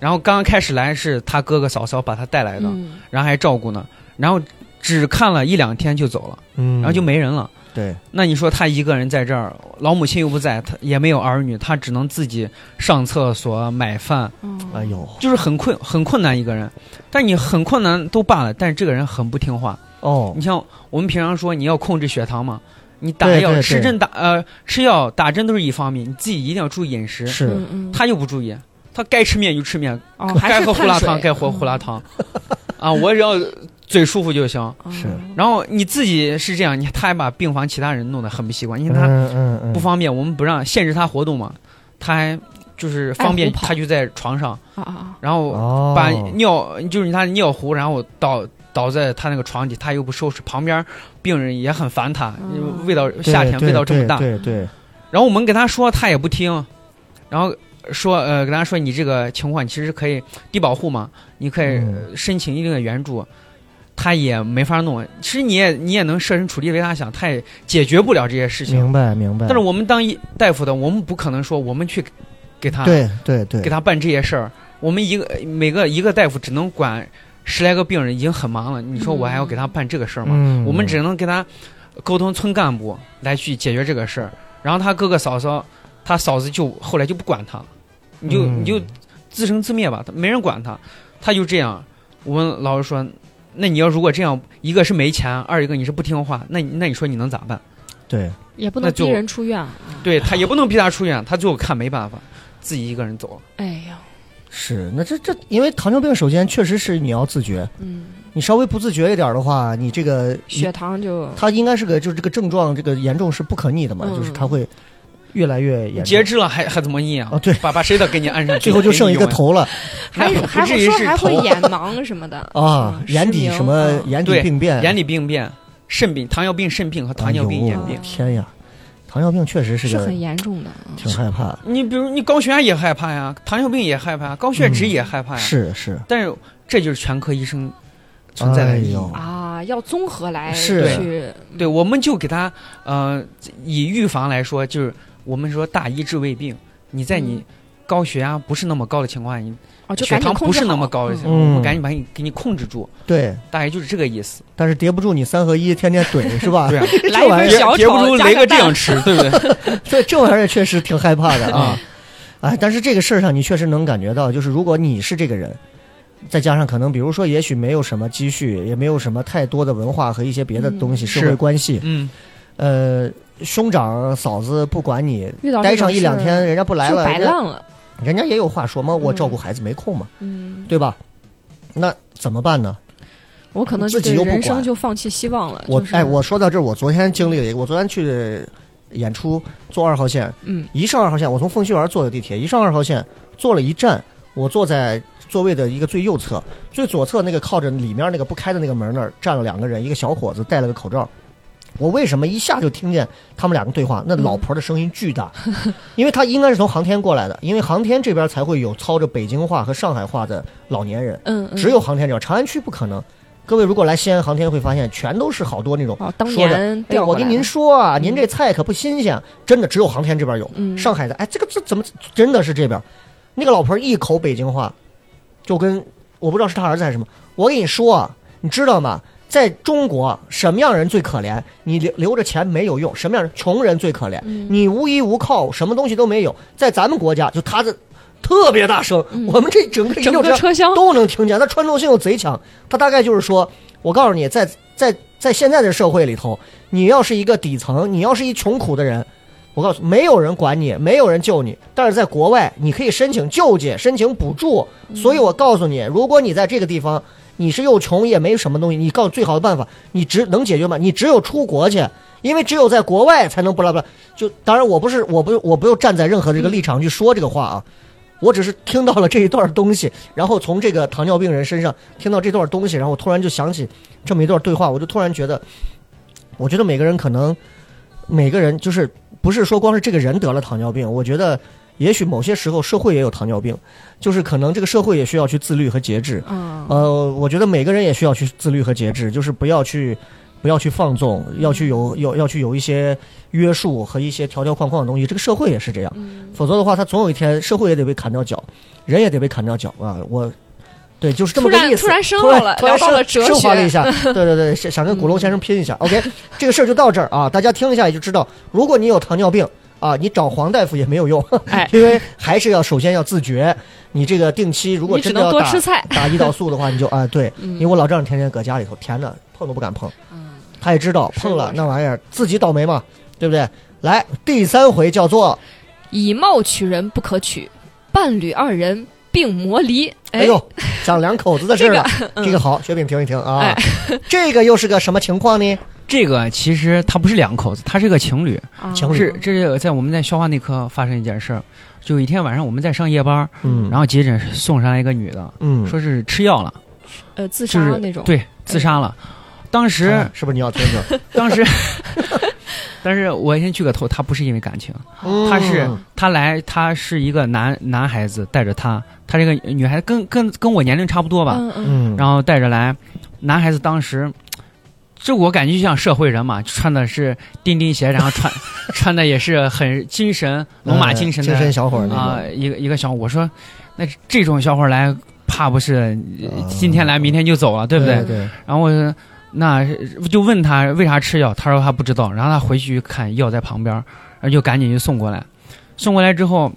[SPEAKER 5] 然后刚刚开始来是他哥哥嫂嫂把他带来的，
[SPEAKER 4] 嗯，
[SPEAKER 5] 然后还照顾呢，然后只看了一两天就走了，
[SPEAKER 3] 嗯，
[SPEAKER 5] 然后就没人了。
[SPEAKER 3] 对，
[SPEAKER 5] 那你说他一个人在这儿，老母亲又不在，他也没有儿女，他只能自己上厕所、买饭，
[SPEAKER 3] 哎呦，
[SPEAKER 5] 就是很困很困难一个人。但你很困难都罢了，但是这个人很不听话。
[SPEAKER 3] 哦
[SPEAKER 5] 你，像我们平常说你要控制血糖嘛，你打
[SPEAKER 3] 对
[SPEAKER 5] 药、
[SPEAKER 3] 对对
[SPEAKER 5] 吃针打呃吃药打针都是一方面，你自己一定要注意饮食。
[SPEAKER 3] 是
[SPEAKER 4] 嗯嗯，
[SPEAKER 5] 他就不注意，他该吃面就吃面，
[SPEAKER 4] 哦还
[SPEAKER 5] 该
[SPEAKER 4] 是
[SPEAKER 5] 喝胡
[SPEAKER 4] 碳
[SPEAKER 5] 辣
[SPEAKER 4] 水
[SPEAKER 5] 汤该喝胡辣汤，啊，我只要嘴舒服就行。
[SPEAKER 3] 是
[SPEAKER 5] 然后你自己是这样，你他还把病房其他人弄得很不习惯，因为他
[SPEAKER 3] 嗯嗯嗯，
[SPEAKER 5] 不方便，我们不让限制他活动嘛，他还就是方
[SPEAKER 4] 爱
[SPEAKER 5] 便
[SPEAKER 4] 胡跑
[SPEAKER 5] 他就在床上，
[SPEAKER 4] 啊啊，
[SPEAKER 5] 然后
[SPEAKER 3] 哎哦，
[SPEAKER 5] 把尿就是他尿壶，然后倒倒在他那个床底，他又不收拾，旁边病人也很烦他，
[SPEAKER 4] 嗯
[SPEAKER 5] 味道
[SPEAKER 3] 哦对
[SPEAKER 5] 夏天
[SPEAKER 3] 对
[SPEAKER 5] 味道这么大，
[SPEAKER 3] 对对对，
[SPEAKER 5] 然后我们给他说，他也不听，然后说呃，给他说你这个情况你其实可以低保户嘛，你可以
[SPEAKER 3] 嗯
[SPEAKER 5] 呃申请一定的援助，他也没法弄。其实你也你也能设身处地为他想，他也解决不了这些事情
[SPEAKER 3] 明。白明白。
[SPEAKER 5] 但是我们当一大夫的，我们不可能说我们去给他
[SPEAKER 3] 对对对，
[SPEAKER 5] 给他办这些事儿。我们一个每个一个大夫只能管十来个病人，已经很忙了。你说我还要给他办这个事儿吗？
[SPEAKER 3] 嗯，
[SPEAKER 5] 我们只能跟他沟通村干部来去解决这个事儿。然后他哥哥嫂嫂，他嫂子就后来就不管他，你就
[SPEAKER 3] 嗯
[SPEAKER 5] 你就自生自灭吧，他没人管他，他就这样。我们老师说，那你要如果这样，一个是没钱，二一个你是不听话，那你那你说你能咋办？
[SPEAKER 3] 对，
[SPEAKER 4] 也不
[SPEAKER 5] 那
[SPEAKER 4] 能
[SPEAKER 5] 就
[SPEAKER 4] 逼人出院。
[SPEAKER 5] 对他也不能逼他出啊院，他最后看没办法，自己一个人走 了。
[SPEAKER 4] 哎呀，
[SPEAKER 3] 是那这这，因为糖尿病首先确实是你要自觉，
[SPEAKER 4] 嗯，
[SPEAKER 3] 你稍微不自觉一点儿的话，你这个
[SPEAKER 4] 血糖就
[SPEAKER 3] 它应该是个就是这个症状这个严重是不可逆的嘛，
[SPEAKER 4] 嗯
[SPEAKER 3] 就是它会越来越严重，
[SPEAKER 5] 截肢了还还怎么逆啊？
[SPEAKER 3] 啊对
[SPEAKER 5] 把把谁都给你啊按 上去，
[SPEAKER 3] 最后就剩一个头了
[SPEAKER 5] 那
[SPEAKER 4] 还
[SPEAKER 5] 不
[SPEAKER 4] 还
[SPEAKER 5] 至
[SPEAKER 4] 会
[SPEAKER 5] 于
[SPEAKER 4] 说
[SPEAKER 5] 是
[SPEAKER 4] 还会
[SPEAKER 5] 头
[SPEAKER 4] 眼盲什么的
[SPEAKER 3] 啊，眼底什么
[SPEAKER 4] 嗯
[SPEAKER 3] 眼底
[SPEAKER 5] 对
[SPEAKER 3] 病变，
[SPEAKER 5] 眼里病变、肾病、糖尿病、肾病和糖尿病
[SPEAKER 3] 哎
[SPEAKER 5] 眼
[SPEAKER 3] 呦
[SPEAKER 5] 病。
[SPEAKER 3] 天呀，糖尿病确实是
[SPEAKER 4] 是
[SPEAKER 3] 个
[SPEAKER 4] 很严重的。嗯
[SPEAKER 3] 挺害怕，
[SPEAKER 5] 你比如你高血压也害怕呀，糖尿病也害怕，高血脂也害怕呀。，
[SPEAKER 3] 是是，
[SPEAKER 5] 但嗯是这就是全科医生存在的意义。
[SPEAKER 3] 哎呦
[SPEAKER 4] 啊，要综合来
[SPEAKER 3] 是
[SPEAKER 4] 去
[SPEAKER 5] 对，我们就给他呃，以预防来说，就是我们说大医治未病。你在你
[SPEAKER 4] 嗯
[SPEAKER 5] 高血压不是那么高的情况下，你
[SPEAKER 4] 哦，就
[SPEAKER 5] 血
[SPEAKER 4] 赶紧
[SPEAKER 5] 糖
[SPEAKER 4] 控
[SPEAKER 5] 不
[SPEAKER 4] 制
[SPEAKER 5] 是那
[SPEAKER 4] 好
[SPEAKER 5] 么高的
[SPEAKER 4] 嗯
[SPEAKER 5] 情况下，我们
[SPEAKER 3] 嗯
[SPEAKER 5] 赶紧把你给你控制住，
[SPEAKER 3] 对，
[SPEAKER 5] 大概就是这个意思。
[SPEAKER 3] 但是叠不住你三合一天天怼是吧？
[SPEAKER 5] 对 啊，
[SPEAKER 4] 来一
[SPEAKER 3] 玩意
[SPEAKER 4] 份
[SPEAKER 3] 儿
[SPEAKER 4] 小
[SPEAKER 5] 别不
[SPEAKER 4] 炒
[SPEAKER 5] 如
[SPEAKER 4] 加
[SPEAKER 5] 雷
[SPEAKER 4] 个
[SPEAKER 5] 哥这样
[SPEAKER 4] 蛋，
[SPEAKER 5] 吃，对不对？
[SPEAKER 3] 这这玩意儿确实挺害怕的啊。哎，但是这个事儿上，你确实能感觉到，就是如果你是这个人，再加上可能，比如说，也许没有什么积蓄，也没有什么太多的文化和一些别的东西，
[SPEAKER 4] 嗯
[SPEAKER 3] 社会
[SPEAKER 5] 是
[SPEAKER 3] 关系，
[SPEAKER 5] 嗯，
[SPEAKER 3] 呃，兄长嫂子不管你，
[SPEAKER 4] 遇到这
[SPEAKER 3] 待
[SPEAKER 4] 种
[SPEAKER 3] 上一两
[SPEAKER 4] 事
[SPEAKER 3] 天，人家不来
[SPEAKER 4] 就
[SPEAKER 3] 了，
[SPEAKER 4] 白
[SPEAKER 3] 人家
[SPEAKER 4] 浪了。
[SPEAKER 3] 人家也有话说嘛，我照顾
[SPEAKER 4] 嗯
[SPEAKER 3] 孩子没空嘛，
[SPEAKER 4] 嗯，
[SPEAKER 3] 对吧？那怎么办呢？
[SPEAKER 4] 我可能就
[SPEAKER 3] 自己
[SPEAKER 4] 对
[SPEAKER 3] 又不
[SPEAKER 4] 人生
[SPEAKER 3] 管
[SPEAKER 4] 就放弃希望了。
[SPEAKER 3] 我
[SPEAKER 4] 就是
[SPEAKER 3] 哎，我说到这儿，我昨天经历了一个，我昨天去演出，坐二号线，
[SPEAKER 4] 嗯
[SPEAKER 3] 一上二号线，我从凤须园坐的地铁，一上二号线坐了一站，我坐在座位的一个最右侧，最左侧那个靠着里面那个不开的那个门那儿站了两个人，一个小伙子戴了个口罩。我为什么一下就听见他们两个对话？那老婆的声音巨 大，因为她应该是从航天过来的，因为航天这边才会有操着北京话和上海话的老年人，
[SPEAKER 4] 嗯，嗯
[SPEAKER 3] 只有航天这边，长安区不可能。各位如果来西安航天会发现，全都是好多那种
[SPEAKER 4] 哦，当
[SPEAKER 3] 说的
[SPEAKER 4] 年
[SPEAKER 3] 哎，
[SPEAKER 4] 调
[SPEAKER 3] 我
[SPEAKER 4] 过
[SPEAKER 3] 跟
[SPEAKER 4] 来
[SPEAKER 3] 您
[SPEAKER 4] 的
[SPEAKER 3] 说啊，
[SPEAKER 4] 嗯
[SPEAKER 3] 您这菜可不新鲜，真的只有航天这边有。
[SPEAKER 4] 嗯
[SPEAKER 3] 上海的，哎，这个这怎么真的是这边？那个老婆一口北京话，就跟我不知道是他儿子还是什么。我跟你说啊，你知道吗？在中国，啊什么样人最可怜？你留留着钱没有用，什么样人穷人最可怜？你无依无靠，什么东西都没有。在咱们国家，就他这特别大声，
[SPEAKER 4] 嗯
[SPEAKER 3] 我们这整个一
[SPEAKER 4] 整
[SPEAKER 3] 溜
[SPEAKER 4] 个车厢
[SPEAKER 3] 都能听见，它穿透性又贼强。它大概就是说，我告诉你，在在在现在的社会里头，你要是一个底层，你要是一穷苦的人，我告诉你没有人管你，没有人救你。但是在国外，你可以申请救济，申请补助。所以我告诉你，如果你在这个地方，你是又穷也没什么东西，你告诉最好的办法，你只能解决吗？你只有出国去。因为只有在国外才能不拉不拉，就当然我不是我不我不用站在任何这个立场去说这个话啊，我只是听到了这一段东西，然后从这个糖尿病人身上听到这段东西，然后我突然就想起这么一段对话，我就突然觉得，我觉得每个人可能，每个人就是不是说光是这个人得了糖尿病，我觉得也许某些时候社会也有糖尿病，就是可能这个社会也需要去自律和节制。
[SPEAKER 4] 啊，
[SPEAKER 3] 呃，我觉得每个人也需要去自律和节制，就是不要去，不要去放纵，要去有有要去有一些约束和一些条条框框的东西。这个社会也是这样，
[SPEAKER 4] 嗯
[SPEAKER 3] 否则的话，他总有一天社会也得被砍掉脚，人也得被砍掉脚啊！我，对，就是这
[SPEAKER 4] 突
[SPEAKER 3] 么个
[SPEAKER 4] 然
[SPEAKER 3] 意思。
[SPEAKER 4] 突然生
[SPEAKER 3] 突
[SPEAKER 4] 了
[SPEAKER 3] 然
[SPEAKER 4] 了，
[SPEAKER 3] 突
[SPEAKER 4] 聊
[SPEAKER 3] 然
[SPEAKER 4] 到
[SPEAKER 3] 升
[SPEAKER 4] 了哲
[SPEAKER 3] 升华了一
[SPEAKER 4] 学，
[SPEAKER 3] 下，对对对，想想跟古龙先生拼一下。OK，这个事儿就到这儿啊，大家听一下也就知道，如果你有糖尿病啊，你找黄大夫也没有用，
[SPEAKER 4] 哎
[SPEAKER 3] 因为还是要首先要自觉，你这个定期如果
[SPEAKER 4] 你只
[SPEAKER 3] 真的
[SPEAKER 4] 能
[SPEAKER 3] 要
[SPEAKER 4] 多
[SPEAKER 3] 打
[SPEAKER 4] 吃菜。
[SPEAKER 3] 打胰岛素的话，你就啊对，
[SPEAKER 4] 嗯
[SPEAKER 3] 因为我老丈人天天搁家里头，甜的碰都不敢碰，
[SPEAKER 4] 嗯
[SPEAKER 3] 他也知道碰了
[SPEAKER 4] 是
[SPEAKER 3] 那玩意儿自己倒霉嘛，对不对？来，第三回叫做，
[SPEAKER 4] 以貌取人不可取，伴侣二人并魔离。
[SPEAKER 3] 哎呦，讲两口子的事儿了，
[SPEAKER 4] 嗯
[SPEAKER 3] 这个好，雪饼听一听啊
[SPEAKER 4] 哎，
[SPEAKER 3] 这个又是个什么情况呢？
[SPEAKER 5] 这个其实他不是两口子，他是个情侣。
[SPEAKER 4] 啊
[SPEAKER 3] 情侣
[SPEAKER 5] 是，这是在我们在消化内科发生一件事儿，就有一天晚上我们在上夜班儿，
[SPEAKER 3] 嗯
[SPEAKER 5] 然后急诊送上来一个女的，
[SPEAKER 3] 嗯，哦
[SPEAKER 5] 说是吃药了，
[SPEAKER 4] 呃自
[SPEAKER 5] 就
[SPEAKER 4] 杀
[SPEAKER 5] 是
[SPEAKER 4] 那种。
[SPEAKER 5] 对，自杀了。当时
[SPEAKER 3] 看，是不是你要听 听？
[SPEAKER 5] 当 时，但是我先去个头，他不是因为感情，
[SPEAKER 3] 嗯
[SPEAKER 5] 他是他来，他是一个男男孩子带着他，他这个女孩子跟跟跟我年龄差不多吧，
[SPEAKER 4] 嗯嗯
[SPEAKER 3] 嗯，
[SPEAKER 5] 然后带着来，男孩子当时，这我感觉就像社会人嘛，穿的是钉钉鞋，然后穿穿的也是很 精神龙马精神的
[SPEAKER 3] 哎精神小伙儿那
[SPEAKER 5] 啊、
[SPEAKER 3] 个
[SPEAKER 5] 一个一个小伙。我说，那这种小伙儿来，怕不是
[SPEAKER 3] 啊
[SPEAKER 5] 今天来明天就走啊了，对不对？
[SPEAKER 3] 对对，
[SPEAKER 5] 然后我说那就问他为啥吃药，他说他不知道，然后他回去看药在旁边，然后就赶紧就送过来。送过来之后，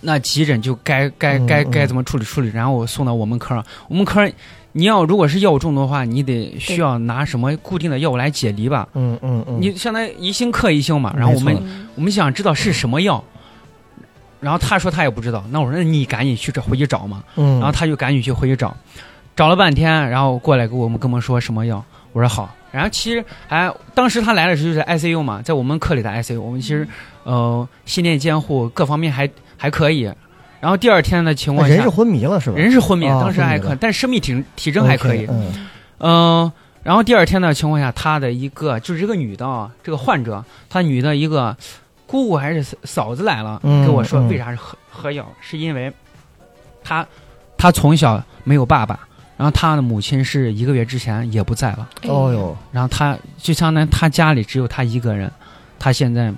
[SPEAKER 5] 那急诊就该该
[SPEAKER 3] 嗯
[SPEAKER 5] 该
[SPEAKER 3] 嗯
[SPEAKER 5] 该怎么处理处理，然后我送到我们科儿，我们科儿你要如果是药物中毒的话，你得需要拿什么固定的药物来解离吧？
[SPEAKER 3] 嗯嗯嗯，
[SPEAKER 5] 你相当于一星克一星嘛，然后我
[SPEAKER 3] 没
[SPEAKER 5] 们
[SPEAKER 3] 错
[SPEAKER 5] 我们想知道是什么药，然后他说他也不知道，那我说那你赶紧去找回去找嘛，
[SPEAKER 3] 嗯，
[SPEAKER 5] 然后他就赶紧去回去找，找了半天，然后过来给我们跟我们说什么药，我说好，然后其实哎，当时他来的时候就是 ICU 嘛，在我们科里的 ICU，我们其实
[SPEAKER 3] 嗯
[SPEAKER 5] 呃心电监护各方面还还可以，然后第二天的情况下
[SPEAKER 3] 哎人是昏迷了是吧？
[SPEAKER 5] 人是昏迷，
[SPEAKER 3] 啊
[SPEAKER 5] 当时还
[SPEAKER 3] 昏迷
[SPEAKER 5] 可，
[SPEAKER 3] 了
[SPEAKER 5] 但是生命体体征还可以，
[SPEAKER 3] OK，嗯
[SPEAKER 5] 嗯，然后第二天的情况下，她的一个就是这个女的啊，这个患者，她女的一个姑姑还是嫂嫂子来了，
[SPEAKER 3] 嗯
[SPEAKER 5] 跟我说
[SPEAKER 3] 嗯
[SPEAKER 5] 为啥是喝喝药，是因为她她从小没有爸爸，然后她的母亲是一个月之前也不在了，
[SPEAKER 4] 哎
[SPEAKER 3] 哦，哟，
[SPEAKER 5] 然后她就相当于她家里只有她一个人，她现在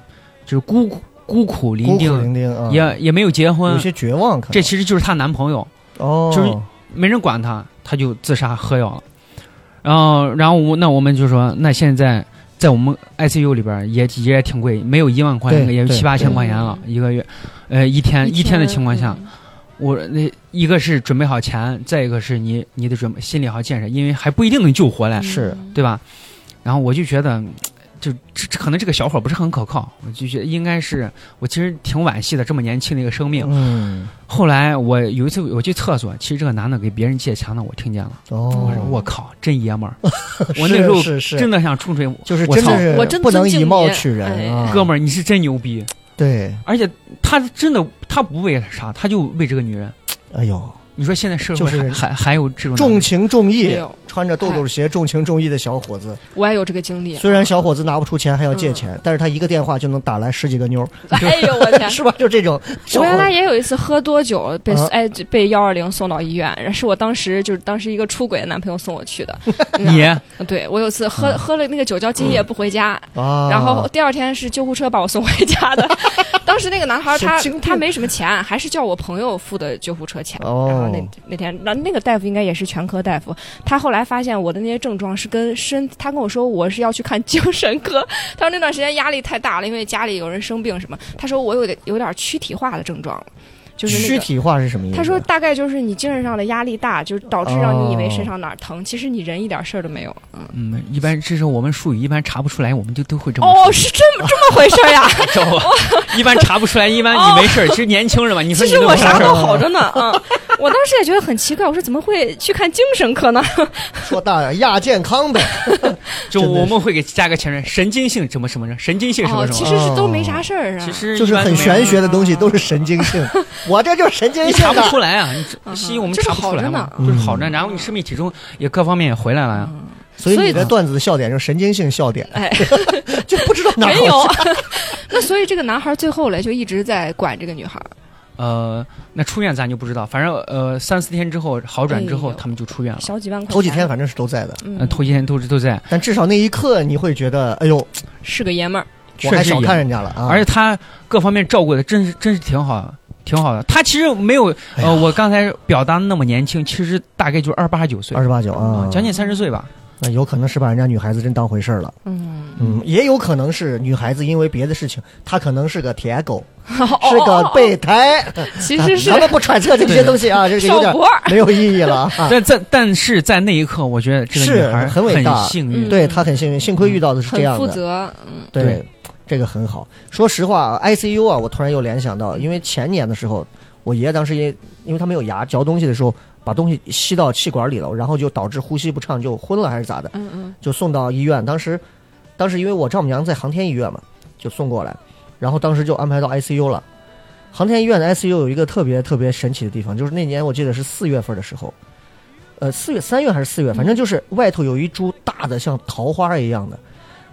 [SPEAKER 5] 就是孤苦孤苦
[SPEAKER 3] 孤
[SPEAKER 5] 伶
[SPEAKER 3] 苦
[SPEAKER 5] 仃，
[SPEAKER 3] 伶仃啊，
[SPEAKER 5] 也也没有结
[SPEAKER 3] 有
[SPEAKER 5] 婚，
[SPEAKER 3] 些绝望可能。
[SPEAKER 5] 这其实就是她男朋友。
[SPEAKER 3] 哦，
[SPEAKER 5] 就是没人管他，他就自杀喝药了。然后，然后我那我们就说，那现在在我们 ICU 里边儿也也挺贵，没有一万块钱，
[SPEAKER 3] 对
[SPEAKER 5] 也有
[SPEAKER 3] 对嗯
[SPEAKER 5] 七八千块钱了一个月，呃，一天一天的情况下，，我那一个是准备好钱，再一个是你你得准备心理好建设，因为还不一定能救活
[SPEAKER 4] 嗯
[SPEAKER 5] 来，
[SPEAKER 3] 是
[SPEAKER 5] 对吧？然后我就觉得，就这这可能这个小伙不是很可靠，我就觉得应该是我其实挺惋惜的，这么年轻的一个生命。
[SPEAKER 3] 嗯，
[SPEAKER 5] 后来我有一次我去厕所，其实这个男的给别人借钱呢，我听见了。我说
[SPEAKER 3] 哦，
[SPEAKER 5] 我靠，真爷们儿！
[SPEAKER 3] 是
[SPEAKER 5] 我那时候
[SPEAKER 3] 是是
[SPEAKER 5] 真的想冲锤，
[SPEAKER 3] 就是
[SPEAKER 5] 我
[SPEAKER 3] 真
[SPEAKER 5] 操
[SPEAKER 3] 的
[SPEAKER 4] 我
[SPEAKER 3] 是
[SPEAKER 4] 真
[SPEAKER 3] 不能
[SPEAKER 4] 尊敬
[SPEAKER 3] 以貌
[SPEAKER 4] 你哎
[SPEAKER 3] 取人啊，
[SPEAKER 5] 哥们儿，你是真牛逼！
[SPEAKER 3] 对，
[SPEAKER 5] 而且他真的，他不为啥，他就为这个女人。
[SPEAKER 3] 哎呦，
[SPEAKER 5] 你说现在社会
[SPEAKER 3] 就是
[SPEAKER 5] 还还还有这种
[SPEAKER 3] 重情重
[SPEAKER 4] 没
[SPEAKER 3] 义，
[SPEAKER 4] 有，
[SPEAKER 3] 穿着豆豆鞋重情重义的小伙子，
[SPEAKER 4] 我也有这个经历。
[SPEAKER 3] 虽然小伙子拿不出钱还要
[SPEAKER 4] 嗯
[SPEAKER 3] 借钱，但是他一个电话就能打来十几个妞儿，
[SPEAKER 4] 哎呦我 天！
[SPEAKER 3] 是吧？就这种小
[SPEAKER 4] 我
[SPEAKER 3] 伙
[SPEAKER 4] 原来
[SPEAKER 3] 子，
[SPEAKER 4] 也有一次喝多酒 被
[SPEAKER 3] 啊
[SPEAKER 4] 哎被幺二零送到医院，然后是我当时就是当时一个出轨的男朋友送我 去的。
[SPEAKER 5] 男
[SPEAKER 4] 嗯
[SPEAKER 5] 人
[SPEAKER 4] 对我有一次
[SPEAKER 3] 嗯
[SPEAKER 4] 喝喝了那个酒叫今夜不回家，
[SPEAKER 3] 啊，
[SPEAKER 4] 然后第二天是救护车把我送回 家的。当时那个男孩儿他
[SPEAKER 3] 神经病
[SPEAKER 4] 他没什么钱，还是叫我朋友付的救护车钱。
[SPEAKER 3] 哦
[SPEAKER 4] 然后那那天，然后那个大夫应该也是全科大夫，他后来发现我的那些症状是跟身，他跟我说我是要去看精神科。 他说那段时间压力太大了，因为家里有人生病什么。他说我有点有点躯体化的症状了，就是那
[SPEAKER 3] 躯
[SPEAKER 4] 个。
[SPEAKER 3] 体化是什么意思？
[SPEAKER 4] 他说：“大概就是你精神上的压力大，就是导致让你以为身上哪儿
[SPEAKER 3] 哦
[SPEAKER 4] 疼，其实你人一点事儿都没有。
[SPEAKER 5] 嗯，一般这是我们术语，一般查不出来，我们就都会”这么
[SPEAKER 4] 哦，是这么这么回事儿呀？
[SPEAKER 5] 说， 知道吧？一般查不出来，一般
[SPEAKER 4] 哦
[SPEAKER 5] 你没事儿。其实年轻人嘛，你说
[SPEAKER 4] 其
[SPEAKER 5] 你
[SPEAKER 4] 实
[SPEAKER 5] 都
[SPEAKER 4] 我
[SPEAKER 5] 没事
[SPEAKER 4] 啥
[SPEAKER 5] 儿
[SPEAKER 4] 都好着呢， 啊！我当时也觉得很奇怪，我说怎么会去看精神科呢？
[SPEAKER 3] 说大亚健康呗，
[SPEAKER 5] 就
[SPEAKER 3] 真的是
[SPEAKER 5] 我们会给加个前缀，神经性什么什么什么，神经性什么
[SPEAKER 4] 哦，
[SPEAKER 5] 什
[SPEAKER 4] 其
[SPEAKER 5] 么。
[SPEAKER 4] 实是都没啥事儿啊
[SPEAKER 5] 其。实
[SPEAKER 3] 就是
[SPEAKER 5] 一般
[SPEAKER 3] 很
[SPEAKER 5] 都没有
[SPEAKER 3] 玄学的东西都是神经 性，我这就是神经
[SPEAKER 5] 你
[SPEAKER 3] 性
[SPEAKER 5] 查不
[SPEAKER 3] 的。
[SPEAKER 5] 出来啊，你这
[SPEAKER 4] 嗯
[SPEAKER 5] 西医我们
[SPEAKER 4] 就是
[SPEAKER 5] 查不出来嘛
[SPEAKER 3] 着
[SPEAKER 4] 好，
[SPEAKER 5] 就
[SPEAKER 3] 呢
[SPEAKER 5] 是好着，然后你生命体重也各方面也回来了
[SPEAKER 3] 啊
[SPEAKER 5] 呀。
[SPEAKER 3] 所以
[SPEAKER 4] 所以
[SPEAKER 3] 你的段子的笑点就是神经性笑点，
[SPEAKER 4] 嗯 哎，
[SPEAKER 3] 就不知道哪儿
[SPEAKER 4] 没
[SPEAKER 3] 好
[SPEAKER 4] 有。那所以这个男孩最后嘞就一直在管这个女孩儿。
[SPEAKER 5] 呃，那出院咱就不知道，反正呃三四天之后好转之后，
[SPEAKER 4] 哎呦
[SPEAKER 5] 他们就出院了。
[SPEAKER 4] 小几万块
[SPEAKER 3] 啊
[SPEAKER 4] 钱，
[SPEAKER 3] 头几天反正是都在的，
[SPEAKER 5] 呃，
[SPEAKER 4] 嗯，
[SPEAKER 5] 头几天都是都在，
[SPEAKER 3] 但至少那一刻你会觉得，哎呦，
[SPEAKER 4] 是个爷们儿，
[SPEAKER 3] 我
[SPEAKER 5] 确
[SPEAKER 3] 还
[SPEAKER 5] 实
[SPEAKER 3] 小
[SPEAKER 5] 也
[SPEAKER 3] 看人家了啊！
[SPEAKER 5] 而且他各方面照顾的真是真是挺好，挺好的。他其实没有
[SPEAKER 3] 哎
[SPEAKER 5] 呃，我刚才表达那么年轻，其实大概就二八九岁呃
[SPEAKER 3] 二，十八九啊，
[SPEAKER 5] 嗯将近三十岁吧。
[SPEAKER 3] 那有可能是把人家女孩子真当回事儿了，
[SPEAKER 4] 嗯，
[SPEAKER 3] 嗯，也有可能是女孩子因为别的事情，她可能是个舔狗，
[SPEAKER 4] 是
[SPEAKER 3] 是个备胎，
[SPEAKER 4] 哦其实是
[SPEAKER 3] 咱们不揣测这些东西啊，这个有
[SPEAKER 4] 少
[SPEAKER 3] 点
[SPEAKER 4] 博儿，
[SPEAKER 3] 没有意义了 啊。
[SPEAKER 5] 但但但是在那一刻，我觉得这个
[SPEAKER 3] 是
[SPEAKER 5] 女孩
[SPEAKER 3] 很伟大
[SPEAKER 5] 幸
[SPEAKER 4] 嗯
[SPEAKER 5] 运。
[SPEAKER 3] 对她很幸运，幸亏遇到的是这
[SPEAKER 4] 很
[SPEAKER 3] 样
[SPEAKER 4] 负
[SPEAKER 3] 的，
[SPEAKER 4] 责，嗯，
[SPEAKER 3] 对，
[SPEAKER 5] 对
[SPEAKER 3] 这个很好。说实话啊，ICU 啊，我突然又联想到，因为前年的时候，我爷爷当时也因为他没有牙，嚼东西的时候把东西吸到气管里了，然后就导致呼吸不畅，就昏了还是咋的，
[SPEAKER 4] 嗯嗯
[SPEAKER 3] 就送到医院。当时，当时因为我丈母娘在航天医院嘛，就送过来，然后当时就安排到 ICU 了。航天医院的 ICU 有一个特别特别神奇的地方，就是那年我记得是四月份的时候，呃，四月三月还是
[SPEAKER 4] 嗯
[SPEAKER 3] 四月，反正就是外头有一株大的像桃花一样的。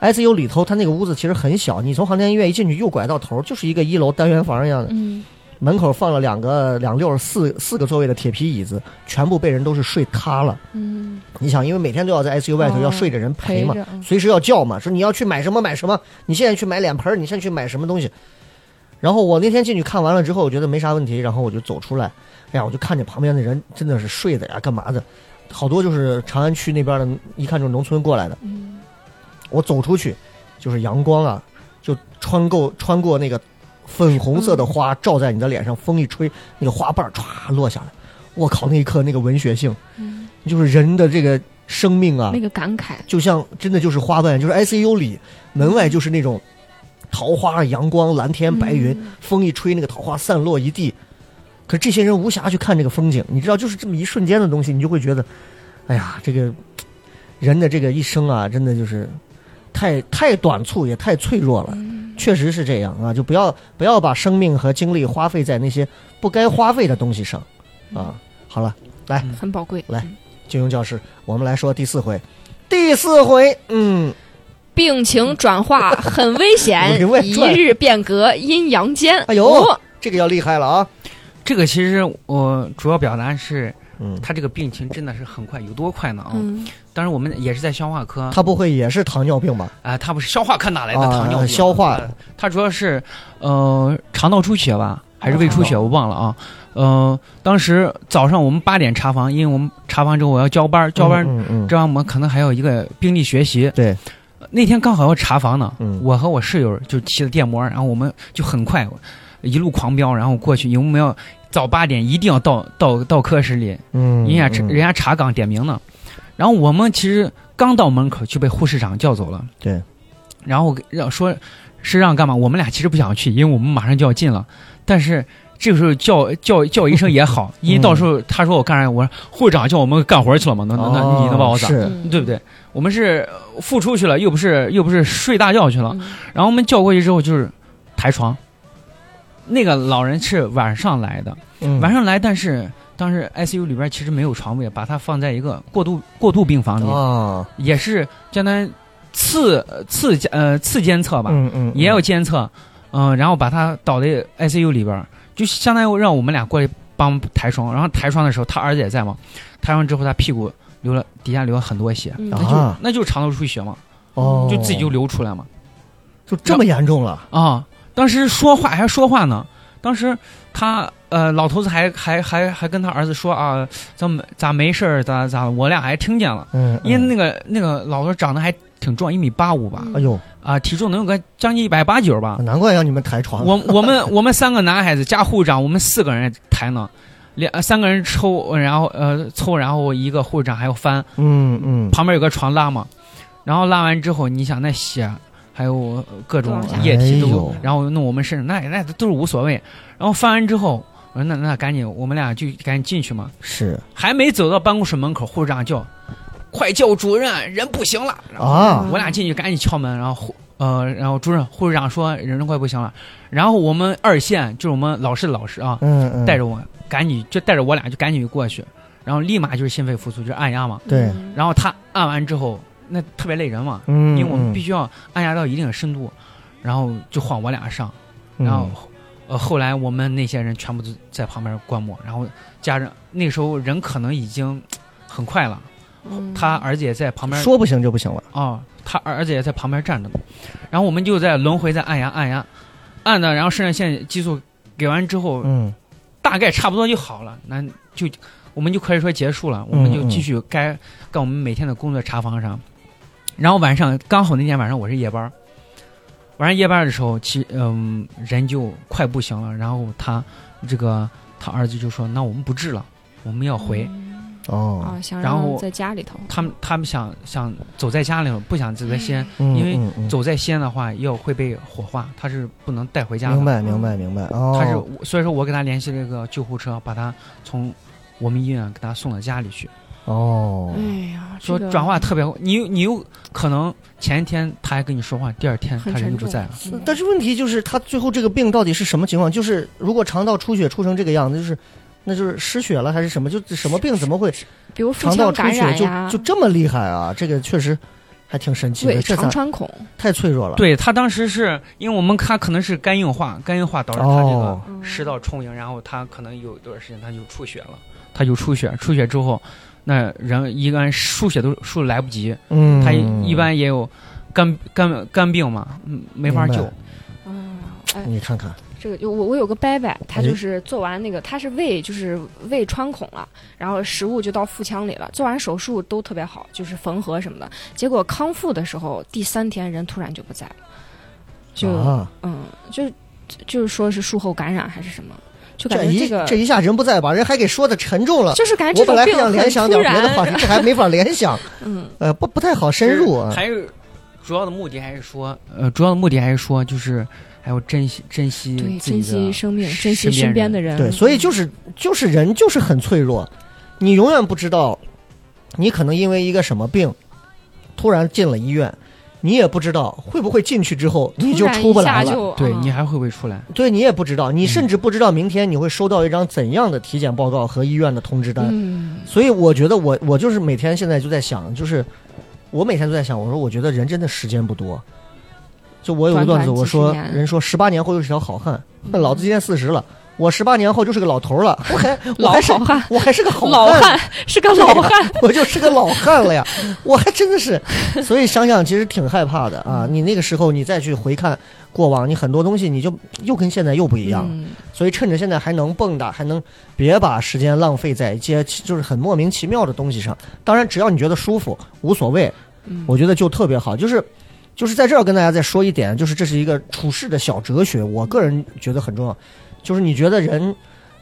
[SPEAKER 3] ICU 里头，它那个屋子其实很小，你从航天医院一进去，右拐到头就是一个一楼单元房一样的，
[SPEAKER 4] 嗯，
[SPEAKER 3] 门口放了两个两溜儿四四个座位的铁皮椅子，全部被人都是睡塌了。
[SPEAKER 4] 嗯，
[SPEAKER 3] 你想，因为每天都要在 ICU 外头
[SPEAKER 4] 哦
[SPEAKER 3] 要睡着人陪
[SPEAKER 4] 陪
[SPEAKER 3] 嘛，
[SPEAKER 4] 着，嗯
[SPEAKER 3] 随时要叫嘛，说你要去买什么买什么，你现在去买脸盆儿，你现在去买什么东西。然后我那天进去看完了之后，我觉得没啥问题，然后我就走出来，哎呀，我就看见旁边的人真的是睡的呀，干嘛的，好多就是长安区那边的，一看就是农村过来的。
[SPEAKER 4] 嗯
[SPEAKER 3] 我走出去，就是阳光啊，就穿过穿过那个粉红色的花照在你的脸上，风一吹，那个花瓣儿歘落下来。我靠，那一刻那个文学性，
[SPEAKER 4] 嗯
[SPEAKER 3] 就是人的这个生命啊
[SPEAKER 4] 那，个感慨，
[SPEAKER 3] 就像真的就是花瓣，就是 ICU 里门外就是那种桃花、阳光、蓝天、白
[SPEAKER 4] 嗯
[SPEAKER 3] 云，风一吹，那个桃花散落一地。可这些人无暇去看这个风景，你知道，就是这么一瞬间的东西，你就会觉得，哎呀，这个人的这个一生啊，真的就是太太短促，也太脆弱了。确实是这样啊，就不要不要把生命和精力花费在那些不该花费的东西上啊。好了，
[SPEAKER 4] 很宝贵。
[SPEAKER 3] 来金庸教室，我们来说第四回。第四回，嗯，
[SPEAKER 4] 病情 转化很危险
[SPEAKER 3] 我以为，
[SPEAKER 4] 一
[SPEAKER 3] 转
[SPEAKER 4] 日变革阴阳间。
[SPEAKER 3] 哎呦
[SPEAKER 4] 哦
[SPEAKER 3] 这个要厉害了啊。
[SPEAKER 5] 这个其实我主要表达是，
[SPEAKER 3] 嗯，
[SPEAKER 5] 他这个病情真的是很快，有多快呢啊？
[SPEAKER 4] 嗯，
[SPEAKER 5] 当然我们也是在消化科啊、
[SPEAKER 3] 他不会也是糖尿病吧？
[SPEAKER 5] 他不是消化科哪来的
[SPEAKER 3] 啊
[SPEAKER 5] 糖尿病？
[SPEAKER 3] 消化
[SPEAKER 5] 呃他主要是呃肠道出血吧，还是胃出血？
[SPEAKER 3] 哦
[SPEAKER 5] 我忘了啊。呃，当时早上我们八点查房，因为我们查房之后我要交班儿，交班儿
[SPEAKER 3] 嗯嗯嗯
[SPEAKER 5] 这样我们可能还有一个病例学习。
[SPEAKER 3] 对，
[SPEAKER 5] 那天刚好要查房呢，
[SPEAKER 3] 嗯
[SPEAKER 5] 我和我室友就骑了电摩，然后我们就很快一路狂飙，然后过去，因为我们要早八点一定要到到到科室里，
[SPEAKER 3] 嗯，
[SPEAKER 5] 人家查
[SPEAKER 3] 嗯
[SPEAKER 5] 人家查岗点名呢，然后我们其实刚到门口就被护士长叫走了，
[SPEAKER 3] 对，
[SPEAKER 5] 然后让说是让干嘛，我们俩其实不想去，因为我们马上就要进了，但是。这个时候叫叫叫一声 也好，
[SPEAKER 3] 嗯
[SPEAKER 5] 因为到时候他说我干啥，我说护士长叫我们干活去了嘛，那那那你能把我咋
[SPEAKER 3] 哦？是
[SPEAKER 4] 嗯
[SPEAKER 5] 对不？对？我们是呃付出去了，又不是又不是睡大觉去了。
[SPEAKER 4] 嗯
[SPEAKER 5] 然后我们叫过去之后就是抬床，那个老人是晚上来的，
[SPEAKER 3] 嗯
[SPEAKER 5] 晚上来，但是当时 ICU 里边其实没有床位，把他放在一个过渡过渡病房里，
[SPEAKER 3] 啊，
[SPEAKER 5] 也是相当于次呃次监呃次监测吧，
[SPEAKER 3] 嗯嗯，
[SPEAKER 5] 也有监测，嗯、然后把他倒在 ICU 里边儿，就相当于让我们俩过去帮抬床，然后抬床的时候他儿子也在嘛，抬床之后他屁股流了底下流了很多血，
[SPEAKER 4] 嗯
[SPEAKER 5] 那就、
[SPEAKER 3] 啊
[SPEAKER 5] 那就是肠道出血嘛，
[SPEAKER 3] 哦，
[SPEAKER 5] 就自己就流出来嘛，
[SPEAKER 3] 就这么严重了，
[SPEAKER 5] 啊，当时说话还说话呢，当时他呃老头子还还还还跟他儿子说啊，咱们咋没事儿咋咋，我俩还听见了，
[SPEAKER 3] 嗯，
[SPEAKER 5] 因为那个那个老头长得还挺壮，一米八五吧，
[SPEAKER 4] 嗯
[SPEAKER 3] 哎呦，
[SPEAKER 5] 啊，体重能有个将近一百八九吧，
[SPEAKER 3] 难怪要你们抬床，
[SPEAKER 5] 我我们我们三个男孩子加护士长，我们四个人抬呢，两呃三个人抽，然后呃抽，然后一个护士长还要翻，
[SPEAKER 3] 嗯嗯，
[SPEAKER 5] 旁边有个床拉嘛，然后拉完之后，你想那血还有各种
[SPEAKER 4] 多少
[SPEAKER 5] 液体
[SPEAKER 3] 哎
[SPEAKER 5] 都
[SPEAKER 3] 呦，
[SPEAKER 5] 然后弄我们身上，那那都是无所谓。然后翻完之后，我说那那赶紧，我们俩就赶紧进去嘛。
[SPEAKER 3] 是
[SPEAKER 5] 还没走到办公室门口，护士长叫：“快叫主任，人不行了。”
[SPEAKER 3] 啊，
[SPEAKER 5] 我俩进去赶紧敲门，然后护呃，然后主任护士长说人快不行了，然后我们二线就是我们老师的老师啊，
[SPEAKER 3] 嗯嗯，
[SPEAKER 5] 带着我赶紧就带着我俩就赶紧过去，然后立马就是心肺复苏，就是按压嘛。
[SPEAKER 3] 对，
[SPEAKER 4] 嗯
[SPEAKER 5] 然后他按完之后，那特别累人嘛，
[SPEAKER 3] 嗯，
[SPEAKER 5] 因为我们必
[SPEAKER 3] 须，
[SPEAKER 5] 须要按压到一定的深度，然后就换我俩上，
[SPEAKER 3] 嗯
[SPEAKER 5] 然后呃后来我们那些人全部都在旁边观摩，然后家人那时候人可能已经很快了，
[SPEAKER 4] 嗯
[SPEAKER 5] 他儿子也在旁边
[SPEAKER 3] 说不行就不行了，
[SPEAKER 5] 哦，他儿子也在旁边站着呢，然后我们就在轮回在按压按压，按的，然后肾上腺激素给完之后，
[SPEAKER 3] 嗯
[SPEAKER 5] 大概差不多就好了，那就我们就可以说结束了，我们就
[SPEAKER 3] 嗯
[SPEAKER 5] 继续该干我们每天的工作查房上，然后晚上刚好那天晚上我是夜班儿，晚上夜班儿的时候，其嗯人就快不行了，然后他这个他儿子就说，那我们不治了，我们要回。
[SPEAKER 3] 哦，
[SPEAKER 4] 啊，想
[SPEAKER 5] 嗯然后
[SPEAKER 4] 让在家里头，
[SPEAKER 5] 他们他们想想走在家里头，不想走在西安，
[SPEAKER 3] 嗯
[SPEAKER 5] 因为走在西安的话，要会被火化，他是不能带回家
[SPEAKER 3] 明
[SPEAKER 5] 的。
[SPEAKER 3] 白明白明白，哦，
[SPEAKER 5] 他是我所以说我给他联系了一个救护车，把他从我们医院给他送到家里去。
[SPEAKER 3] 哦，
[SPEAKER 4] 哎呀，
[SPEAKER 5] 嗯说
[SPEAKER 4] 这个
[SPEAKER 5] 转化特别，你有你有可能前一天他还跟你说话，第二天他
[SPEAKER 4] 很
[SPEAKER 5] 人就
[SPEAKER 4] 沉
[SPEAKER 5] 不
[SPEAKER 4] 重
[SPEAKER 5] 在了。
[SPEAKER 4] 嗯
[SPEAKER 3] 但是问题就是，他最后这个病到底是什么情况？就是如果肠道出血出成这个样子，就是那就是失血了还是什么？就什么病怎么会
[SPEAKER 4] 比如腹
[SPEAKER 3] 肠道
[SPEAKER 4] 腔
[SPEAKER 3] 出
[SPEAKER 4] 感
[SPEAKER 3] 血
[SPEAKER 4] 染呀，
[SPEAKER 3] 就就这么厉害啊？这个确实还挺神奇
[SPEAKER 4] 对
[SPEAKER 3] 的，这
[SPEAKER 4] 肠
[SPEAKER 3] 咋
[SPEAKER 4] 穿孔，
[SPEAKER 3] 太脆弱了？，
[SPEAKER 5] 对他当时是因为我们他可能是肝硬化，肝硬化导致他这个
[SPEAKER 3] 哦，
[SPEAKER 4] 嗯
[SPEAKER 5] 食道充盈，然后他可能有一段时间他就出血了，他就出血，出血之后，那人一般输血都输来不及，
[SPEAKER 3] 嗯，
[SPEAKER 5] 他一般也有肝肝肝病嘛，嗯没法
[SPEAKER 3] 明白
[SPEAKER 5] 救。
[SPEAKER 4] 嗯，哎，
[SPEAKER 3] 你看看，
[SPEAKER 4] 这个就我我有个伯伯，他
[SPEAKER 3] 哎
[SPEAKER 4] 就是做完那个，他是胃就是胃穿孔了，然后食物就到腹腔里了。做完手术都特别好，就是缝合什么的。结果康复的时候，第三天人突然就不在了，就、
[SPEAKER 3] 啊，
[SPEAKER 4] 嗯，就就是说是术后感染还是什么，就感
[SPEAKER 3] 这
[SPEAKER 4] 觉
[SPEAKER 3] 一
[SPEAKER 4] 个
[SPEAKER 3] 这一下人不在，把人还给说的沉重了。
[SPEAKER 4] 就是感觉
[SPEAKER 3] 我
[SPEAKER 4] 这
[SPEAKER 3] 本
[SPEAKER 4] 种
[SPEAKER 3] 来还想
[SPEAKER 4] 病
[SPEAKER 3] 联
[SPEAKER 4] 很
[SPEAKER 3] 想
[SPEAKER 4] 突
[SPEAKER 3] 点别的话
[SPEAKER 4] 然，
[SPEAKER 3] 题，这还没法联想，
[SPEAKER 4] 嗯
[SPEAKER 3] 呃，不不太好深入啊。
[SPEAKER 5] 还是主要的目的还是说，呃，主要的目的还是说，就是还要珍惜珍惜
[SPEAKER 3] 嗯
[SPEAKER 4] 对，
[SPEAKER 5] 自
[SPEAKER 4] 珍
[SPEAKER 5] 己的
[SPEAKER 4] 惜生命，珍惜
[SPEAKER 5] 身
[SPEAKER 4] 身边
[SPEAKER 5] 边
[SPEAKER 4] 的
[SPEAKER 5] 人
[SPEAKER 4] 人，
[SPEAKER 3] 对，所以就是就是人就是很脆弱，你永远不知道，你可能因为一个什么病，突然进了医院，你也不知道会不会进去之后你
[SPEAKER 4] 嗯突
[SPEAKER 3] 就
[SPEAKER 4] 然
[SPEAKER 3] 出不
[SPEAKER 4] 一下
[SPEAKER 3] 来了，
[SPEAKER 4] 就嗯
[SPEAKER 5] 对
[SPEAKER 4] 啊
[SPEAKER 5] 你还会不会出来？
[SPEAKER 3] 对你也不知道，你甚至不知道明天你会收到一张怎样的体检报告和医院的通知单。
[SPEAKER 4] 嗯，
[SPEAKER 3] 所以我觉得我我就是每天现在就在想，就是我每天都在想，我说我觉得人真的时间不多。就我有一
[SPEAKER 4] 短
[SPEAKER 3] 段
[SPEAKER 4] 短
[SPEAKER 3] 子，我
[SPEAKER 4] 几十
[SPEAKER 3] 说
[SPEAKER 4] 年
[SPEAKER 3] 人说十八年后又是条好汉，那老子今年四十了，我十八年后就是个老头儿 了，我还我
[SPEAKER 4] 老
[SPEAKER 3] 还是
[SPEAKER 4] 好汉，
[SPEAKER 3] 我还是个好
[SPEAKER 4] 老
[SPEAKER 3] 汉，
[SPEAKER 4] 汉是个老汉，
[SPEAKER 3] 我就是个老汉了呀，我还真的是，所以想想其实挺害怕的啊。你那个时候你再去回看过往，你很多东西你就又跟现在又不一样了。
[SPEAKER 4] 嗯
[SPEAKER 3] 所以趁着现在还能蹦跶，还能别把时间浪费在一些就是很莫名其妙的东西上。当然，只要你觉得舒服，无所谓，我觉得就特别好。就是就是在这儿跟大家再说一点，就是这是一个处世的小哲学，我个人觉得很重要。就是你觉得人，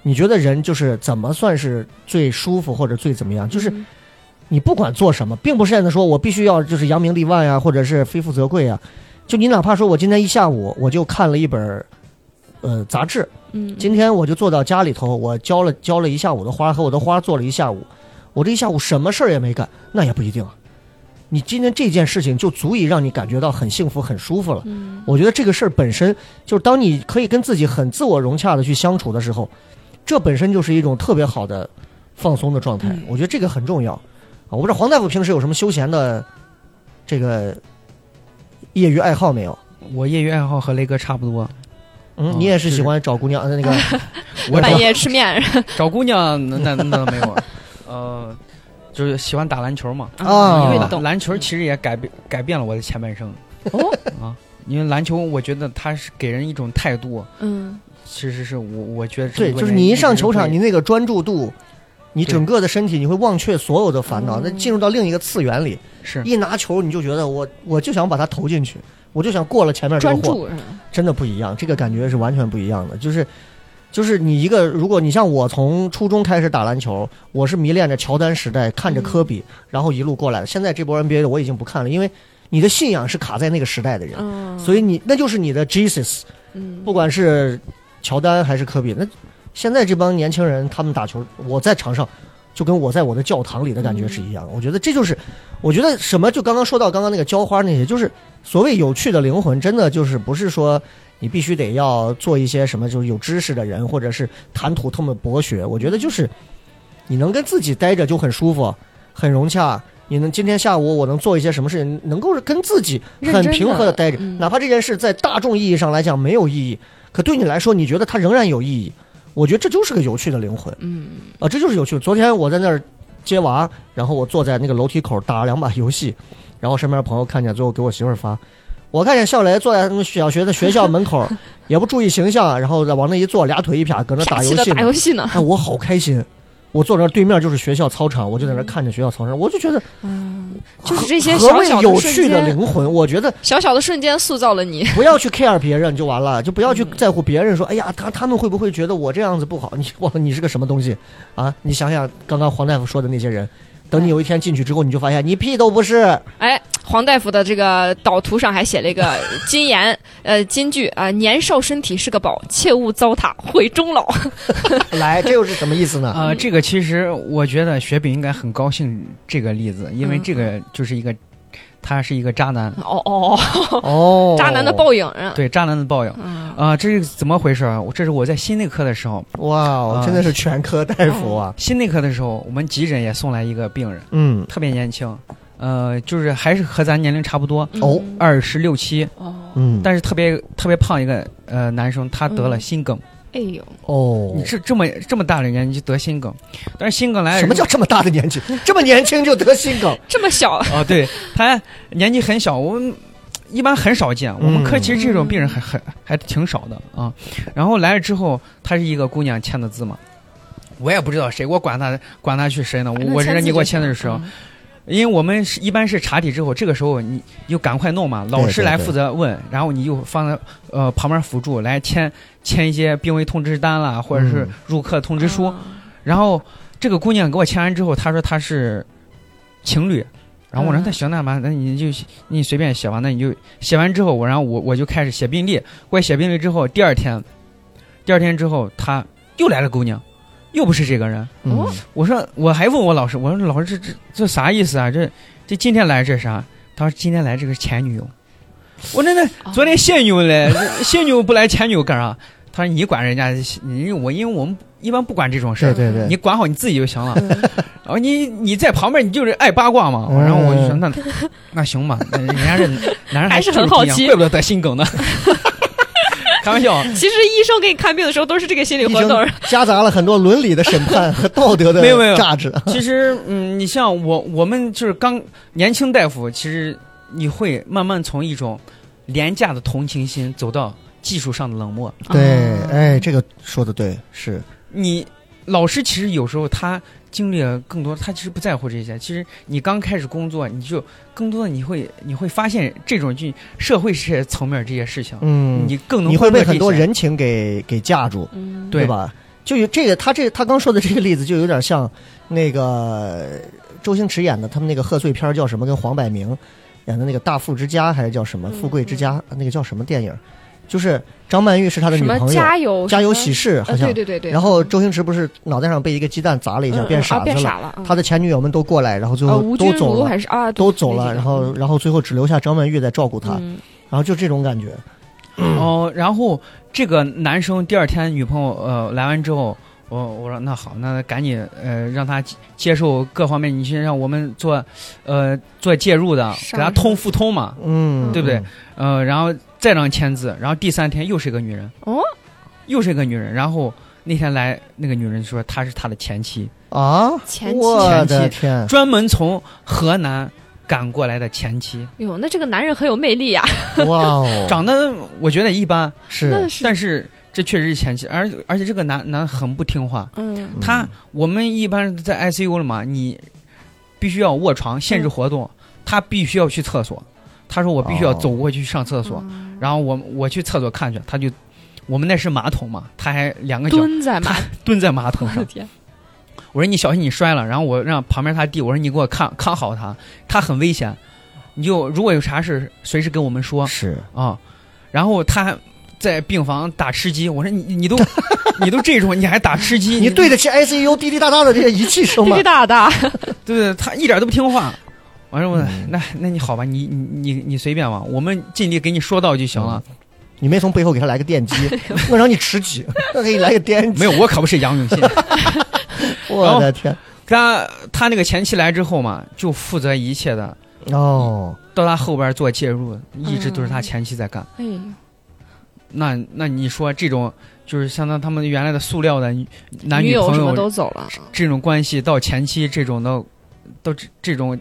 [SPEAKER 3] 你觉得人就是怎么算是最舒服或者最怎么样？就是
[SPEAKER 4] 嗯
[SPEAKER 3] 你不管做什么，并不是现在说我必须要就是扬名立万呀，或者是非富则贵呀。就你哪怕说我今天一下午我就看了一本儿，呃，杂志，
[SPEAKER 4] 嗯，
[SPEAKER 3] 今天我就坐到家里头，我浇了浇了一下午的花，和我的花做了一下午，我这一下午什么事儿也没干，那也不一定啊。你今天这件事情就足以让你感觉到很幸福、很舒服了。
[SPEAKER 4] 嗯
[SPEAKER 3] 我觉得这个事儿本身就是，当你可以跟自己很自我融洽的去相处的时候，这本身就是一种特别好的放松的状态。
[SPEAKER 4] 嗯
[SPEAKER 3] 我觉得这个很重要啊。我不知道黄大夫平时有什么休闲的这个业余爱好没有？
[SPEAKER 5] 我业余爱好和雷哥差不多，
[SPEAKER 3] 嗯，
[SPEAKER 5] 嗯
[SPEAKER 3] 你也是
[SPEAKER 5] 是
[SPEAKER 3] 喜欢找姑娘呃那个
[SPEAKER 5] 我
[SPEAKER 4] 半
[SPEAKER 5] 找
[SPEAKER 4] 夜吃面
[SPEAKER 5] 找姑娘那 那那倒没有，呃，就是喜欢打篮球嘛，
[SPEAKER 3] 啊
[SPEAKER 5] 因为
[SPEAKER 4] 运动
[SPEAKER 5] 篮球其实也改变改变了我的前半生
[SPEAKER 4] 哦，
[SPEAKER 5] 啊，因为篮球我觉得它是给人一种态度，
[SPEAKER 4] 嗯，
[SPEAKER 5] 其实是我我觉得这
[SPEAKER 3] 对，
[SPEAKER 5] 么多
[SPEAKER 3] 就是
[SPEAKER 5] 年
[SPEAKER 3] 你一
[SPEAKER 5] 直
[SPEAKER 3] 上球场，
[SPEAKER 5] 会
[SPEAKER 3] 你那个专注度，你
[SPEAKER 5] 对
[SPEAKER 3] 整个的身体，你会忘却所有的烦恼，
[SPEAKER 4] 嗯
[SPEAKER 3] 那进入到另一个次元里。
[SPEAKER 5] 是
[SPEAKER 3] 一拿球，你就觉得我我就想把它投进去，我就想过了前面这个
[SPEAKER 4] 专
[SPEAKER 3] 货，
[SPEAKER 4] 注是吧？
[SPEAKER 3] 真的不一样，这个感觉是完全不一样的。就是就是你一个，如果你像我从初中开始打篮球，我是迷恋着乔丹时代，看着科比，
[SPEAKER 5] 嗯
[SPEAKER 3] 然后一路过来的。现在这波 NBA 的我已经不看了，因为你的信仰是卡在那个时代的人，
[SPEAKER 4] 嗯，
[SPEAKER 3] 所以你那就是你的 Jesus。
[SPEAKER 4] 嗯
[SPEAKER 3] 不管是乔丹还是科比，那现在这帮年轻人他们打球，我在场上就跟我在我的教堂里的感觉是一样的。我觉得这就是，我觉得什么就刚刚说到刚刚那个浇花那些，就是所谓有趣的灵魂，真的就是不是说你必须得要做一些什么就是有知识的人，或者是谈吐特么博学。我觉得就是你能跟自己待着就很舒服，很融洽。你能今天下午我能做一些什么事情，能够跟自己很
[SPEAKER 4] 认真地
[SPEAKER 3] 平和的待着，
[SPEAKER 4] 嗯
[SPEAKER 3] 哪怕这件事在大众意义上来讲没有意义，可对你来说，你觉得它仍然有意义。我觉得这就是个有趣的灵魂啊、
[SPEAKER 4] 嗯
[SPEAKER 3] 这就是有趣。昨天我在那儿接娃，然后我坐在那个楼梯口打了两把游戏，然后身边朋友看见，最后给我媳妇儿发。我看见笑雷坐在他们小学的学校门 口，也不注意形象，然后往那一坐，俩腿一撇，搁那
[SPEAKER 4] 下
[SPEAKER 3] 打游
[SPEAKER 4] 棋的
[SPEAKER 3] 戏呢
[SPEAKER 4] 打。游 戏呢，
[SPEAKER 3] 哎，我好开心！我坐那儿对面就是学校操场，我就在那儿看着学校操场，我就觉得
[SPEAKER 4] 嗯，就是这些
[SPEAKER 3] 何
[SPEAKER 4] 小
[SPEAKER 3] 谓
[SPEAKER 4] 小
[SPEAKER 3] 有
[SPEAKER 4] 的瞬
[SPEAKER 3] 趣的
[SPEAKER 4] 间，
[SPEAKER 3] 灵魂？我觉得
[SPEAKER 4] 小小的瞬间塑造了你，
[SPEAKER 3] 不要去 care 别人就完了，就不要去
[SPEAKER 4] 嗯
[SPEAKER 3] 在乎别人说，哎呀，他他们会不会觉得我这样子不好？你忘了你是个什么东西啊？你想想刚刚黄大夫说的那些人，等你有一天进去之后，你就发现你屁都不是。
[SPEAKER 4] 哎，黄大夫的这个导图上还写了 一个金言，呃，金句啊、年少身体是个宝，切勿糟蹋会终 老。
[SPEAKER 3] 来，这又是什么意思呢？
[SPEAKER 5] 呃，这个其实我觉得雪饼应该很高兴这个例子，因为
[SPEAKER 4] 嗯
[SPEAKER 5] 这个就是一个，他是一个渣男，
[SPEAKER 4] 哦 哦，
[SPEAKER 3] 哦，
[SPEAKER 4] 渣男的报应啊！
[SPEAKER 5] 对渣男的报应。
[SPEAKER 4] 嗯，
[SPEAKER 5] 啊、这是怎么回事啊？我这是我在心内科的时候，
[SPEAKER 3] 哇哦，
[SPEAKER 5] 啊
[SPEAKER 3] 真的是全科大夫
[SPEAKER 4] 哦
[SPEAKER 3] 啊！
[SPEAKER 5] 心内科的时候，我们急诊也送来一个病人，
[SPEAKER 3] 嗯，
[SPEAKER 5] 特别年轻，呃，就是还是和咱年龄差不多，
[SPEAKER 3] 哦，
[SPEAKER 5] 二十六七，
[SPEAKER 4] 嗯哦，
[SPEAKER 3] 嗯，
[SPEAKER 5] 但是特别特别胖一个呃男生，他得了
[SPEAKER 4] 嗯
[SPEAKER 5] 心梗。
[SPEAKER 4] 哎呦，
[SPEAKER 3] 哦，
[SPEAKER 5] 你这这么这么大的年纪就得心梗，但是心梗来了
[SPEAKER 3] 什么叫这么大的年纪，这么年轻就得心梗？
[SPEAKER 4] 这么小，
[SPEAKER 5] 哦，对，他年纪很小，我们一般很少见。我们科其实这种病人还很还挺少的啊。然后来了之后，她是一个姑娘签的字嘛，我也不知道谁，我管她管她去谁呢？我
[SPEAKER 4] 那
[SPEAKER 5] 我认
[SPEAKER 4] 签
[SPEAKER 5] 得
[SPEAKER 4] 字
[SPEAKER 5] 你给
[SPEAKER 4] 就
[SPEAKER 5] 我签的
[SPEAKER 4] 行
[SPEAKER 5] 是谁啊？
[SPEAKER 4] 嗯
[SPEAKER 5] 因为我们是一般是查体之后，这个时候你就赶快弄嘛，老师来负责问，然后你就放在呃旁边辅助来签签一些病危通知单啦，或者是
[SPEAKER 3] 嗯
[SPEAKER 5] 入课通知书。
[SPEAKER 4] 啊
[SPEAKER 5] 然后这个姑娘给我签完之后，她说她是情侣，然后我说
[SPEAKER 4] 嗯
[SPEAKER 5] 那行那嘛，那你就你随便写吧，那你就写完之后，我然后我我就开始写病历，我写病历之后，第二天，第二天之后她又来了姑娘，又不是这个人，
[SPEAKER 3] 嗯
[SPEAKER 4] 哦
[SPEAKER 5] 我说我还问我老师，我说老师这这这啥意思啊？这这今天来这啥？他说今天来这个是前女友。我那
[SPEAKER 4] 啊
[SPEAKER 5] 那昨天现女友来，现女友不来前女友干啥？他说你管人家，你我因为我们一般不管这种事
[SPEAKER 3] 对
[SPEAKER 5] 儿，
[SPEAKER 3] 对对，
[SPEAKER 5] 你管好你自己就行了。然后你你在旁边你就是爱八卦嘛，
[SPEAKER 3] 嗯
[SPEAKER 5] 然后我就说那那行吧，那人家是男人
[SPEAKER 4] 还是
[SPEAKER 5] 是
[SPEAKER 4] 很
[SPEAKER 5] 就是不一
[SPEAKER 4] 好
[SPEAKER 5] 样
[SPEAKER 4] 奇
[SPEAKER 5] 怪不得得心梗呢。 开玩笑，啊
[SPEAKER 4] 其实医生给你看病的时候都是这个心理
[SPEAKER 3] 医
[SPEAKER 4] 活
[SPEAKER 3] 生
[SPEAKER 4] 动，
[SPEAKER 3] 夹杂了很多伦理的审判和道德的
[SPEAKER 5] 没有没有哦
[SPEAKER 3] 价值。
[SPEAKER 5] 其实，嗯，你像我，我们就是刚年轻大夫，其实你会慢慢从一种廉价的同情心走到技术上的冷漠。
[SPEAKER 3] 对，
[SPEAKER 4] 啊
[SPEAKER 3] 哎，这个说的对，是
[SPEAKER 5] 你老师其实有时候他经历了更多，他其实不在乎这些。其实你刚开始工作，你就更多的你会你会发现这种就社会这些层面这些事情，
[SPEAKER 3] 嗯，
[SPEAKER 5] 你更能
[SPEAKER 3] 你会被
[SPEAKER 5] 忽略这
[SPEAKER 3] 很多
[SPEAKER 5] 些
[SPEAKER 3] 人情给给架住，
[SPEAKER 4] 嗯
[SPEAKER 5] 对
[SPEAKER 3] 吧？就有这个，他这他刚说的这个例子，就有点像那个周星驰演的他们那个贺岁片儿叫什么？跟黄百鸣演的那个《大富之家》还是叫什么《
[SPEAKER 4] 嗯
[SPEAKER 3] 富贵之家》？那个叫什么电影？就是张曼玉是他的
[SPEAKER 4] 什
[SPEAKER 3] 女
[SPEAKER 4] 么
[SPEAKER 3] 朋友，
[SPEAKER 4] 加油
[SPEAKER 3] 家有
[SPEAKER 4] 什
[SPEAKER 3] 喜
[SPEAKER 4] 么
[SPEAKER 3] 事好
[SPEAKER 4] 呃
[SPEAKER 3] 像
[SPEAKER 4] 对。对对对，
[SPEAKER 3] 然后周星驰不是脑袋上被一个鸡蛋砸了一下，
[SPEAKER 4] 嗯
[SPEAKER 3] 变
[SPEAKER 4] 嗯
[SPEAKER 3] 傻
[SPEAKER 4] 啊
[SPEAKER 3] 子
[SPEAKER 4] 变
[SPEAKER 3] 了。
[SPEAKER 4] 傻了，
[SPEAKER 3] 他
[SPEAKER 4] 的
[SPEAKER 3] 的前女友们都过来，然后最
[SPEAKER 4] 呃
[SPEAKER 3] 后
[SPEAKER 4] 吴
[SPEAKER 3] 都
[SPEAKER 4] 君
[SPEAKER 3] 走
[SPEAKER 4] 如
[SPEAKER 3] 了，
[SPEAKER 4] 还是啊
[SPEAKER 3] 都走了，
[SPEAKER 4] 那几个
[SPEAKER 3] 然后
[SPEAKER 4] 嗯
[SPEAKER 3] 然后最后只留下张曼玉在照顾他，
[SPEAKER 4] 嗯
[SPEAKER 3] 然后就这种感觉。
[SPEAKER 5] 哦，然后这个男生第二天女朋友呃来完之后，我我说那好，那赶紧呃让他接接受各方面，你先让我们做呃做介入的，给
[SPEAKER 4] 上
[SPEAKER 5] 他通复通嘛，
[SPEAKER 3] 嗯，
[SPEAKER 5] 对不对？呃，然后再让签字，然后第三天又是一个女人，
[SPEAKER 4] 哦，
[SPEAKER 5] 又是一个女人，然后那天来那个女人说她是他的前妻，
[SPEAKER 3] 啊，
[SPEAKER 4] 前期
[SPEAKER 3] 我
[SPEAKER 5] 前
[SPEAKER 3] 的
[SPEAKER 5] 妻
[SPEAKER 3] 天，
[SPEAKER 5] 专门从河南赶过来的前妻，
[SPEAKER 4] 哟，那这个男人很有魅力呀，啊
[SPEAKER 3] 哇哦，
[SPEAKER 5] 长得我觉得一般，
[SPEAKER 4] 那
[SPEAKER 3] 是
[SPEAKER 4] 是
[SPEAKER 5] 但是这确实是前妻，而而且这个男男很不听话。
[SPEAKER 4] 嗯
[SPEAKER 5] 他我们一般在 ICU 了嘛，你必须要卧床，限制活动，他必须要去厕所。他说我必须要
[SPEAKER 3] 哦
[SPEAKER 5] 走过去上厕所，然后我我去厕所看去，他就我们那是马桶嘛，他还两个脚
[SPEAKER 4] 蹲在马
[SPEAKER 5] 蹲在马桶
[SPEAKER 4] 我的
[SPEAKER 5] 上。
[SPEAKER 4] 天，
[SPEAKER 5] 我说你小心你摔了，然后我让旁边他弟，我说你给我看看好他，他很危险，你就如果有啥事随时跟我们说
[SPEAKER 3] 是，
[SPEAKER 5] 啊。然后他还在病房打吃鸡，我说你你都你都这种你还打 吃鸡，
[SPEAKER 3] 你对得起 ICU 滴滴答答的这些仪器声
[SPEAKER 4] 嗯 滴
[SPEAKER 3] 吗
[SPEAKER 4] 滴？答答，
[SPEAKER 5] 对对，他一点都不听话。完了，我说
[SPEAKER 3] 嗯
[SPEAKER 5] 那那你好吧，你你你你随便吧，我们尽力给你说到就行了。
[SPEAKER 3] 你没从背后给他来个电 击，我让你吃鸡，我 给你来个电击，
[SPEAKER 5] 没有，我可不是杨永信。
[SPEAKER 3] 我的天，
[SPEAKER 5] 他他那个前妻来之后嘛，就负责一切的，
[SPEAKER 3] 哦，
[SPEAKER 5] 到他后边做介入，一直都是他前妻在干。
[SPEAKER 4] 哎呦，
[SPEAKER 5] 那那你说这种就是相当他们原来的塑料的女男
[SPEAKER 4] 女
[SPEAKER 5] 女
[SPEAKER 4] 友
[SPEAKER 5] 朋
[SPEAKER 4] 什么
[SPEAKER 5] 友
[SPEAKER 4] 都走了，
[SPEAKER 5] 这种关系，到前妻这种的，到这这种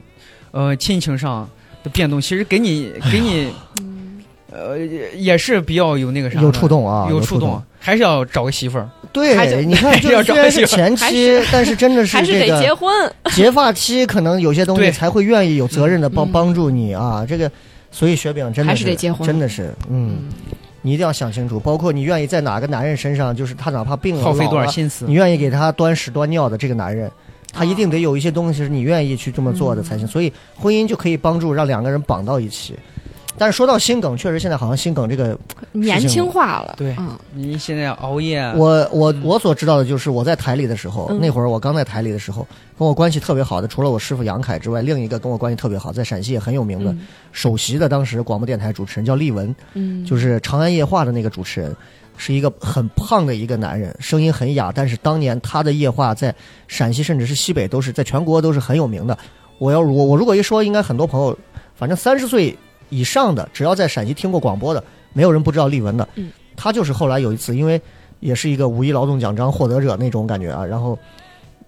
[SPEAKER 5] 呃亲情上的变动，其实给你给你
[SPEAKER 4] 嗯
[SPEAKER 5] 呃也也是比较有那个啥的，
[SPEAKER 3] 有触动啊，
[SPEAKER 5] 有触
[SPEAKER 3] 触
[SPEAKER 5] 动，，还是要找个媳妇儿。
[SPEAKER 4] 还是
[SPEAKER 3] 对，你看，
[SPEAKER 5] 还是要
[SPEAKER 3] 这虽
[SPEAKER 5] 找
[SPEAKER 3] 然
[SPEAKER 5] 个
[SPEAKER 3] 是
[SPEAKER 5] 媳妇
[SPEAKER 3] 前
[SPEAKER 4] 还
[SPEAKER 3] 期，但是真的
[SPEAKER 4] 还
[SPEAKER 3] 是
[SPEAKER 4] 是
[SPEAKER 3] 这
[SPEAKER 4] 得
[SPEAKER 3] 个
[SPEAKER 4] 结婚，
[SPEAKER 3] 结发期可能有些东西
[SPEAKER 5] 对
[SPEAKER 3] 才会愿意有责任的帮
[SPEAKER 4] 嗯
[SPEAKER 3] 帮助你啊，这个，所以雪饼真的
[SPEAKER 4] 还是得结婚
[SPEAKER 3] 真的是，嗯，你一定要想清楚，包括你愿意在哪个男人身上，就是他哪怕病了
[SPEAKER 5] 耗费
[SPEAKER 3] 嗯
[SPEAKER 5] 多
[SPEAKER 3] 老
[SPEAKER 5] 少
[SPEAKER 3] 了
[SPEAKER 5] 心思
[SPEAKER 3] 你？愿意给他端屎端尿的这个男人，他
[SPEAKER 4] 哦
[SPEAKER 3] 一定得有一些东西是你愿意去这么做的才行，所以婚姻就可以帮助让两个人绑到一起。但是说到心梗，确实现在好像心梗这个，
[SPEAKER 4] 年轻化了，
[SPEAKER 5] 对
[SPEAKER 4] 嗯
[SPEAKER 5] 你现在熬夜，啊
[SPEAKER 3] 我我我所知道的就是我在台里的时候，
[SPEAKER 4] 嗯
[SPEAKER 3] 那会儿我刚在台里的时候，跟我关系特别好的，除了我师傅杨凯之外，另一个跟我关系特别好，在陕西也很有名的
[SPEAKER 4] 嗯
[SPEAKER 3] 首席的当时广播电台主持人叫厉文，
[SPEAKER 4] 嗯，
[SPEAKER 3] 就是《长安夜话》的那个主持人，是一个很胖的一个男人，声音很哑，但是当年他的夜话在陕西甚至是西北都是在全国都是很有名的。我要我我如果一说，应该很多朋友，反正三十岁以上的，只要在陕西听过广播的，没有人不知道丽文的。
[SPEAKER 4] 嗯，
[SPEAKER 3] 他就是后来有一次，因为也是一个五一劳动奖章获得者那种感觉啊，然后。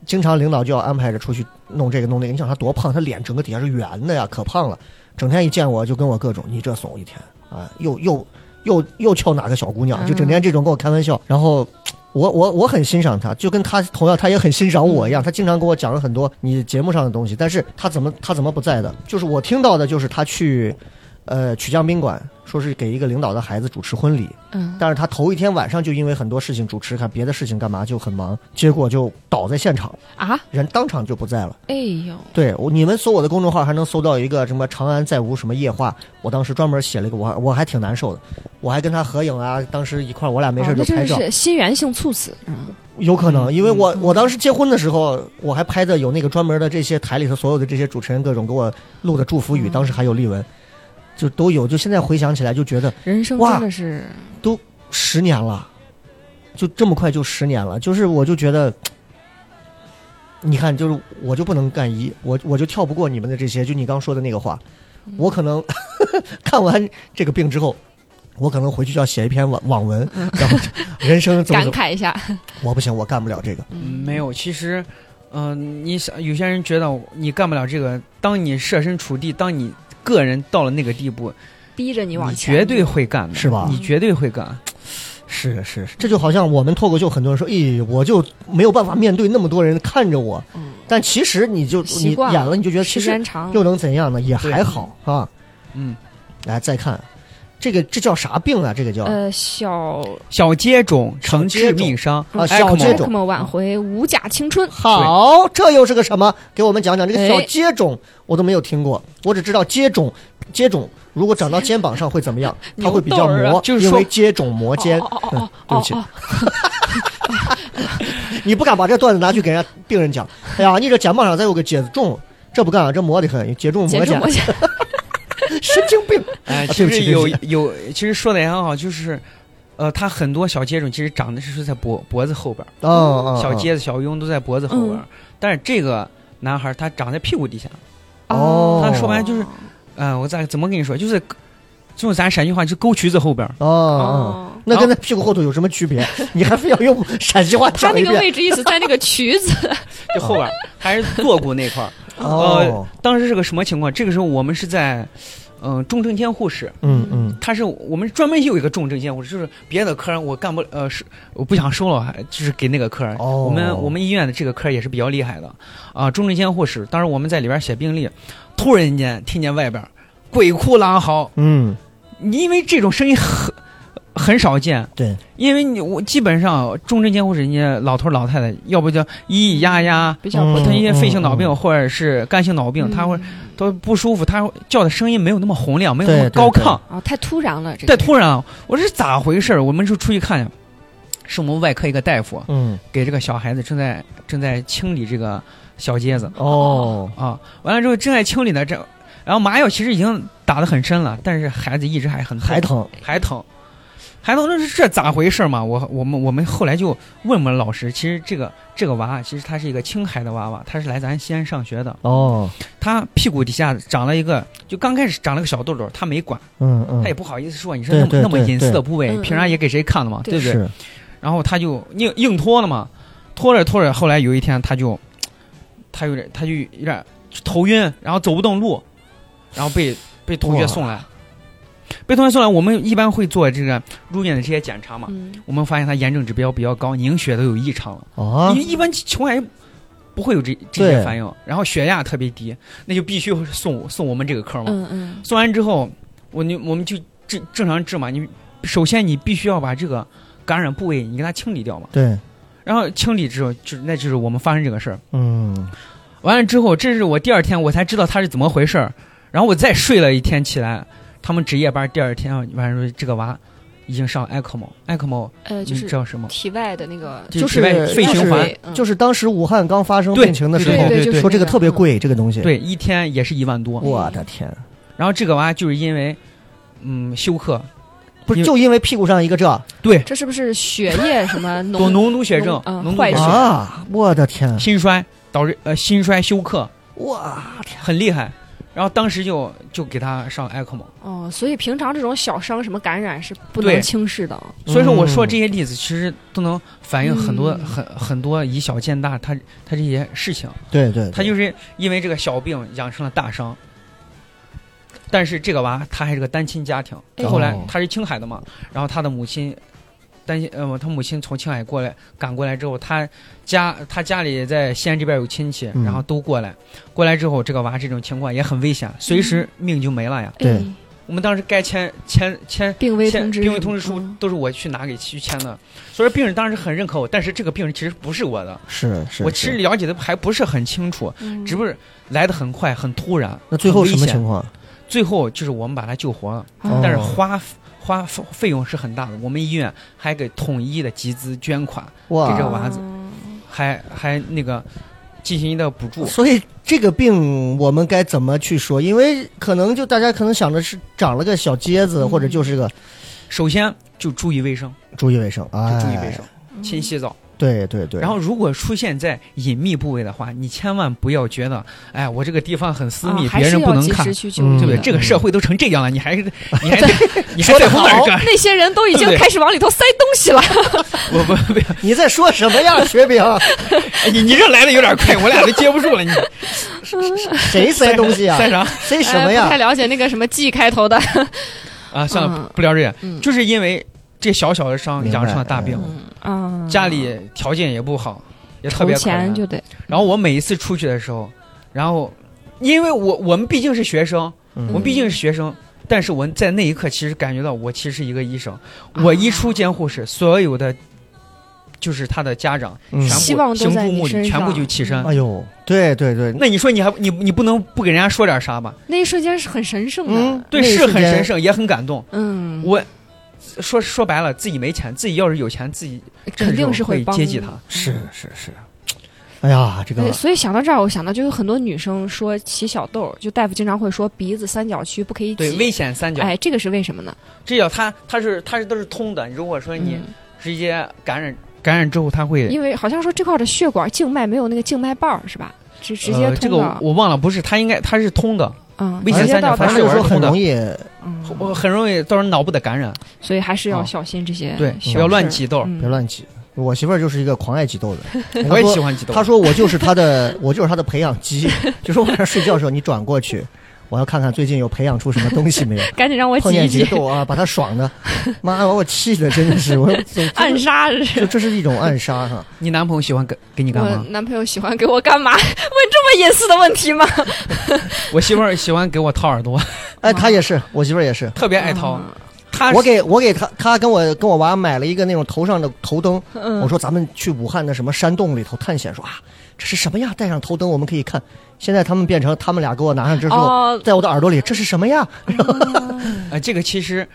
[SPEAKER 3] 经常领导就要安排着出去弄这个弄那个，你想他多胖，他脸整个底下是圆的呀，可胖了。整天一见我就跟我各种你这怂一天啊，又又又又撬哪个小姑娘，就整天这种跟我开玩笑。然后我我我我很欣赏他，就跟他同样，他也很欣赏我一样。他经常给我讲了很多你节目上的东西，但是他怎么他怎么不在的？就是我听到的，就是他去，呃，曲江宾馆，说是给一个领导的孩子主持婚礼，
[SPEAKER 4] 嗯，
[SPEAKER 3] 但是他头一天晚上就因为很多事情主持，看别的事情干嘛就很忙，结果就倒在现场，
[SPEAKER 4] 啊，
[SPEAKER 3] 人当场就不在了。
[SPEAKER 4] 哎呦，
[SPEAKER 3] 对我，你们搜我的公众号还能搜到一个什么“长安再无什么夜话”，我当时专门写了一个，我还我还挺难受的，我还跟他合影啊，当时一块儿我俩没事
[SPEAKER 4] 哦
[SPEAKER 3] 儿就
[SPEAKER 4] 那真
[SPEAKER 3] 拍
[SPEAKER 4] 的
[SPEAKER 3] 照，
[SPEAKER 4] 是嗯心源性猝死，
[SPEAKER 3] 有可能，因为我我当时结婚的时候，我还拍的有那个专门的这些台里头所有的这些主持人各种给我录的祝福
[SPEAKER 4] 嗯
[SPEAKER 3] 语，当时还有例文，就都有，就现在回想起来就觉得
[SPEAKER 4] 人生
[SPEAKER 3] 哇
[SPEAKER 4] 真的是
[SPEAKER 3] 十年了，就这么快就十年了，就是我就觉得，你看，就是我就不能干一，我我就跳不过你们的这些，就你刚说的那个话，
[SPEAKER 4] 嗯
[SPEAKER 3] 我可能 看完这个病之后，我可能回去就要写一篇网网文，然 后人生怎么
[SPEAKER 4] 嗯感
[SPEAKER 3] 怎么，
[SPEAKER 4] 慨一下，
[SPEAKER 3] 我不行，我干不了这个，
[SPEAKER 5] 没有，其实，嗯、你想，有些人觉得你干不了这个，当你设身处地，当你个人到了那个地步，
[SPEAKER 4] 逼着你
[SPEAKER 5] 你
[SPEAKER 4] 往前，
[SPEAKER 5] 绝对会干的，
[SPEAKER 3] 是吧
[SPEAKER 5] 你绝对会干。
[SPEAKER 3] 是是，这就好像我们脱口秀，很多人说，咦，我就没有办法面对那么多人看着我，
[SPEAKER 4] 嗯
[SPEAKER 3] 但其实你就你
[SPEAKER 4] 习惯
[SPEAKER 3] 演了，你就觉得其
[SPEAKER 4] 时
[SPEAKER 3] 实
[SPEAKER 4] 间长，
[SPEAKER 3] 又能怎样呢？也还好啊。
[SPEAKER 5] 嗯，
[SPEAKER 3] 来再看，这个这叫啥病啊？这个叫、
[SPEAKER 4] 呃，小
[SPEAKER 5] 小接种承致命伤，
[SPEAKER 3] 啊
[SPEAKER 5] 哎
[SPEAKER 3] 小接
[SPEAKER 5] 可
[SPEAKER 3] 种
[SPEAKER 5] 猛
[SPEAKER 4] 么挽回无假青春，
[SPEAKER 3] 好，这又是个什么？给我们讲讲这个
[SPEAKER 4] 哎
[SPEAKER 3] 小接种，我都没有听过，我只知道接种接种。如果长到肩膀上会怎么 样？它会比较
[SPEAKER 4] 牛痘儿
[SPEAKER 3] 磨，
[SPEAKER 4] 啊就是
[SPEAKER 3] 因
[SPEAKER 4] 说
[SPEAKER 3] 为接踵磨肩。
[SPEAKER 4] 哦哦
[SPEAKER 3] 嗯
[SPEAKER 4] 哦
[SPEAKER 3] 对
[SPEAKER 4] 哦
[SPEAKER 3] 不起
[SPEAKER 4] 哦，
[SPEAKER 3] 你不敢把这段子拿去给人家病人讲。哎呀，你这肩膀上再有个结子肿，这不干、啊，这磨得很，结肿
[SPEAKER 4] 结
[SPEAKER 3] 磨
[SPEAKER 4] 束
[SPEAKER 3] 肩
[SPEAKER 4] 我， 想
[SPEAKER 3] 神经病。
[SPEAKER 5] 哎，
[SPEAKER 3] 啊对
[SPEAKER 5] 其实
[SPEAKER 3] 不起对不
[SPEAKER 5] 有
[SPEAKER 3] 起
[SPEAKER 5] 有，其实说的也很好，就是，呃，它很多小接种其实长的是在脖脖子后边儿，
[SPEAKER 3] 哦哦，
[SPEAKER 5] 小疖子、小痈都在脖子后边儿，
[SPEAKER 3] 嗯
[SPEAKER 5] 但是这个男孩儿他长在屁股底下。
[SPEAKER 3] 哦
[SPEAKER 5] 他说白了就是嗯、我咋怎么跟你说，就是，就是咱陕西话就沟渠子后边儿。
[SPEAKER 3] 哦哦，
[SPEAKER 4] 哦，
[SPEAKER 3] 那跟那屁股后头有什么区 别？你还非要用陕西话
[SPEAKER 4] 他
[SPEAKER 3] 讲
[SPEAKER 4] 那
[SPEAKER 3] 一
[SPEAKER 4] 个
[SPEAKER 3] 遍？
[SPEAKER 4] 位置意思在那个裙 子，
[SPEAKER 5] 就后边儿还是坐骨那块儿。
[SPEAKER 3] 哦，
[SPEAKER 5] 当时是个什么情况？这个时候我们是在，嗯、重症监护室，
[SPEAKER 3] 嗯嗯，
[SPEAKER 5] 他是我们专门有一个重症监护室，就是别的科儿我干不呃是我不想收了，还就是给那个科儿。
[SPEAKER 3] 哦
[SPEAKER 5] 我们我们医院的这个科儿也是比较厉害的啊、重症监护室。当时我们在里边写病历，突然间听见外边儿鬼哭狼嚎，
[SPEAKER 3] 嗯，
[SPEAKER 5] 你因为这种声音很很少见，
[SPEAKER 3] 对，
[SPEAKER 5] 因为你我基本上重症监护室人家老头儿老太太，要不就咿咿呀呀，
[SPEAKER 4] 比较
[SPEAKER 3] 嗯
[SPEAKER 4] 不
[SPEAKER 5] 他一些肺性脑病
[SPEAKER 3] 嗯
[SPEAKER 5] 或者是肝性脑
[SPEAKER 4] 嗯
[SPEAKER 5] 病，他会都不舒服，他叫的声音没有那么洪亮，没有那么
[SPEAKER 3] 对对
[SPEAKER 5] 高亢。
[SPEAKER 4] 啊，太突然了，这
[SPEAKER 5] 但
[SPEAKER 4] 个
[SPEAKER 5] 突然啊，我这是咋回事儿？我们就出去看呀，是我们外科一个大夫
[SPEAKER 3] 嗯，
[SPEAKER 5] 给这个小孩子正在正在清理这个小疖子
[SPEAKER 3] 哦，
[SPEAKER 5] 啊，完了之后正在清理呢，这然后麻药其实已经打得很深了，但是孩子一直还很
[SPEAKER 3] 还 疼，
[SPEAKER 5] 还疼，还疼，这是这咋回事嘛？我我们我们后来就问我们老师，其实这个这个娃啊其实他是一个青海的娃娃，他是来咱西安上学的，
[SPEAKER 3] 哦，
[SPEAKER 5] 他屁股底下长了一个，就刚开始长了个小痘痘，他没管，
[SPEAKER 3] 嗯嗯，
[SPEAKER 5] 他也不好意思说，你说
[SPEAKER 3] 对
[SPEAKER 5] 那么
[SPEAKER 3] 对
[SPEAKER 5] 那么
[SPEAKER 3] 对
[SPEAKER 5] 隐私
[SPEAKER 3] 对
[SPEAKER 5] 的部位，
[SPEAKER 4] 嗯
[SPEAKER 5] 平常也给谁看了嘛，
[SPEAKER 4] 对
[SPEAKER 5] 对不对？
[SPEAKER 3] 是，
[SPEAKER 5] 然后他就硬硬拖了嘛，拖着拖着，后来有一天他就，他有点他就有点头晕，然后走不动路，然后被被同学
[SPEAKER 3] 哇
[SPEAKER 5] 送来，被同学送来，我们一般会做这个入院的这些检查嘛，
[SPEAKER 4] 嗯
[SPEAKER 5] 我们发现他炎症指标比较高，凝血都有异常了，
[SPEAKER 3] 啊
[SPEAKER 5] 因，为一般情况下不会有这这些反应，然后血压特别低，那就必须送送我们这个科嘛，
[SPEAKER 4] 嗯嗯，
[SPEAKER 5] 送完之后，我你我们就正正常治嘛，你首先你必须要把这个感染部位你给它清理掉嘛。
[SPEAKER 3] 对，
[SPEAKER 5] 然后清理之后，就那就是我们发生这个事儿。
[SPEAKER 3] 嗯，
[SPEAKER 5] 完了之后，这是我第二天我才知道他是怎么回事儿。然后我再睡了一天起来，他们值夜班，第二天晚上说这个娃已经上 ECMO，ECMO
[SPEAKER 4] 呃，就
[SPEAKER 5] 你知
[SPEAKER 4] 是
[SPEAKER 5] 道什么？
[SPEAKER 4] 体外的那个
[SPEAKER 5] 嗯就
[SPEAKER 3] 就是
[SPEAKER 5] 体外肺循环，
[SPEAKER 4] 嗯
[SPEAKER 3] 就是当时武汉刚发生
[SPEAKER 5] 对
[SPEAKER 3] 病情的时
[SPEAKER 5] 对
[SPEAKER 3] 候，
[SPEAKER 5] 对
[SPEAKER 4] 就是
[SPEAKER 3] 说这个
[SPEAKER 4] 那
[SPEAKER 3] 特别
[SPEAKER 4] 嗯
[SPEAKER 3] 贵，这个东西，，
[SPEAKER 5] 对，一天也是一万多。
[SPEAKER 3] 我的天，
[SPEAKER 5] 然后这个娃就是因为，嗯，休克，
[SPEAKER 3] 不是
[SPEAKER 5] 因为
[SPEAKER 3] 就因为屁股上一个这
[SPEAKER 5] 对，
[SPEAKER 4] 这是不是血液什么
[SPEAKER 5] 多
[SPEAKER 4] 浓
[SPEAKER 5] 脓毒血症
[SPEAKER 4] 脓、嗯
[SPEAKER 5] 脓毒
[SPEAKER 4] 坏
[SPEAKER 5] 血
[SPEAKER 4] 血
[SPEAKER 5] 症、
[SPEAKER 3] 啊，我的天，
[SPEAKER 5] 心衰导致呃心衰休克，
[SPEAKER 3] 哇，
[SPEAKER 5] 很厉害。然后当时就就给他上 ECMO，
[SPEAKER 4] 哦，所以平常这种小伤什么感染是不
[SPEAKER 5] 对
[SPEAKER 4] 能轻视的。
[SPEAKER 5] 所以说我说
[SPEAKER 3] 嗯
[SPEAKER 5] 这些例子其实都能反映很多、
[SPEAKER 4] 嗯
[SPEAKER 5] 很很多以小见大，他他这些事情，
[SPEAKER 3] 对对，
[SPEAKER 5] 他
[SPEAKER 3] 对
[SPEAKER 5] 就是因为这个小病养成了大伤。但是这个娃他还是个单亲家庭，
[SPEAKER 3] 哎
[SPEAKER 5] 后来
[SPEAKER 3] 哦
[SPEAKER 5] 他是青海的嘛，然后他的母亲担心，呃，他母亲从青海过来赶过来之后，他家他家里在西安这边有亲戚，
[SPEAKER 3] 嗯
[SPEAKER 5] 然后都过来，过来之后，这个娃这种情况也很危险，随时
[SPEAKER 3] 嗯
[SPEAKER 5] 命就没了呀。
[SPEAKER 3] 对
[SPEAKER 4] 哎
[SPEAKER 5] 我们当时该签签签
[SPEAKER 4] 病危
[SPEAKER 5] 签
[SPEAKER 4] 通知
[SPEAKER 5] 病
[SPEAKER 4] 什
[SPEAKER 5] 危
[SPEAKER 4] 么
[SPEAKER 5] 通知书
[SPEAKER 4] 嗯
[SPEAKER 5] 都是我去拿给去签的，所以说病人当时很认可我，但是这个病人其实不是我的，
[SPEAKER 3] 是是。
[SPEAKER 5] 我其
[SPEAKER 3] 是
[SPEAKER 5] 实了解的还不是很清楚，
[SPEAKER 4] 嗯
[SPEAKER 5] 只不过来的很快，很突然。
[SPEAKER 3] 那最后什
[SPEAKER 5] 很
[SPEAKER 3] 么
[SPEAKER 5] 危险
[SPEAKER 3] 情况？
[SPEAKER 5] 最后就是我们把他救活了，
[SPEAKER 3] 哦
[SPEAKER 5] 但是花花费用是很大的。我们医院还给统一的集资捐款，给这
[SPEAKER 3] 哇，
[SPEAKER 5] 娃子
[SPEAKER 4] 哦
[SPEAKER 5] 还还那个进行一个补助。
[SPEAKER 3] 所以这个病我们该怎么去说？因为可能就大家可能想的是长了个小疖
[SPEAKER 5] 嗯
[SPEAKER 3] 子，或者就是个
[SPEAKER 5] 首先就注意卫生，
[SPEAKER 3] 注意卫生啊，
[SPEAKER 5] 就
[SPEAKER 3] 哎
[SPEAKER 5] 注意卫生，勤洗澡。
[SPEAKER 3] 对对对。
[SPEAKER 5] 然后，如果出现在隐秘部位的话，你千万不要觉得，哎，我这个地方很私密，
[SPEAKER 4] 啊还
[SPEAKER 5] 别人
[SPEAKER 4] 是
[SPEAKER 5] 不
[SPEAKER 4] 要
[SPEAKER 5] 能
[SPEAKER 4] 及
[SPEAKER 5] 看
[SPEAKER 4] 时，去纠
[SPEAKER 3] 嗯
[SPEAKER 4] 正
[SPEAKER 5] 对不对？
[SPEAKER 4] 的
[SPEAKER 5] 这个社会都成这样了，你 还是你还得你还得往哪儿干？
[SPEAKER 4] 那些人都已经
[SPEAKER 5] 对
[SPEAKER 4] 开始往里头塞东西了，
[SPEAKER 5] 我不不
[SPEAKER 3] 你在说什么呀，雪饼？
[SPEAKER 5] 你你这来的有点快，我俩都接不住了。 你
[SPEAKER 3] 谁塞东西啊？
[SPEAKER 5] 塞啥
[SPEAKER 3] 塞什
[SPEAKER 4] 哎
[SPEAKER 3] 么
[SPEAKER 4] 不
[SPEAKER 3] 呀？
[SPEAKER 4] 太了解那个什么 G 开头的，
[SPEAKER 5] 啊？算了
[SPEAKER 4] 嗯，
[SPEAKER 5] 不聊这个，
[SPEAKER 4] 嗯
[SPEAKER 5] 就是因为这小小的伤
[SPEAKER 3] 明白
[SPEAKER 5] 养成了大病，
[SPEAKER 4] 啊，
[SPEAKER 5] 家里条件也不好，也特
[SPEAKER 4] 筹
[SPEAKER 5] 别可
[SPEAKER 4] 钱
[SPEAKER 5] 怜。
[SPEAKER 4] 就得，
[SPEAKER 5] 然后我每一次出去的时候，然后因为我我们毕竟是学生，
[SPEAKER 3] 嗯
[SPEAKER 5] 我们毕竟是学生。但是我在那一刻，其实感觉到我其实是一个医生。
[SPEAKER 3] 啊
[SPEAKER 5] 我一出监护室，所有的就是他的家长
[SPEAKER 3] 嗯
[SPEAKER 4] 希
[SPEAKER 5] 全部
[SPEAKER 4] 望都
[SPEAKER 5] 行
[SPEAKER 4] 在
[SPEAKER 5] 注
[SPEAKER 4] 你
[SPEAKER 5] 目
[SPEAKER 4] 身
[SPEAKER 5] 礼，全部
[SPEAKER 4] 上嗯
[SPEAKER 5] 就起身。
[SPEAKER 3] 哎呦，对对对，
[SPEAKER 5] 那你说你还你你不能不给人家说点啥吧？
[SPEAKER 4] 那一瞬间是很神圣
[SPEAKER 3] 嗯
[SPEAKER 4] 的，，
[SPEAKER 5] 对，
[SPEAKER 3] 那一
[SPEAKER 5] 是
[SPEAKER 3] 瞬
[SPEAKER 5] 很
[SPEAKER 3] 间
[SPEAKER 5] 神。圣，也很感动。
[SPEAKER 4] 嗯，
[SPEAKER 5] 我说说白了，自己没钱，自己要是有钱，自己
[SPEAKER 4] 肯定是
[SPEAKER 5] 会
[SPEAKER 4] 帮
[SPEAKER 5] 接济他。
[SPEAKER 3] 是嗯是是，哎呀，这
[SPEAKER 4] 对，
[SPEAKER 3] 个
[SPEAKER 4] 所以想到这儿，我想到就有很多女生说起小痘儿，就大夫经常会说鼻子三角区不可以
[SPEAKER 5] 对，
[SPEAKER 4] 挤，
[SPEAKER 5] 危险三角，
[SPEAKER 4] 哎，这个是为什么呢？
[SPEAKER 5] 这叫它它是它是都是通的。如果说你
[SPEAKER 4] 嗯
[SPEAKER 5] 直接感染感染之后，它会
[SPEAKER 4] 因为好像说这块儿的血管静脉没有那个静脉瓣儿是吧？直直接
[SPEAKER 5] 呃这
[SPEAKER 4] 通
[SPEAKER 5] 个我
[SPEAKER 4] 到，
[SPEAKER 5] 我忘了，不是它应该它是通的，
[SPEAKER 4] 嗯，
[SPEAKER 5] 危险
[SPEAKER 4] 直接
[SPEAKER 5] 三角
[SPEAKER 4] 到
[SPEAKER 5] 反
[SPEAKER 3] 反正就是
[SPEAKER 4] 导
[SPEAKER 5] 正我
[SPEAKER 3] 说
[SPEAKER 5] 是
[SPEAKER 3] 很
[SPEAKER 5] 通的
[SPEAKER 3] 容易，
[SPEAKER 5] 我很容易造成脑部的感染。
[SPEAKER 4] 所以还是要
[SPEAKER 5] 啊
[SPEAKER 4] 小心这些小事
[SPEAKER 5] 对
[SPEAKER 4] 儿，，
[SPEAKER 5] 不要乱挤痘儿。
[SPEAKER 4] 嗯
[SPEAKER 3] 别乱挤。我媳妇儿就是一个狂爱挤 痘的人，
[SPEAKER 5] 我
[SPEAKER 3] 嗯她
[SPEAKER 5] 也
[SPEAKER 3] 说
[SPEAKER 5] 喜欢挤痘
[SPEAKER 3] 她
[SPEAKER 5] 儿。
[SPEAKER 3] 说我就是她的， 我就是她的培养基， 就是晚上睡觉的时候你转过去，我要看看最近有培养出什么东西没有。
[SPEAKER 4] 赶紧让 我
[SPEAKER 3] 碰
[SPEAKER 4] 挤一
[SPEAKER 3] 见几
[SPEAKER 4] 挤
[SPEAKER 3] 个，痘啊，把她爽的，妈把我气的真的是，我总
[SPEAKER 4] 暗杀。
[SPEAKER 3] 就是这是一种暗杀哈。
[SPEAKER 5] 你男朋友喜欢给给你干
[SPEAKER 4] 我
[SPEAKER 5] 嘛？
[SPEAKER 4] 男朋友喜欢给我干嘛？ 问这么隐私的问题吗？
[SPEAKER 5] 我 媳妇儿喜欢给我掏耳朵，
[SPEAKER 3] 哎，她也是，我媳妇儿也是。
[SPEAKER 5] 特别爱掏。
[SPEAKER 4] 哦
[SPEAKER 5] 她
[SPEAKER 3] 我给我给她，她跟我跟我娃买了一个那种头上的头灯，
[SPEAKER 4] 嗯，
[SPEAKER 3] 我说咱们去武汉的什么山洞里头探险，说啊，这是什么呀？戴上头灯我们可以看。现在他们变成他们俩给我拿上之后，
[SPEAKER 4] 哦
[SPEAKER 3] 在我的耳朵里，这是什么呀？
[SPEAKER 5] 呃，这个其实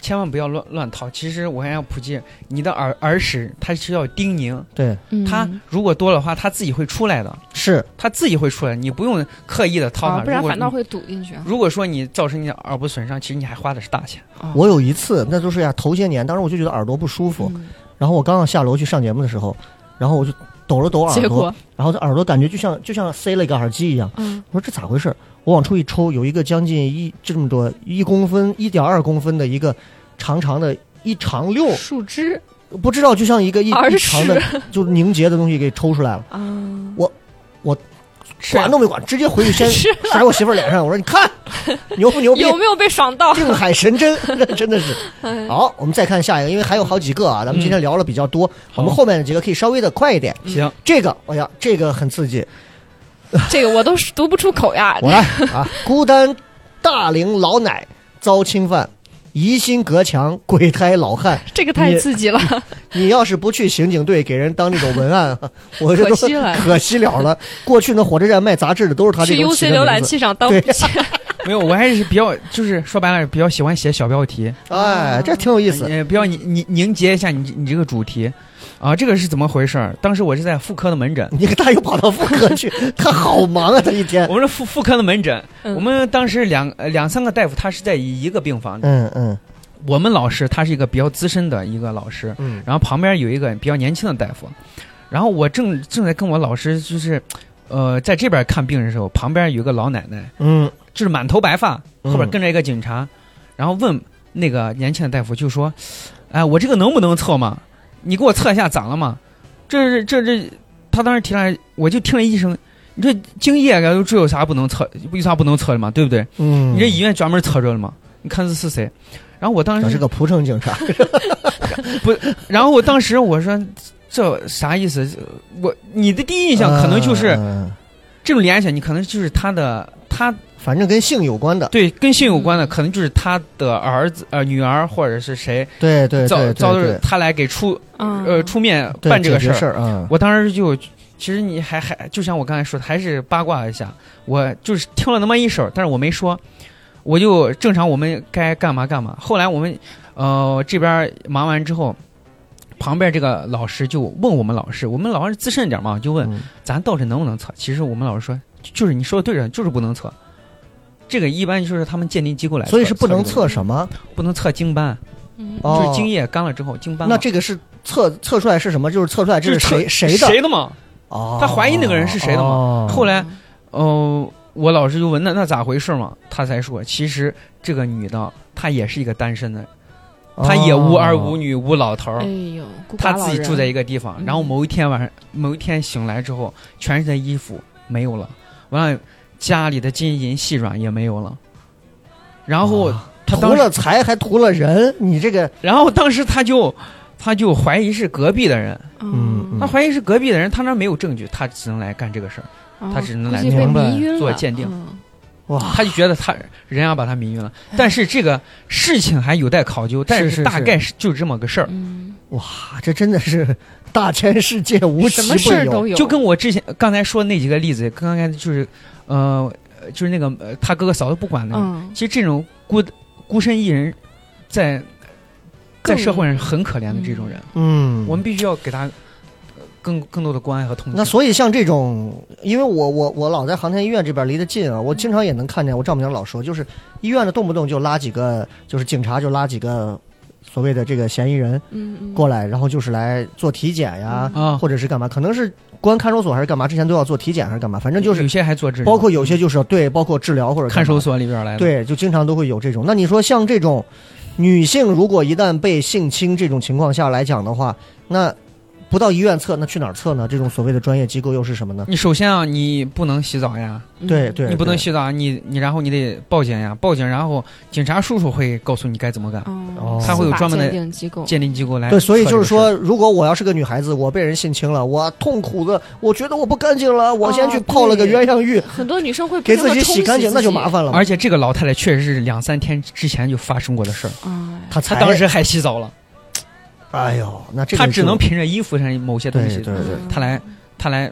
[SPEAKER 5] 千万不要乱乱掏。其实我还要普及，你的耳耳屎它是要叮咛，
[SPEAKER 3] 对，
[SPEAKER 4] 嗯
[SPEAKER 5] 它如果多的话，它自己会出来的，
[SPEAKER 3] 是
[SPEAKER 5] 它自己会出来，你不用刻意的掏它。
[SPEAKER 4] 啊，不然
[SPEAKER 5] 如果
[SPEAKER 4] 反倒
[SPEAKER 5] 你
[SPEAKER 4] 会堵进去啊。
[SPEAKER 5] 如果说你造成你的耳部损伤，其实你还花的是大钱。
[SPEAKER 3] 我有一次，那就是呀，头些年，当时我就觉得耳朵不舒服，
[SPEAKER 4] 嗯
[SPEAKER 3] 然后我刚要下楼去上节目的时候，然后我就抖了抖耳
[SPEAKER 4] 结
[SPEAKER 3] 朵
[SPEAKER 4] 果，，
[SPEAKER 3] 然后这耳朵感觉就像就像塞了一个耳机一样，
[SPEAKER 4] 嗯，
[SPEAKER 3] 我说这咋回事儿？我往出一抽，有一个将近一这么多一公分、一点二公分的一个长长的。一长溜，
[SPEAKER 4] 树枝
[SPEAKER 3] 不知道就像一个一
[SPEAKER 4] 耳
[SPEAKER 3] 一长的
[SPEAKER 4] 屎，
[SPEAKER 3] 就是凝结的东西给抽出来了。
[SPEAKER 4] 啊，
[SPEAKER 5] 是
[SPEAKER 3] 管都没管，直接回去先
[SPEAKER 4] 是
[SPEAKER 3] 甩我媳妇儿脸上。我说你 看，牛不牛逼？
[SPEAKER 4] 有没有被爽 到？
[SPEAKER 3] 定海神 针，真的是。
[SPEAKER 4] 哎
[SPEAKER 3] 好，我们再看下一个，因为还有好几个啊，咱们今天聊了比较多，我们后面的几个可以稍微的快一点。
[SPEAKER 5] 行，
[SPEAKER 3] 这个，哎呀，这个很刺激，
[SPEAKER 4] 这个我都是读不出口呀。
[SPEAKER 3] 我来啊！孤单大龄老奶遭侵犯，疑心隔墙鬼胎老汉，
[SPEAKER 4] 这个太刺激了，
[SPEAKER 3] 你要是不去刑警队给人当这种文案，我就
[SPEAKER 4] 可惜了
[SPEAKER 3] 可惜了了。过去那火车站卖杂志的都是他这
[SPEAKER 4] 去
[SPEAKER 3] 种
[SPEAKER 4] UC
[SPEAKER 3] 起的名字
[SPEAKER 4] 浏览器上当
[SPEAKER 3] 对
[SPEAKER 4] 笔记
[SPEAKER 5] 没有，我还是比较就是说白了，比较喜欢写小标题，
[SPEAKER 4] 啊
[SPEAKER 3] 哎，这挺有意思。
[SPEAKER 5] 呃，比较凝凝凝结一下你你这个主题。啊，这个是怎么回事儿？当时我是在妇科的门诊，
[SPEAKER 3] 你看他又跑到妇科去，他好忙啊，他一天
[SPEAKER 5] 我。们是妇妇科的门诊，
[SPEAKER 4] 嗯
[SPEAKER 5] 我们当时两呃两三个大夫，他是在一个病房，
[SPEAKER 3] 嗯嗯
[SPEAKER 5] 我们老师他是一个比较资深的一个老师，
[SPEAKER 3] 嗯，
[SPEAKER 5] 然后旁边有一个比较年轻的大夫，然后我正正在跟我老师就是，呃，在这边看病人的时候，旁边有一个老奶奶，
[SPEAKER 3] 嗯
[SPEAKER 5] 就是满头白发，
[SPEAKER 3] 嗯
[SPEAKER 5] 后边跟着一个警察，然后问那个年轻的大夫就说，哎，我这个能不能测嘛？你给我测一下咋了嘛？这是这这，他当时提来，我就听了一声，你这精液啊这有啥不能测，有啥不能测的嘛，对不对？
[SPEAKER 3] 嗯，
[SPEAKER 5] 你这医院专门测这了吗？你看这是谁？然然后我当
[SPEAKER 3] 这是
[SPEAKER 5] 时
[SPEAKER 3] 个蒲城警察，
[SPEAKER 5] 然后我当时我说这啥意思？我你的第一 印象可能就是、
[SPEAKER 3] 嗯
[SPEAKER 5] 这种联想，你可能就是他的他
[SPEAKER 3] 反正跟性有关的，
[SPEAKER 5] 对跟性有关
[SPEAKER 3] 嗯
[SPEAKER 5] 的，可能就是他的儿子呃女儿或者是谁
[SPEAKER 3] 对对
[SPEAKER 5] 遭
[SPEAKER 3] 对
[SPEAKER 5] 遭
[SPEAKER 3] 对
[SPEAKER 5] 的
[SPEAKER 3] 对
[SPEAKER 5] 他来给出
[SPEAKER 4] 嗯
[SPEAKER 5] 呃出面
[SPEAKER 3] 对
[SPEAKER 5] 办这个
[SPEAKER 3] 解决
[SPEAKER 5] 事儿
[SPEAKER 3] 事。儿啊，
[SPEAKER 5] 我当时就其实你还还就像我刚才说的，还是八卦一下，我就是听了那么一首，但是我没说，我就正常我们该干嘛干嘛。后来我们呃这边忙完之后。旁边这个老师就问我们老师，我们老师自慎点嘛，就问
[SPEAKER 3] 嗯
[SPEAKER 5] 咱到底能不能测？其实我们老师说，就就是你说的对着，就是不能测。这个一般就是他们鉴定机构来测，
[SPEAKER 3] 所以是不能
[SPEAKER 5] 测
[SPEAKER 3] 测什么
[SPEAKER 5] 这个，不能测精斑，
[SPEAKER 4] 嗯
[SPEAKER 5] 就是
[SPEAKER 3] 哦。
[SPEAKER 5] 精液干了之后精斑嘛。
[SPEAKER 3] 那这个是测测出来是什么？就是测出来这
[SPEAKER 5] 嗯就是测
[SPEAKER 3] 谁谁的？
[SPEAKER 5] 谁的嘛？
[SPEAKER 3] 哦，
[SPEAKER 5] 他怀疑那个人是谁的嘛
[SPEAKER 3] 哦
[SPEAKER 5] 后来哦，我老师就问那那咋回事嘛？他才说，其实这个女的她也是一个单身的，她也无儿
[SPEAKER 3] 哦
[SPEAKER 5] 无。女无老头
[SPEAKER 4] 哎
[SPEAKER 5] 儿，
[SPEAKER 4] 呦，孤寡
[SPEAKER 5] 她自己
[SPEAKER 4] 老人
[SPEAKER 5] 住在一个地方。
[SPEAKER 4] 嗯
[SPEAKER 5] 然后某一天晚上，某一天醒来之后，全身的衣服没有了，完了家里的金银细软也没有了。然后她
[SPEAKER 3] 图
[SPEAKER 5] 当
[SPEAKER 3] 啊了
[SPEAKER 5] 时，
[SPEAKER 3] 财还图了人，你这个
[SPEAKER 5] 然后当时她就。她就怀疑是隔壁的人，
[SPEAKER 3] 嗯
[SPEAKER 5] 她怀疑是隔壁的人，她那儿没有证据，她只能来干这个事儿，
[SPEAKER 4] 嗯
[SPEAKER 5] 他只能
[SPEAKER 4] 估
[SPEAKER 5] 来
[SPEAKER 4] 计被
[SPEAKER 3] 明白
[SPEAKER 4] 迷晕了
[SPEAKER 5] 做鉴定
[SPEAKER 4] 嗯
[SPEAKER 3] 哇，
[SPEAKER 5] 她就觉得她人家把她迷晕了。但是这个事情还有待考究，但
[SPEAKER 3] 是是
[SPEAKER 5] 大概是就是这么个事儿。
[SPEAKER 4] 嗯，
[SPEAKER 3] 这真的是大千世界无奇
[SPEAKER 4] 什么
[SPEAKER 3] 不
[SPEAKER 4] 事儿
[SPEAKER 3] 有
[SPEAKER 4] 都有，
[SPEAKER 5] 就跟我之前刚才说的那几个例子，刚才就是，呃，就是那个呃他哥哥嫂子不管那个，
[SPEAKER 4] 嗯
[SPEAKER 5] 其实这种孤孤身一人，在在
[SPEAKER 4] 更
[SPEAKER 5] 社会上是很可怜的这种人，
[SPEAKER 3] 嗯，
[SPEAKER 5] 我们必须要给他呃更更多的关爱和同情。
[SPEAKER 3] 那所以像这种，因为我我我老在航天医院这边离得近啊，我经常也能看见。我丈母娘老说，就是医院的动不动就拉几个，就是警察就拉几个所谓的这个嫌疑人
[SPEAKER 4] 嗯嗯
[SPEAKER 3] 过来，然后就是来做体检呀，
[SPEAKER 5] 啊，
[SPEAKER 3] 或者是干嘛，可能是公安看守所还是干嘛，之前都要做体检还是干嘛，反正就是
[SPEAKER 5] 有些还做治疗，
[SPEAKER 3] 包括有些就是对，包括治疗或者干嘛
[SPEAKER 5] 嗯看守所里边来的，，
[SPEAKER 3] 对，就经常都会有这种。那你说像这种女性，如果一旦被性侵这种情况下来讲的话，那不到医院测，那去哪儿测呢？这种所谓的专业机构又是什么呢？
[SPEAKER 5] 你首先啊，你不能洗澡呀，
[SPEAKER 4] 嗯
[SPEAKER 3] 对对，
[SPEAKER 5] 你不能
[SPEAKER 3] 对
[SPEAKER 5] 洗澡啊，你你然后你得报警呀，报警，然后警察叔叔会告诉你该怎么干，
[SPEAKER 4] 哦
[SPEAKER 3] 哦，
[SPEAKER 5] 他会有专门的
[SPEAKER 4] 司法鉴定机构，
[SPEAKER 5] 鉴定机构来。
[SPEAKER 3] 对，所以就是说，，如果我要是个女孩子，我被人性侵了，我痛苦的，我觉得我不干净了，我先去
[SPEAKER 5] 啊
[SPEAKER 4] 哦
[SPEAKER 3] 泡了个
[SPEAKER 4] 对
[SPEAKER 3] 鸳鸯浴，
[SPEAKER 4] 很多女生会
[SPEAKER 3] 给自己洗干净，那就麻
[SPEAKER 4] 烦
[SPEAKER 3] 烦了嘛。
[SPEAKER 5] 而且这个老太太确实是两三天之前就发生过的事儿，
[SPEAKER 4] 啊。哎
[SPEAKER 3] 她
[SPEAKER 5] 她
[SPEAKER 3] 才
[SPEAKER 5] 当，时还洗澡了，
[SPEAKER 3] 哎呦，那这个
[SPEAKER 5] 她只
[SPEAKER 3] 就
[SPEAKER 5] 能凭着衣服上某些东
[SPEAKER 3] 对
[SPEAKER 5] 西，
[SPEAKER 3] 对对。
[SPEAKER 5] 她来她来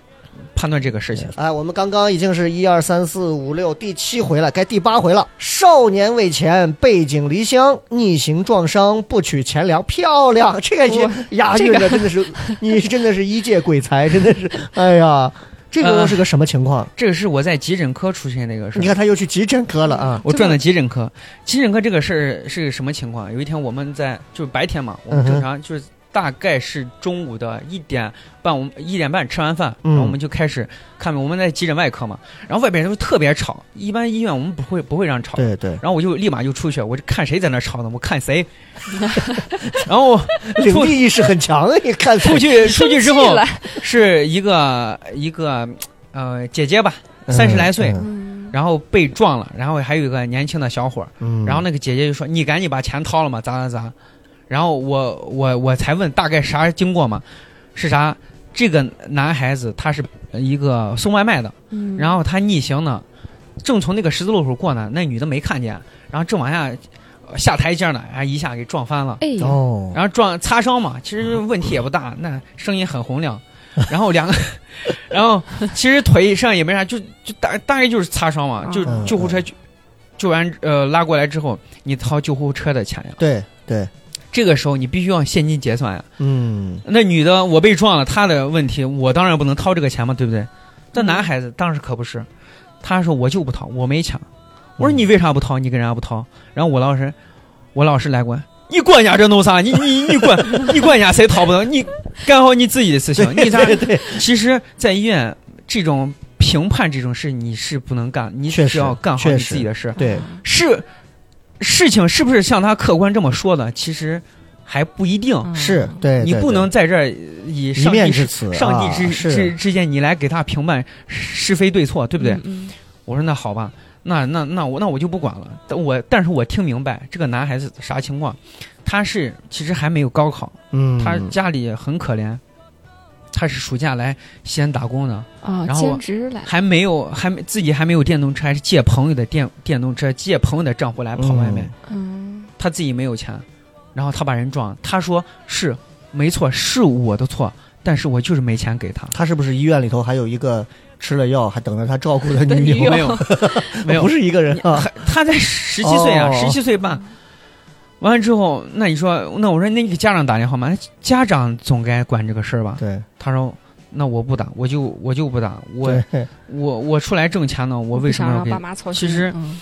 [SPEAKER 5] 判断这个事情。
[SPEAKER 3] 哎，我们刚刚已经是一二三四五六第七回了，该第八回了。少年为钱背井离乡，逆行撞伤不取钱粮，漂亮！这个也
[SPEAKER 4] 哇
[SPEAKER 3] 押韵的真的是，你真的是一介鬼才，真的是，哎呀，这个又是个什么情 况？
[SPEAKER 5] 这个是我在急诊科出现的一个事
[SPEAKER 3] 你
[SPEAKER 5] 儿。
[SPEAKER 3] 看他又去急诊科了啊！
[SPEAKER 5] 我转的急诊科，急诊科这个事儿是什么情况？有一天我们在就是白天嘛，
[SPEAKER 3] 嗯
[SPEAKER 5] 我们正常就是大概是中午的一点半，我们一点半吃完饭，
[SPEAKER 3] 嗯
[SPEAKER 5] 然后我们就开始看病。我们在急诊外科嘛，然后外边都特别吵，一般医院我们不会不会让吵，
[SPEAKER 3] 对对，
[SPEAKER 5] 然后我就立马就出去，我就看谁在那吵呢，我 看谁。然后
[SPEAKER 3] 领地意识很强啊！你看
[SPEAKER 5] 出去出去之后
[SPEAKER 4] 了，
[SPEAKER 5] 是一个一个呃姐姐吧，三十来岁，
[SPEAKER 3] 嗯
[SPEAKER 4] 嗯
[SPEAKER 5] 然后被撞了，然后还有一个年轻的小伙儿，
[SPEAKER 3] 嗯
[SPEAKER 5] 然后那个姐姐就说：“你赶紧把钱掏了嘛，咋咋咋。”然后我我我才问大概啥经过嘛，是啥？这个男孩子他是一个送外卖的，
[SPEAKER 4] 嗯
[SPEAKER 5] 然后他逆行呢，正从那个十字路口过呢，那女的没看见，然后正往下呃下台阶呢，哎，一下给撞翻了，
[SPEAKER 4] 哎呦，
[SPEAKER 3] 哦，
[SPEAKER 5] 然后撞擦伤嘛，其实问题也不大，那声音很洪亮，然后两个， 然后其实腿上也没啥，就就大大概就是擦伤嘛，就
[SPEAKER 3] 嗯
[SPEAKER 5] 救护车就救完呃拉过来之后，你掏救护车的钱呀，
[SPEAKER 3] 对对，
[SPEAKER 5] 这个时候你必须要现金结算呀。
[SPEAKER 3] 嗯，
[SPEAKER 5] 那女的我被撞了，她的问题我当然不能掏这个钱嘛，对不对？
[SPEAKER 3] 嗯
[SPEAKER 5] 但男孩子当时可不是，他说我就不掏，我没抢。我
[SPEAKER 3] 嗯
[SPEAKER 5] 说你为啥不掏？你给人家不掏？然后我老师，我老师来管，你管家这弄啥？你你你管 你管家谁掏不掏？你干好你自己的事情。你咋？其实，在医院这种评判这种事你是不能干，你
[SPEAKER 3] 确
[SPEAKER 5] 只
[SPEAKER 3] 实
[SPEAKER 5] 要干好
[SPEAKER 3] 确
[SPEAKER 5] 你
[SPEAKER 3] 实
[SPEAKER 5] 自己的事。
[SPEAKER 3] 对，
[SPEAKER 5] 是事情是不是像他客观这么说的？其实还不一定。
[SPEAKER 4] 嗯
[SPEAKER 3] 是，对，
[SPEAKER 5] 你
[SPEAKER 3] 哎对
[SPEAKER 5] 不
[SPEAKER 3] 对
[SPEAKER 5] 能在这儿以
[SPEAKER 3] 一
[SPEAKER 5] 上
[SPEAKER 3] 面
[SPEAKER 5] 帝
[SPEAKER 3] 之
[SPEAKER 5] 之
[SPEAKER 3] 词，
[SPEAKER 5] 上帝之
[SPEAKER 3] 啊是
[SPEAKER 5] 之之间，你来给他评判是非对错，对不对？
[SPEAKER 4] 嗯？嗯
[SPEAKER 5] 我说那好吧，那那那我那我就不管了。但我但是我听明白这个男孩子啥情况，他是其实还没有高考，
[SPEAKER 3] 嗯，
[SPEAKER 5] 他家里很可怜，他是暑假来西安打工的，
[SPEAKER 4] 啊，
[SPEAKER 5] 然后
[SPEAKER 4] 兼职来，
[SPEAKER 5] 还没有还没自己还没有电动车，还是借朋友的电电动车，借朋友的丈夫来跑外卖，
[SPEAKER 4] 嗯，
[SPEAKER 5] 他自己没有钱，然后他把人撞，他说是没错，是我的错，但是我就是没钱给 他。
[SPEAKER 3] 他是不是医院里头还有一个吃了药还等着他照顾的
[SPEAKER 4] 的
[SPEAKER 3] 女
[SPEAKER 4] 女
[SPEAKER 3] 友？
[SPEAKER 5] 没有 没有
[SPEAKER 3] 不，是一个人啊。
[SPEAKER 5] 还他才十七岁啊，
[SPEAKER 3] 哦
[SPEAKER 5] 十七岁半。完了之后，那你说，那我说，那你给家长打电话嘛？家长总该管这个事儿吧？
[SPEAKER 3] 对，
[SPEAKER 5] 他说，那我不打，我就我就不打，我
[SPEAKER 3] 对
[SPEAKER 5] 我我出来挣钱呢，我为什么
[SPEAKER 4] 不
[SPEAKER 5] 要
[SPEAKER 4] 想
[SPEAKER 5] 给
[SPEAKER 4] 让爸？妈操
[SPEAKER 5] 其
[SPEAKER 4] 心？
[SPEAKER 5] 实
[SPEAKER 4] 嗯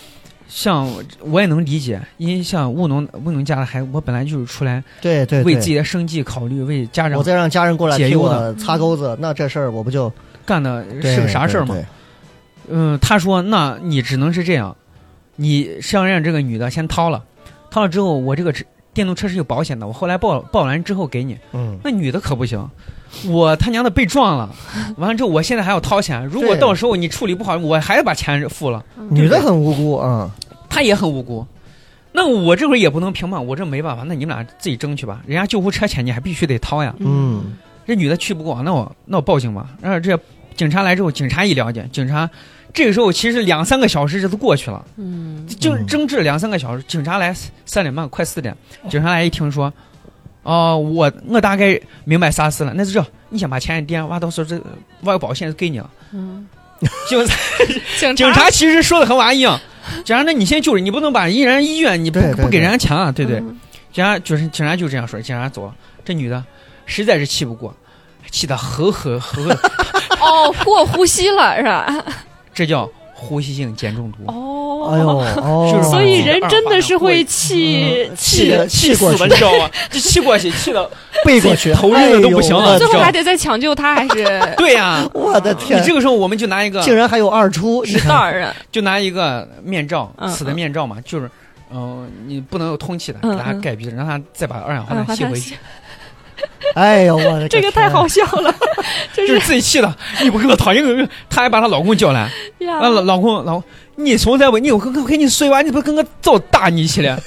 [SPEAKER 5] 像我也能理解，因为像务农务农家的孩子，我本来就是出来
[SPEAKER 3] 对对，
[SPEAKER 5] 为
[SPEAKER 3] 对
[SPEAKER 5] 自己的生计考虑，为家长
[SPEAKER 3] 我再让家人过来
[SPEAKER 5] 解
[SPEAKER 3] 替
[SPEAKER 5] 忧
[SPEAKER 3] 我
[SPEAKER 5] 呢
[SPEAKER 3] 擦钩子，那这事儿我不就
[SPEAKER 5] 干的是个啥事儿嘛？？嗯，他说，那你只能是这样，你是要让这个女的先掏了，掏了之后，我这个车电动车是有保险的，我后来报报完之后给你。
[SPEAKER 3] 嗯，
[SPEAKER 5] 那女的可不行，我他娘的被撞了，完了之后我现在还要掏钱，如果
[SPEAKER 3] 对
[SPEAKER 5] 到时候你处理不好，我还要把钱付了，
[SPEAKER 4] 嗯
[SPEAKER 3] 女的很无辜啊，
[SPEAKER 5] 她也很无辜。那我这会儿也不能平判，我这没办法，那你们俩自己争去吧。人家救护车钱你还必须得掏呀，
[SPEAKER 3] 嗯，
[SPEAKER 5] 这女的去不过，那我那我报警吧。然后这警察来之后，警察一了解，警察这个时候其实两三个小时这都过去了，
[SPEAKER 4] 嗯，
[SPEAKER 5] 就
[SPEAKER 3] 嗯
[SPEAKER 5] 争执两三个小时。警察来三点半，快四点，警察来一听说，哦、我我大概明白啥事了。那就这，你先把钱垫，完到时候这我有保险给你了。
[SPEAKER 4] 嗯，
[SPEAKER 5] 警察
[SPEAKER 4] 警
[SPEAKER 5] 警察其实说的很玩意啊，警察，那你先就是你不能把人家医院你不
[SPEAKER 3] 对对
[SPEAKER 5] 不给
[SPEAKER 3] 对
[SPEAKER 5] 人家钱啊，对对。
[SPEAKER 4] 嗯
[SPEAKER 5] 警察就是警察就这样说，警察走了。这女的实在是气不过，气得呵呵呵，
[SPEAKER 4] 哦，过呼吸了是吧？
[SPEAKER 5] 这叫呼吸性碱中毒。
[SPEAKER 4] 哦，
[SPEAKER 3] 哎呦， 哦
[SPEAKER 5] 就是
[SPEAKER 4] 所以人
[SPEAKER 5] 二
[SPEAKER 4] 真的是会
[SPEAKER 5] 二
[SPEAKER 4] 气
[SPEAKER 3] 嗯
[SPEAKER 4] 气
[SPEAKER 3] 气
[SPEAKER 4] 的
[SPEAKER 3] 的，
[SPEAKER 5] 气死啊了，你知道吗？这气过去，气的，
[SPEAKER 3] 背过去，
[SPEAKER 5] 自己投入的都不行啊了
[SPEAKER 3] 哎
[SPEAKER 4] 最
[SPEAKER 3] 呦
[SPEAKER 4] 后还得再抢救他，还是
[SPEAKER 5] 对呀、
[SPEAKER 3] 我的
[SPEAKER 5] 你
[SPEAKER 3] 天，
[SPEAKER 5] 这个时候我们就拿一个，
[SPEAKER 3] 竟然还有二出，你
[SPEAKER 4] 是
[SPEAKER 3] 看
[SPEAKER 4] 当然，
[SPEAKER 5] 就拿一个面罩，
[SPEAKER 4] 嗯
[SPEAKER 5] 死的面罩嘛，就是，嗯、你不能有通气的，
[SPEAKER 4] 嗯
[SPEAKER 5] 给它
[SPEAKER 4] 嗯
[SPEAKER 5] 盖闭，让它再把二氧化
[SPEAKER 4] 嗯
[SPEAKER 5] 碳吸
[SPEAKER 4] 把它
[SPEAKER 5] 回
[SPEAKER 4] 吸
[SPEAKER 5] 去。
[SPEAKER 3] 哎呦，我的
[SPEAKER 4] 这个
[SPEAKER 3] 天
[SPEAKER 4] 太好笑 了，就
[SPEAKER 5] 就是是自己气的，你不给我躺一个， 她还把她老公叫来，
[SPEAKER 4] 呀
[SPEAKER 5] 啊，老老公，老公，你从在问你，我跟我跟你睡完，你不跟我早打你 去了？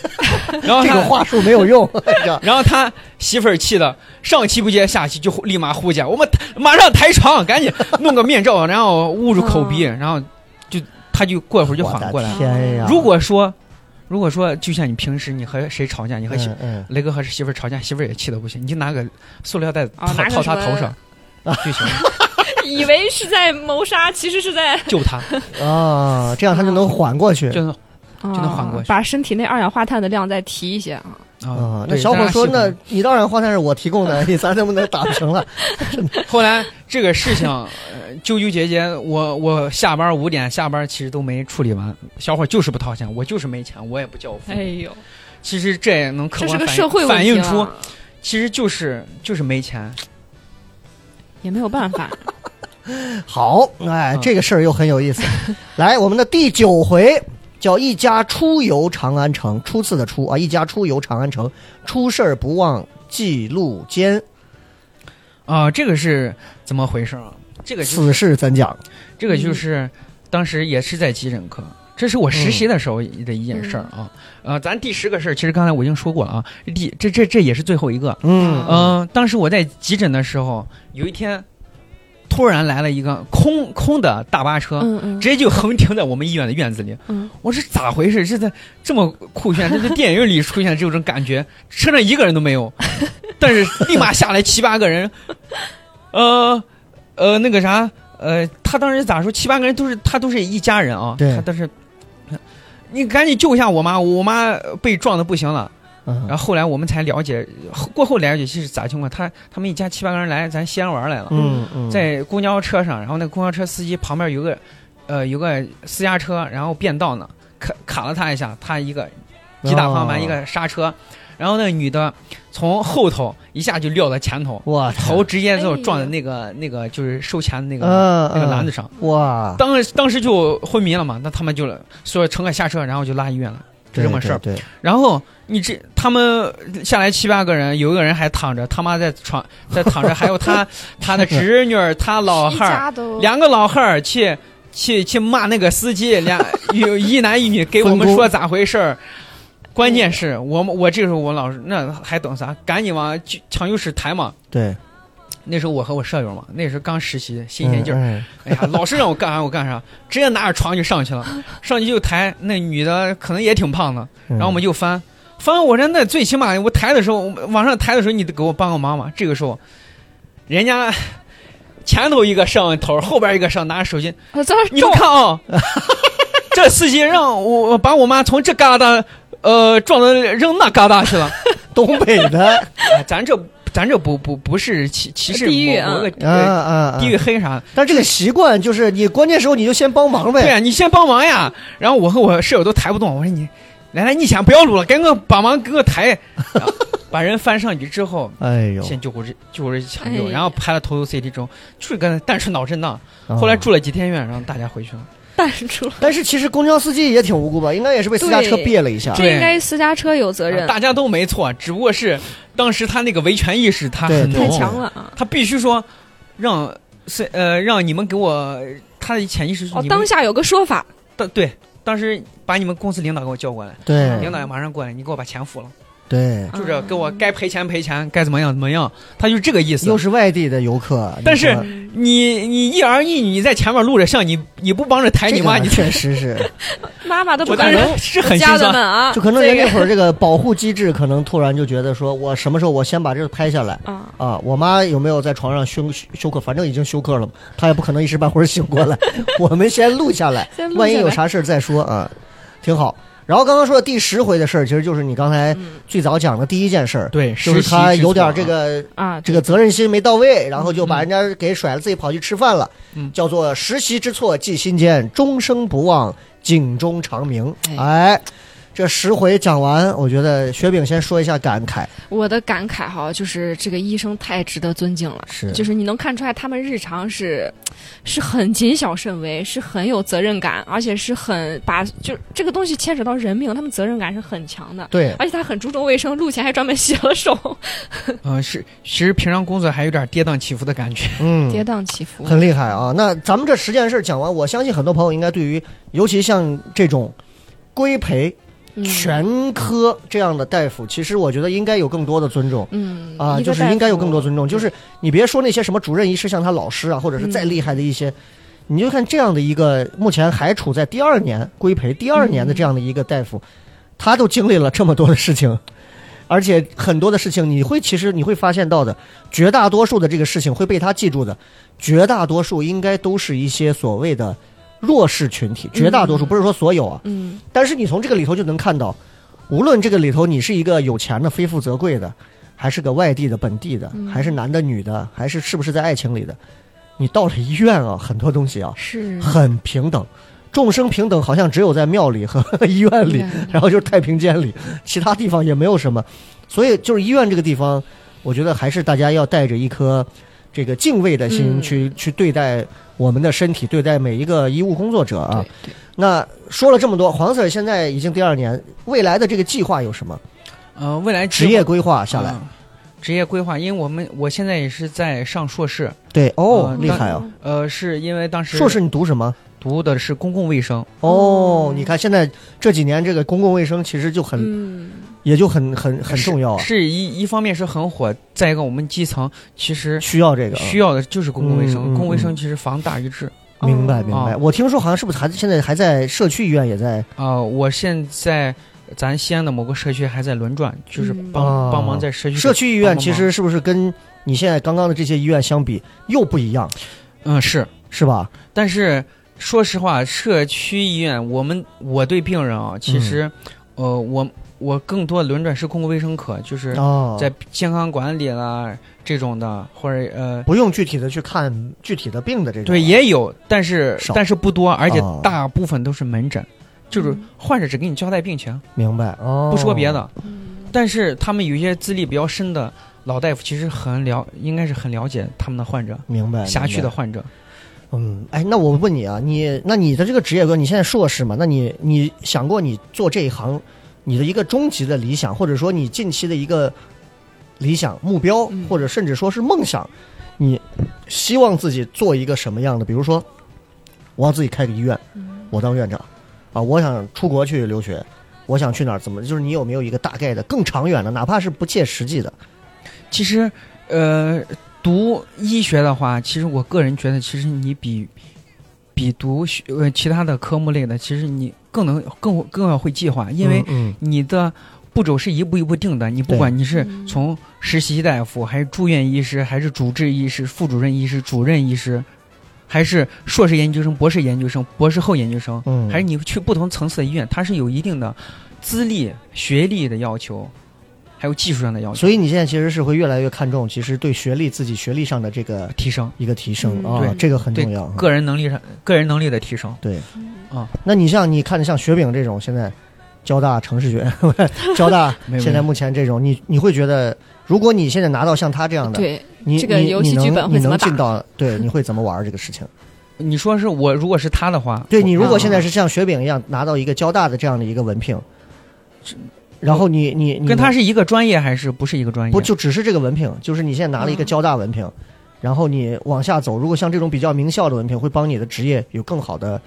[SPEAKER 5] 然后
[SPEAKER 3] 这
[SPEAKER 5] 他
[SPEAKER 3] 个话术没有用，哎呀
[SPEAKER 5] 然后他媳妇儿气的上气不接下气，就立马呼家，我们马上抬床，赶紧弄个面罩，然后捂住口鼻，然后就他就过一 会儿就缓过来
[SPEAKER 3] 嗯我的
[SPEAKER 5] 了。
[SPEAKER 3] 天啊呀，
[SPEAKER 5] 如果说，如果说就像你平时你和谁吵架，你和媳、
[SPEAKER 3] 嗯嗯，
[SPEAKER 5] 雷哥和媳妇儿吵架，媳妇儿也气的不行，你就拿个塑料袋套、
[SPEAKER 4] 啊拿个
[SPEAKER 5] 套他
[SPEAKER 4] 什么
[SPEAKER 5] 头上就 行，
[SPEAKER 4] 以为是在谋杀，其实是在
[SPEAKER 5] 救他，
[SPEAKER 3] 啊，这样他就能缓过去。
[SPEAKER 5] 就是啊
[SPEAKER 4] 就
[SPEAKER 5] 能缓过去
[SPEAKER 4] 哦把身体内二氧化碳的量再提一些啊。
[SPEAKER 5] 啊
[SPEAKER 3] 啊，。那
[SPEAKER 5] 对
[SPEAKER 3] 小伙
[SPEAKER 5] 让他
[SPEAKER 3] 说：“
[SPEAKER 5] 媳妇儿
[SPEAKER 3] 那你当然话，但是我提供 的，你咱能不能打平了
[SPEAKER 5] 后来这个事情，呃，纠纠结结，我我下班五点下班其实都没处理完，小伙就是不掏钱，我就是没钱，我也不交付。
[SPEAKER 4] 哎呦，
[SPEAKER 5] 其实这也能客
[SPEAKER 4] 这是个
[SPEAKER 5] 观反映
[SPEAKER 4] 社会问题啊
[SPEAKER 5] 反映
[SPEAKER 4] 了
[SPEAKER 5] 出，其实就是就是没钱。
[SPEAKER 4] 也没有办法。？”
[SPEAKER 3] 好，哎，
[SPEAKER 5] 嗯
[SPEAKER 3] 这个事儿又很有意思。来，我们的第九回叫“一家出游长安城”，初次的出啊，一家出游长安城，出事儿不忘记录间，
[SPEAKER 5] 啊、这个是怎么回事啊？这个就是
[SPEAKER 3] 此事怎讲？
[SPEAKER 5] 这个就是当时也是在急诊科，这是我实习的时候的一件事儿
[SPEAKER 4] 嗯
[SPEAKER 5] 啊。呃，咱第十个事儿，其实刚才我已经说过了啊。第这这这也是最后一个，
[SPEAKER 3] 嗯
[SPEAKER 5] 嗯、当时我在急诊的时候，有一天突然来了一个空空的大巴车，
[SPEAKER 4] 嗯嗯
[SPEAKER 5] 直接就横停在我们医院的院子里。
[SPEAKER 4] 嗯
[SPEAKER 5] 我说咋回事？这在这么酷炫，这在电影里出现这种感觉，车上一个人都没有，但是立马下来七八个人，呃呃，那个啥，呃，他当时咋说？七八个人都是他都是一家人啊，
[SPEAKER 3] 对
[SPEAKER 5] 他但是。你赶紧救一下我妈，我妈被撞的不行了。
[SPEAKER 3] 嗯
[SPEAKER 5] 然后后来我们才了解，后过后了解是咋情况。他他们一家七八个人来咱西安玩来了，
[SPEAKER 3] 嗯嗯，
[SPEAKER 5] 在公交车上，然后那公交车司机旁边有个，呃，有个私家车，然后变道呢，卡卡了他一下，他一个急打方向
[SPEAKER 3] 哦
[SPEAKER 5] 盘，一个刹车，然后那个女的从后头一下就撂到前头，
[SPEAKER 3] 哇
[SPEAKER 5] 头直接就
[SPEAKER 4] 哎呀
[SPEAKER 5] 撞在那个那个就是收钱的那个、
[SPEAKER 3] 嗯
[SPEAKER 5] 那个
[SPEAKER 3] 嗯
[SPEAKER 5] 篮子上，
[SPEAKER 3] 哇，
[SPEAKER 5] 当当时就昏迷了嘛，那他们就说乘客下车，然后就拉医院了，就这么事儿。
[SPEAKER 3] 对，对对
[SPEAKER 5] 然后你这他们下来七八个人，有一个人还躺着，他妈在床
[SPEAKER 4] 嗯
[SPEAKER 5] 在躺着，还有他他的侄女儿、他老汉儿，
[SPEAKER 4] 都
[SPEAKER 5] 两个老汉儿去去去骂那个司机，俩有一男一女给我
[SPEAKER 3] 分
[SPEAKER 5] 们
[SPEAKER 3] 工
[SPEAKER 5] 说咋回事儿。关键是我们我这时候我老师那还等啥？赶紧往去抢救室抬嘛。
[SPEAKER 3] 对，
[SPEAKER 5] 那时候我和我舍友嘛，那时候刚实习，新鲜劲儿。
[SPEAKER 3] 嗯
[SPEAKER 5] 哎呀，老师让我干啥我干啥，直接拿着床就上去了。上去就抬，那女的可能也挺胖的，
[SPEAKER 3] 嗯
[SPEAKER 5] 然后我们就翻，翻我说那最起码我抬的时候，我往上抬的时候你得给我帮个忙嘛。这个时候，人家 前头一个上头，后边一个上拿着手 机，
[SPEAKER 4] 我这
[SPEAKER 5] 你
[SPEAKER 4] 重
[SPEAKER 5] 们看啊、这司机让我我把我妈从这旮瘩呃撞到扔那旮瘩 去了。
[SPEAKER 3] 东北的
[SPEAKER 5] 哎咱这咱这不不不是歧歧视
[SPEAKER 4] 地域
[SPEAKER 5] 某某个
[SPEAKER 3] 啊
[SPEAKER 5] 呃
[SPEAKER 3] 啊，啊
[SPEAKER 5] 地域黑啥的。
[SPEAKER 3] 但这个习惯就是你关键时候你就先帮忙
[SPEAKER 5] 对
[SPEAKER 3] 呗。
[SPEAKER 5] 啊，你先帮忙呀。然后我和我舍友都抬不动，我说你，来来，你先不要录了，赶紧帮忙给 我抬，然后把人翻上去之后，
[SPEAKER 3] 哎呦，
[SPEAKER 5] 先救护车救护车抢
[SPEAKER 4] 哎
[SPEAKER 5] 救，
[SPEAKER 4] 呀
[SPEAKER 5] 然后拍了头颅 CT 之后，就是个单纯脑震荡，
[SPEAKER 3] 啊
[SPEAKER 5] 后来住了几天院，然后大家回去了。
[SPEAKER 4] 淡出了，
[SPEAKER 3] 但是其实公交司机也挺无辜吧，应该也是被私家车别了一下。
[SPEAKER 4] 这应该私家车有责任，
[SPEAKER 5] 啊大家都没错，只不过是当时他那个维权意识他
[SPEAKER 3] 对
[SPEAKER 5] 很
[SPEAKER 3] 对
[SPEAKER 4] 太
[SPEAKER 5] 浓，
[SPEAKER 4] 强了啊！
[SPEAKER 5] 他必须说让是呃让你们给我他的潜意识是
[SPEAKER 4] 哦，
[SPEAKER 5] 你们
[SPEAKER 4] 当下有个说法，
[SPEAKER 5] 当对当时把你们公司领导给我叫过来，
[SPEAKER 3] 对
[SPEAKER 5] 领导马上过来，你给我把钱付了。
[SPEAKER 3] 对，
[SPEAKER 4] 啊
[SPEAKER 5] 就这给我该赔钱赔钱，该怎么样怎么样，他就是这个意思
[SPEAKER 3] 又。是外地的游客，
[SPEAKER 5] 但是
[SPEAKER 3] 你说
[SPEAKER 5] 你你一儿一女你在前面录着像你你不帮着抬
[SPEAKER 3] 这
[SPEAKER 5] 你
[SPEAKER 3] 个
[SPEAKER 5] 妈，你
[SPEAKER 3] 确实是，
[SPEAKER 4] 妈妈都不
[SPEAKER 5] 我当
[SPEAKER 4] 跟人
[SPEAKER 5] 时是很心
[SPEAKER 4] 家的们
[SPEAKER 5] 酸。
[SPEAKER 4] 啊，
[SPEAKER 3] 就可能人
[SPEAKER 4] 这
[SPEAKER 3] 那
[SPEAKER 4] 个
[SPEAKER 3] 会儿这个保护机制，可能突然就觉得说我什么时候我先把这个拍下来。
[SPEAKER 4] 啊，
[SPEAKER 3] 啊，我妈有没有在床上休休克？反正已经休克了嘛，她也不可能一时半会儿醒过来。 我们先录下来，
[SPEAKER 4] 先录
[SPEAKER 3] 万一
[SPEAKER 4] 下
[SPEAKER 3] 有
[SPEAKER 4] 来
[SPEAKER 3] 啥事儿再说啊，挺好。然后刚刚说的第十回的事儿，其实就是你刚才最早讲的第一件事儿，
[SPEAKER 5] 嗯对
[SPEAKER 3] 就是
[SPEAKER 5] 实习
[SPEAKER 3] 他
[SPEAKER 5] 之
[SPEAKER 3] 有点
[SPEAKER 5] 错
[SPEAKER 3] 儿这
[SPEAKER 5] 啊
[SPEAKER 3] 个
[SPEAKER 4] 啊，
[SPEAKER 3] 这个责任心没到位，然后就把人家给甩了，自己跑去吃饭了，叫做实习之错记心间，终生不忘，警钟长鸣。哎，这十回讲完，我觉得雪饼先说一下感慨，
[SPEAKER 4] 我的感慨哈，就是这个医生太值得尊敬了，
[SPEAKER 3] 是
[SPEAKER 4] 就是你能看出来他们日常是是很谨小慎微，是很有责任感，而且是很把就这个东西牵扯到人命，他们责任感是很强的。
[SPEAKER 3] 对，
[SPEAKER 4] 而且他很注重卫生，路前还专门洗了手，
[SPEAKER 5] 嗯，是，其实平常工作还有点跌宕起伏的感觉。
[SPEAKER 3] 嗯，
[SPEAKER 4] 跌宕起伏。
[SPEAKER 3] 很厉害啊！那咱们这十件事讲完，我相信很多朋友应该对于，尤其像这种规培、
[SPEAKER 4] 嗯
[SPEAKER 3] 全科这样的大夫，其实我觉得应该有更多的尊重。
[SPEAKER 4] 嗯
[SPEAKER 3] 啊，
[SPEAKER 4] 一个
[SPEAKER 3] 就是
[SPEAKER 4] 大夫
[SPEAKER 3] 应该有更多尊重。就是你别说那些什么主任医师像他老师啊，或者是再
[SPEAKER 4] 嗯
[SPEAKER 3] 厉害的一些，你就看这样的一个目前还处在第二年规培第二
[SPEAKER 4] 嗯
[SPEAKER 3] 年的这样的一个大夫，他都经历了这么多的事情，而且很多的事情你会其实你会发现到的，绝大多数的这个事情会被他记住的，绝大多数应该都是一些所谓的弱势群体，绝大多数不是说所有啊，
[SPEAKER 4] 嗯
[SPEAKER 3] 但是你从这个里头就能看到，无论这个里头你是一个有钱的非富则贵的，还是个外地的本地的，还是男的女的，还是是不是在爱情里的，你到了医院啊，很多东西啊
[SPEAKER 4] 是
[SPEAKER 3] 很平等，众生平等好像只有在庙里和 医院里，然后就是太平间里，其他地方也没有什么，所以就是医院这个地方，我觉得还是大家要带着一颗这个敬畏的心
[SPEAKER 4] 嗯
[SPEAKER 3] 去、去对待我们的身体，对待每一个医务工作者啊
[SPEAKER 4] 对。对，
[SPEAKER 3] 那说了这么多，黄 Sir 现在已经第二年，未来的这个计划有什么？
[SPEAKER 5] 呃，未来
[SPEAKER 3] 职业规划下来，
[SPEAKER 5] 嗯职业规划，因为我们我现在也是在上硕士，
[SPEAKER 3] 对哦，
[SPEAKER 5] 嗯
[SPEAKER 3] 厉害哦！
[SPEAKER 5] 呃，是因为当时
[SPEAKER 3] 硕士你读什么？
[SPEAKER 5] 读的是公共卫生，
[SPEAKER 3] 哦，
[SPEAKER 5] 嗯
[SPEAKER 3] 你看现在这几年这个公共卫生其实就很，
[SPEAKER 4] 嗯，
[SPEAKER 3] 也就很很很重要啊，
[SPEAKER 5] 是是一一方面是很火，再一个我们基层其实
[SPEAKER 3] 需要这个啊。
[SPEAKER 5] 需要的就是公共卫生，
[SPEAKER 3] 嗯嗯
[SPEAKER 5] 公共卫
[SPEAKER 3] 嗯
[SPEAKER 5] 生其实防大于治。
[SPEAKER 3] 明白
[SPEAKER 4] 哦
[SPEAKER 3] 明白。
[SPEAKER 5] 哦
[SPEAKER 3] 我听说好像是不是还现在还在社区医院也在
[SPEAKER 5] 啊、我现在咱西安的某个社区还在轮转，就是
[SPEAKER 4] 嗯
[SPEAKER 5] 帮、
[SPEAKER 3] 哦
[SPEAKER 5] 帮忙在社区
[SPEAKER 3] 社区医院，
[SPEAKER 5] 帮帮忙
[SPEAKER 3] 其实是不是跟你现在刚刚的这些医院相比又不一样，
[SPEAKER 5] 嗯是，
[SPEAKER 3] 是吧？
[SPEAKER 5] 但是说实话，社区医院我们我对病人啊，其
[SPEAKER 3] 嗯
[SPEAKER 5] 实、呃我我更多轮转是公共卫生科，就是
[SPEAKER 3] 哦，
[SPEAKER 5] 在健康管理啦这种的，或者呃
[SPEAKER 3] 不用具体的去看具体的病的这种啊。
[SPEAKER 5] 对也有，但是
[SPEAKER 3] 少
[SPEAKER 5] 但是不多，而且
[SPEAKER 3] 哦
[SPEAKER 5] 大部分都是门诊，就是患者只给你交代病情，
[SPEAKER 3] 明白哦，
[SPEAKER 5] 不说别的。但是他们有一些资历比较深的老大夫，其实很了，应该是很了解他们的患者，
[SPEAKER 3] 哎明白，明白
[SPEAKER 5] 辖区的患者。
[SPEAKER 3] 嗯，哎，那我问你啊，你那你的这个职业观，你现在硕士嘛？那你你想过你做这一行，你的一个终极的理想，或者说你近期的一个理想目标，
[SPEAKER 4] 嗯
[SPEAKER 3] 或者甚至说是梦想，你希望自己做一个什么样的？比如说我要自己开个医院，
[SPEAKER 5] 嗯
[SPEAKER 3] 我当院长，啊，我想出国去留学，我想去哪儿怎么，就是你有没有一个大概的、更长远的，哪怕是不切实际的，
[SPEAKER 5] 其实，呃，读医学的话，其实我个人觉得，其实你比比读学呃其他的科目类的，其实你更能更更要会计划，因为
[SPEAKER 3] 嗯
[SPEAKER 5] 你的步骤是一步一步定的。你不
[SPEAKER 3] 对
[SPEAKER 5] 管你是
[SPEAKER 4] 嗯
[SPEAKER 5] 从实习大夫，还是住院医师，还是主治医师、副主任医师、主任医师，还是硕士研究生、博士研究生、博士后研究生，
[SPEAKER 3] 嗯，
[SPEAKER 5] 还是你去不同层次的医院，它是有一定的资历、学历的要求，还有技术上的要求
[SPEAKER 3] 所以你现在其实是会越来越看重，其实对学历自己学历上的这个
[SPEAKER 5] 提升。
[SPEAKER 3] 一个提升
[SPEAKER 4] 嗯
[SPEAKER 3] 啊
[SPEAKER 5] 对，
[SPEAKER 3] 这个很
[SPEAKER 5] 对
[SPEAKER 3] 重要。
[SPEAKER 5] 个人能力上，个人能力的提升。
[SPEAKER 3] 对
[SPEAKER 5] 啊，
[SPEAKER 3] 那你像你看像雪饼这种现在交大城市学， 交大
[SPEAKER 5] 没有
[SPEAKER 3] 现在目前这种，你你会觉得，如果你现在拿到像他这样的，
[SPEAKER 4] 对，
[SPEAKER 3] 你
[SPEAKER 4] 这个
[SPEAKER 3] 你
[SPEAKER 4] 游
[SPEAKER 3] 你
[SPEAKER 4] 戏
[SPEAKER 3] 能
[SPEAKER 4] 剧本会
[SPEAKER 3] 你
[SPEAKER 4] 怎
[SPEAKER 3] 能
[SPEAKER 4] 么
[SPEAKER 3] 进
[SPEAKER 4] 打
[SPEAKER 3] 到对，你会怎么玩儿这个事情？
[SPEAKER 5] 你说是我如果是他的话，啊
[SPEAKER 3] 对你如
[SPEAKER 4] 嗯
[SPEAKER 3] 果现在
[SPEAKER 5] 是
[SPEAKER 3] 是像雪饼一样拿到一个交大的这样的一个文凭，然后你你你
[SPEAKER 5] 跟他是一个专业还是不是一个专业？
[SPEAKER 3] 不就只是这个文凭，就是你现在拿了一
[SPEAKER 4] 嗯
[SPEAKER 3] 个交大文凭，然后你往下走，如果像这种比较名校的文凭，会帮你的职业有更好的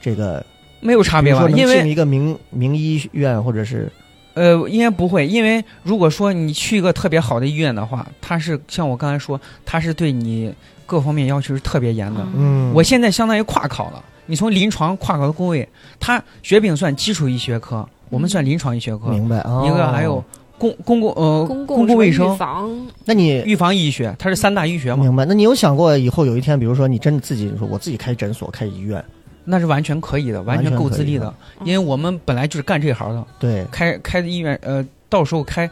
[SPEAKER 3] 这个
[SPEAKER 5] 没有差
[SPEAKER 3] 比
[SPEAKER 5] 别
[SPEAKER 3] 如
[SPEAKER 5] 吧
[SPEAKER 3] 说？能
[SPEAKER 5] 因
[SPEAKER 3] 进
[SPEAKER 5] 为
[SPEAKER 3] 一个名名医院或者是
[SPEAKER 5] 呃，应该不会，因为如果说你去一个特别好的医院的话，他是像我刚才说，他是对你各方面要求是特别严的。
[SPEAKER 4] 嗯
[SPEAKER 3] 嗯，
[SPEAKER 5] 我现在相当于跨考了，你从临床跨考到工位，他雪饼算基础医学科，我们算临床医学科，
[SPEAKER 3] 嗯明白啊，
[SPEAKER 5] 一个还有公公共呃
[SPEAKER 4] 公
[SPEAKER 5] 共
[SPEAKER 4] 什么
[SPEAKER 5] 卫
[SPEAKER 4] 预
[SPEAKER 5] 生、
[SPEAKER 4] 防，
[SPEAKER 3] 那你。
[SPEAKER 5] 预防医学，它是三大医学嘛，
[SPEAKER 3] 明白，那你有想过以后有一天，比如说你真的自己说我自己开诊所、开医院，
[SPEAKER 5] 那是完全可以的，完全够资历的
[SPEAKER 3] 完，
[SPEAKER 4] 可以的
[SPEAKER 5] 因为我们本来就是干这行的，
[SPEAKER 3] 对，
[SPEAKER 5] 开开医院呃，到时候开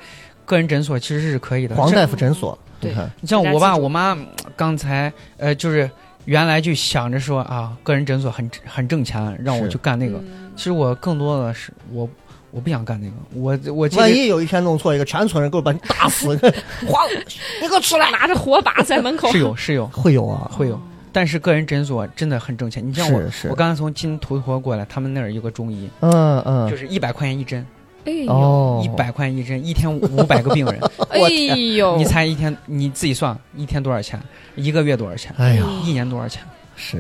[SPEAKER 5] 个人诊所其实是可以的。
[SPEAKER 3] 黄
[SPEAKER 5] 这
[SPEAKER 3] 大夫诊所，
[SPEAKER 4] 对
[SPEAKER 3] 你看，
[SPEAKER 5] 你像我
[SPEAKER 4] 自家
[SPEAKER 5] 爸
[SPEAKER 4] 自主
[SPEAKER 5] 我妈嗯刚才呃就是原来就想着说啊，个人诊所很很挣钱，让我
[SPEAKER 3] 是
[SPEAKER 5] 去干那个。
[SPEAKER 4] 嗯
[SPEAKER 5] 其实我更多的是我我不想干那个，我我这
[SPEAKER 3] 万
[SPEAKER 5] 个
[SPEAKER 3] 一有一天弄错一个，全村人给我把你打 死，
[SPEAKER 4] 花，你给我出来！拿着火把在门口。
[SPEAKER 5] 是 有是有
[SPEAKER 3] 会有啊，
[SPEAKER 5] 会有，
[SPEAKER 4] 哦
[SPEAKER 5] 但是个人诊所真的很挣钱。你像我
[SPEAKER 3] 是是
[SPEAKER 5] 我刚才从金头陀过来，他们那儿有个中医，
[SPEAKER 3] 嗯嗯，
[SPEAKER 5] 就是一百块钱一针，
[SPEAKER 4] 哎呦，
[SPEAKER 3] 哦，
[SPEAKER 5] 一百块钱一针，一天五百个病人。
[SPEAKER 4] 哎呦，
[SPEAKER 5] 你猜一天你自己算一天多少钱？一个月多少钱？
[SPEAKER 3] 哎呀，
[SPEAKER 5] 一年多少钱？
[SPEAKER 3] 是，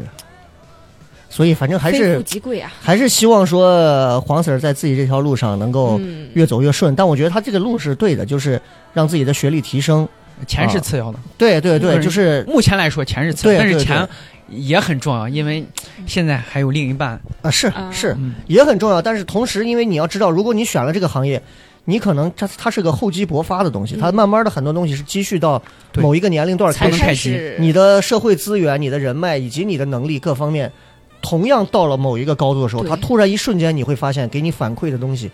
[SPEAKER 3] 所以反正还
[SPEAKER 4] 非富
[SPEAKER 3] 是
[SPEAKER 4] 即贵啊！
[SPEAKER 3] 还是希望说黄 Sir 在自己这条路上能够
[SPEAKER 4] 嗯，
[SPEAKER 3] 越走越顺，但我觉得他这个路是对的，就是让自己的学历提升。
[SPEAKER 5] 钱是次要的。
[SPEAKER 3] 对对对，
[SPEAKER 5] 嗯
[SPEAKER 3] 就是
[SPEAKER 5] 目前来说钱是次
[SPEAKER 3] 啊对
[SPEAKER 5] 要，但是
[SPEAKER 3] 对
[SPEAKER 5] 钱也很重要，因为现在还有另一半。
[SPEAKER 3] 啊，是
[SPEAKER 4] 啊
[SPEAKER 3] 是
[SPEAKER 5] 嗯
[SPEAKER 3] 也很重要，但是同时，因为你要知道，如果你选了这个行业。你可能它它是个厚积薄发的东西，它
[SPEAKER 4] 嗯
[SPEAKER 3] 慢慢的很多东西是积蓄到
[SPEAKER 5] 对
[SPEAKER 3] 某一个年龄段
[SPEAKER 5] 才
[SPEAKER 3] 开
[SPEAKER 5] 能
[SPEAKER 3] 始，
[SPEAKER 5] 太
[SPEAKER 4] 开
[SPEAKER 5] 急
[SPEAKER 4] 始
[SPEAKER 3] 你的社会资源、你的人脉以及你的能力各方面，同样到了某一个高度的时候，
[SPEAKER 4] 对
[SPEAKER 3] 它突然一瞬间你会发现，给你反馈的东西，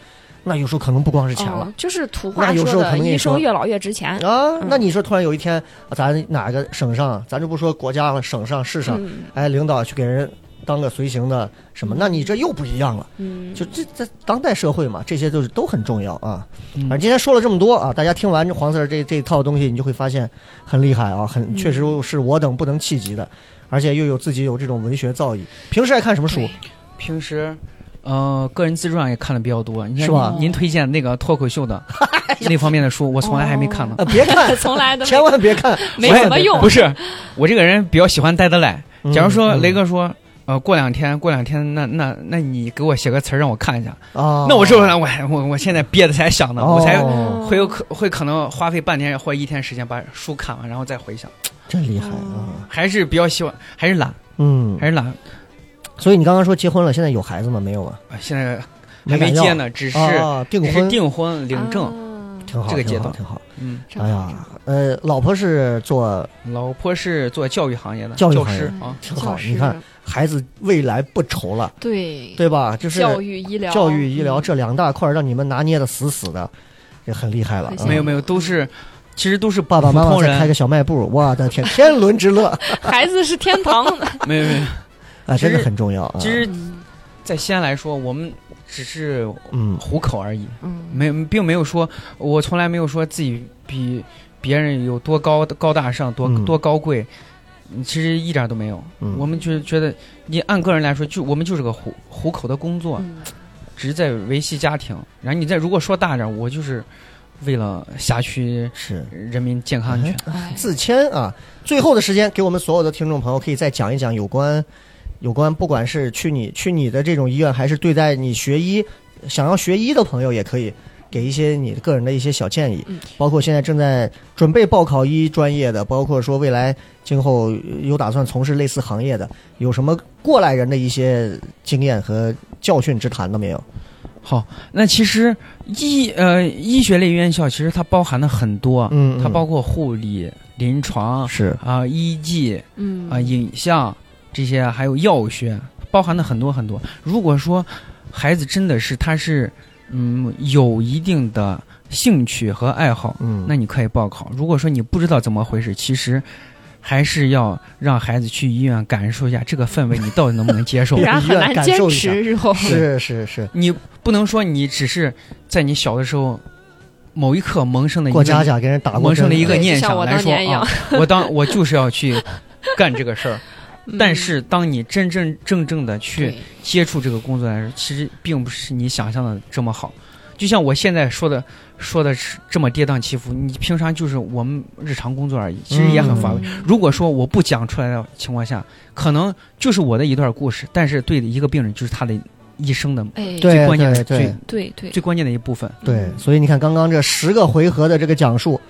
[SPEAKER 3] 那有时候可能不光是钱了啊
[SPEAKER 4] 哦，就是土
[SPEAKER 3] 那
[SPEAKER 4] 话
[SPEAKER 3] 有时候
[SPEAKER 4] 说
[SPEAKER 3] 可
[SPEAKER 4] 的，
[SPEAKER 3] 能跟你
[SPEAKER 4] 医
[SPEAKER 3] 说
[SPEAKER 4] 生越老越值钱。
[SPEAKER 3] 啊，那
[SPEAKER 4] 嗯
[SPEAKER 3] 你说突然有一天，啊咱哪个省上，啊咱就不说国家了，省上、市上，
[SPEAKER 4] 嗯
[SPEAKER 3] 哎，领导去给人当个随行的什么，那你这又不一样了。
[SPEAKER 4] 嗯，
[SPEAKER 3] 就这在当代社会嘛，这些都是都很重要啊。
[SPEAKER 5] 嗯
[SPEAKER 3] 反正今天说了这么多啊，大家听完黄 Sir 这这一套东西，你就会发现很厉害啊，
[SPEAKER 5] 嗯
[SPEAKER 3] 很确实是我等不能企及的，而且又有自己有这种文学造诣。平时爱看什么书？
[SPEAKER 5] 平时。呃，个人自传也看的比较多，你看
[SPEAKER 3] 是吧
[SPEAKER 5] 您您推荐那个脱口 秀的那方面的书，我从来还没看呢。
[SPEAKER 3] 呃，别看
[SPEAKER 4] 对， 从来都没
[SPEAKER 3] 千万别看，
[SPEAKER 4] 没
[SPEAKER 5] 我也
[SPEAKER 4] 什哦么用
[SPEAKER 5] 不是，我这个人比较喜欢待得赖。
[SPEAKER 3] 嗯
[SPEAKER 5] 假如说
[SPEAKER 3] 嗯
[SPEAKER 5] 雷哥说，呃，过两天，过两天，那那那你给我写个词儿让我看一下，
[SPEAKER 3] 啊，
[SPEAKER 5] 那我是不是我还我我现在憋的才想呢，我才
[SPEAKER 4] 嗯
[SPEAKER 5] 嗯
[SPEAKER 3] 哦
[SPEAKER 5] 会有可会可能花费半天或一天时间把书看完，然后再回想，
[SPEAKER 3] 真厉
[SPEAKER 4] 嗯
[SPEAKER 3] 害啊！
[SPEAKER 5] 还是比较喜欢，还是懒，
[SPEAKER 3] 嗯
[SPEAKER 5] 还，是懒。
[SPEAKER 3] 所以你刚刚说结婚了，现在有孩子吗？没有啊，
[SPEAKER 5] 呃现在
[SPEAKER 3] 没
[SPEAKER 5] 还没
[SPEAKER 3] 敢要
[SPEAKER 5] 结呢，只是
[SPEAKER 3] 啊，订
[SPEAKER 5] 只是
[SPEAKER 3] 婚
[SPEAKER 5] 订婚领证，
[SPEAKER 4] 啊
[SPEAKER 3] 挺好，
[SPEAKER 5] 这个
[SPEAKER 3] 挺
[SPEAKER 5] 阶
[SPEAKER 3] 好，
[SPEAKER 5] 段
[SPEAKER 3] 挺好。
[SPEAKER 5] 嗯，
[SPEAKER 4] 正
[SPEAKER 3] 哎
[SPEAKER 4] 好
[SPEAKER 3] 呀，呃，老婆是做
[SPEAKER 5] 老婆是做教育行业的
[SPEAKER 3] 教育行业
[SPEAKER 5] 师啊，
[SPEAKER 3] 挺
[SPEAKER 4] 教
[SPEAKER 3] 好，
[SPEAKER 4] 师
[SPEAKER 3] 你看孩子未来不愁了，
[SPEAKER 4] 对
[SPEAKER 3] 对吧？就是
[SPEAKER 4] 哎教育医疗
[SPEAKER 3] 教育医疗
[SPEAKER 4] 嗯
[SPEAKER 3] 这两大块儿让你们拿捏的死死的，也很厉害了
[SPEAKER 4] 很。
[SPEAKER 3] 嗯
[SPEAKER 4] 幸
[SPEAKER 5] 没有没有，都是其实都是
[SPEAKER 3] 爸爸妈
[SPEAKER 5] 普
[SPEAKER 3] 妈
[SPEAKER 5] 通
[SPEAKER 3] 再开
[SPEAKER 5] 人
[SPEAKER 3] 个小卖部，我的天，天伦之 乐
[SPEAKER 4] 嗯孩子是天堂。 嗯
[SPEAKER 5] 没有没有，
[SPEAKER 3] 啊，
[SPEAKER 5] 其
[SPEAKER 3] 真
[SPEAKER 5] 实
[SPEAKER 3] 的很重要啊。
[SPEAKER 5] 其实，在西安来说，我们只是
[SPEAKER 3] 嗯，
[SPEAKER 5] 糊口而已，
[SPEAKER 4] 嗯，
[SPEAKER 5] 没并没有说，我从来没有说自己比别人有多高高大上，多、
[SPEAKER 3] 嗯
[SPEAKER 5] 多高贵，嗯其实一点都没有。
[SPEAKER 3] 嗯
[SPEAKER 5] 我们就是觉得，你按个人来说，就我们就是个糊糊口的工作，
[SPEAKER 4] 嗯
[SPEAKER 5] 只是在维系家庭。然后你再如果说大点儿，我就是为了辖区
[SPEAKER 3] 是
[SPEAKER 5] 人民健康安全。
[SPEAKER 4] 哎
[SPEAKER 3] 自谦啊。最后的时间，给我们所有的听众朋友可以再讲一讲有关有关，不管是去你去你的这种医院，还是对待你学医想要学医的朋友，也可以给一些你个人的一些小建议，
[SPEAKER 4] 嗯
[SPEAKER 3] 包括现在正在准备报考医专业的，包括说未来今后呃有打算从事类似行业的，有什么过来人的一些经验和教训之谈了没有？
[SPEAKER 5] 好，那其实医呃医学类院校其实它包含的很多，
[SPEAKER 3] 嗯，
[SPEAKER 5] 它包括护理、临床啊、
[SPEAKER 3] 是
[SPEAKER 5] 医技
[SPEAKER 4] 嗯
[SPEAKER 5] 啊、影像这些，还有药学，包含的很多很多。如果说孩子真的是他是嗯有一定的兴趣和爱好，
[SPEAKER 3] 嗯，
[SPEAKER 5] 那你可以报考。如果说你不知道怎么回事，其实还是要让孩子去医院感受一下这个氛围，你到底能不能接受
[SPEAKER 4] 不
[SPEAKER 3] 对？
[SPEAKER 4] 然很难坚持日 后。
[SPEAKER 3] 是是是，
[SPEAKER 5] 你不能说你只是在你小的时候某一刻萌生的一
[SPEAKER 3] 过家
[SPEAKER 5] 个
[SPEAKER 3] 家给人打过
[SPEAKER 5] 萌生
[SPEAKER 3] 针
[SPEAKER 5] 了一个
[SPEAKER 4] 对
[SPEAKER 5] 念
[SPEAKER 4] 就像
[SPEAKER 5] 想
[SPEAKER 4] 我
[SPEAKER 5] 来
[SPEAKER 4] 当
[SPEAKER 5] 说
[SPEAKER 4] 年一样
[SPEAKER 5] 啊，我当我就是要去干这个 事儿。但是当你真真正正的去
[SPEAKER 4] 嗯对
[SPEAKER 5] 接触这个工作来说，其实并不是你想象的这么好。就像我现在说的说的是这么跌宕起伏，你平常就是我们日常工作而已，其实也很乏味。
[SPEAKER 4] 嗯
[SPEAKER 5] 如果说我不讲出来的情况下，可能就是我的一段故事，但是对一个病人就是他的一生的
[SPEAKER 4] 哎，
[SPEAKER 3] 对
[SPEAKER 5] 最关键的
[SPEAKER 3] 对对
[SPEAKER 5] 最
[SPEAKER 4] 对对
[SPEAKER 5] 最关键的一部分。
[SPEAKER 3] 对，
[SPEAKER 4] 嗯
[SPEAKER 3] 所以你看刚刚这十个回合的这个讲述，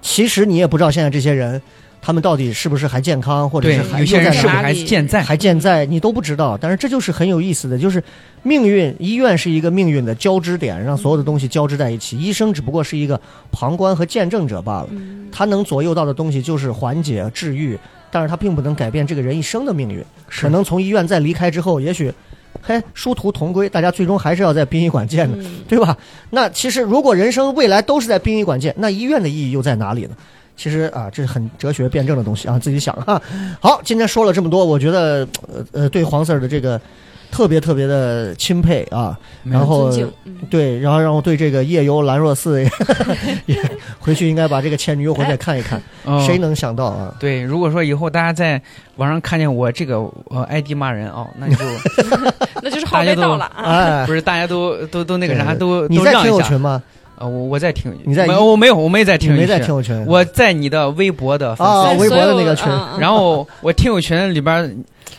[SPEAKER 3] 其实你也不知道现在这些人他们到底是不是还健康，或者
[SPEAKER 5] 对
[SPEAKER 3] 是，还
[SPEAKER 5] 有些
[SPEAKER 3] 又在
[SPEAKER 5] 人是不是
[SPEAKER 3] 哪
[SPEAKER 4] 哪
[SPEAKER 5] 还
[SPEAKER 4] 里
[SPEAKER 5] 健在？
[SPEAKER 3] 还健在，你都不知道。但是这就是很有意思的，就是命运，医院是一个命运的交织点，让所有的东西交织在一起。医生只不过是一个旁观和见证者罢了，
[SPEAKER 4] 嗯
[SPEAKER 3] 他能左右到的东西就是缓解、治愈，但是他并不能改变这个人一生的命运。
[SPEAKER 5] 是
[SPEAKER 3] 可能从医院再离开之后，也许，嘿，殊途同归，大家最终还是要在殡仪馆见的。
[SPEAKER 4] 嗯
[SPEAKER 3] 对吧？那其实如果人生未来都是在殡仪馆见，那医院的意义又在哪里呢？其实啊，这是很哲学辩证的东西啊，自己想啊。好，今天说了这么多，我觉得呃呃，对黄 Sir 的这个特别特别的钦佩啊，
[SPEAKER 5] 没有
[SPEAKER 3] 然后
[SPEAKER 4] 尊敬嗯
[SPEAKER 3] 对，然后让我对这个夜游兰若寺 也回去应该把这个《倩女幽魂》再看一看，
[SPEAKER 5] 哦
[SPEAKER 3] 谁能想到啊？
[SPEAKER 5] 对，如果说以后大家在网上看见我这个呃 ID 骂人哦，那就
[SPEAKER 4] 那就是号被盗了啊。
[SPEAKER 3] 哎
[SPEAKER 5] 不，是大家都都都那个啥
[SPEAKER 3] 对
[SPEAKER 5] 都
[SPEAKER 3] 你
[SPEAKER 5] 都
[SPEAKER 3] 在
[SPEAKER 5] 让
[SPEAKER 3] 听
[SPEAKER 5] 一
[SPEAKER 3] 友
[SPEAKER 5] 下
[SPEAKER 3] 群。吗？
[SPEAKER 5] 呃，我我在听，
[SPEAKER 3] 你在
[SPEAKER 5] 没有我没有我没在
[SPEAKER 3] 你
[SPEAKER 5] 听，
[SPEAKER 3] 没在听。友群？
[SPEAKER 5] 我在你的微博的粉
[SPEAKER 3] 啊
[SPEAKER 5] 丝
[SPEAKER 4] 对
[SPEAKER 3] 微博的
[SPEAKER 4] 所有
[SPEAKER 3] 那个群
[SPEAKER 4] 嗯嗯
[SPEAKER 5] 然后我听友群里边儿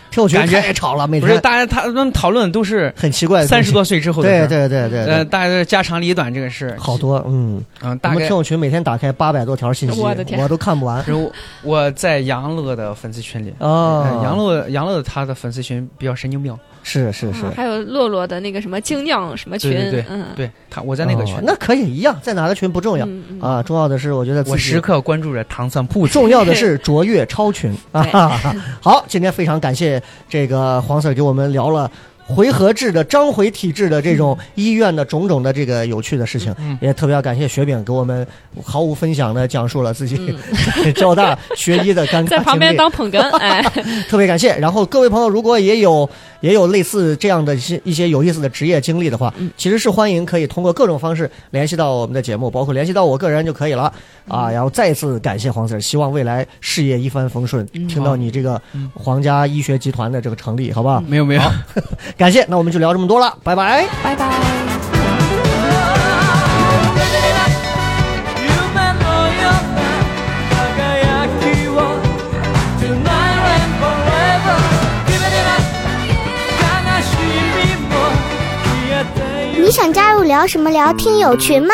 [SPEAKER 3] 听友群
[SPEAKER 5] 感觉
[SPEAKER 3] 太吵了，每
[SPEAKER 5] 不是
[SPEAKER 3] 天
[SPEAKER 5] 大家他们讨论都是
[SPEAKER 3] 很奇怪的东
[SPEAKER 5] 三
[SPEAKER 3] 西，
[SPEAKER 5] 十多岁之后的事
[SPEAKER 3] 对对
[SPEAKER 5] 儿，
[SPEAKER 3] 对对
[SPEAKER 5] 呃，
[SPEAKER 3] 对，
[SPEAKER 5] 大家都家长里短这个事，
[SPEAKER 3] 好多嗯。
[SPEAKER 5] 嗯，
[SPEAKER 3] 我
[SPEAKER 5] 大
[SPEAKER 3] 们
[SPEAKER 5] 概
[SPEAKER 3] 听。友群每天打开八百多条信息，
[SPEAKER 4] 我的天
[SPEAKER 3] 都看不 完
[SPEAKER 5] 然后我在杨乐的粉丝群里，
[SPEAKER 3] 哦
[SPEAKER 5] 嗯，杨乐杨乐他的粉丝群比较神经病，
[SPEAKER 3] 是是是
[SPEAKER 5] 哦
[SPEAKER 4] 啊，还有洛洛的那个什么精酿什么群，
[SPEAKER 5] 对对
[SPEAKER 4] 嗯，
[SPEAKER 5] 对他我在那个群
[SPEAKER 3] 哦，那可以一样，在哪个群不重要
[SPEAKER 4] 嗯嗯
[SPEAKER 3] 啊，重要的是我觉得自
[SPEAKER 5] 我
[SPEAKER 3] 己
[SPEAKER 5] 时刻关注着糖蒜铺子。
[SPEAKER 3] 重要的是卓越超 群啊！
[SPEAKER 4] 对
[SPEAKER 3] 哈哈好，今天非常感谢这个黄 Sir 给我们聊了回合制的章回体制的这种医院的种种的这个有趣的事情，
[SPEAKER 5] 嗯
[SPEAKER 3] 也特别要感谢雪饼给我们毫无分享的讲述了自己
[SPEAKER 4] 嗯
[SPEAKER 3] 交大学医的尴尬
[SPEAKER 4] 在旁边
[SPEAKER 3] 经历
[SPEAKER 4] 当捧哏，哎，
[SPEAKER 3] 特别感谢。然后各位朋友，如果也有也有类似这样的一些一些有意思的职业经历的话，其实是欢迎可以通过各种方式联系到我们的节目，包括联系到我个人就可以了啊。然后再一次感谢黄 Sir，希望未来事业一帆风顺。听到你这个皇家医学集团的这个成立，好不好？
[SPEAKER 5] 没有没有，
[SPEAKER 3] 感谢，那我们就聊这么多了，拜拜。
[SPEAKER 4] 拜拜。
[SPEAKER 2] 夢のような輝きを Tonight and forever 君では悲しみも消えてゆく
[SPEAKER 1] 你想加入聊什么聊听友群吗？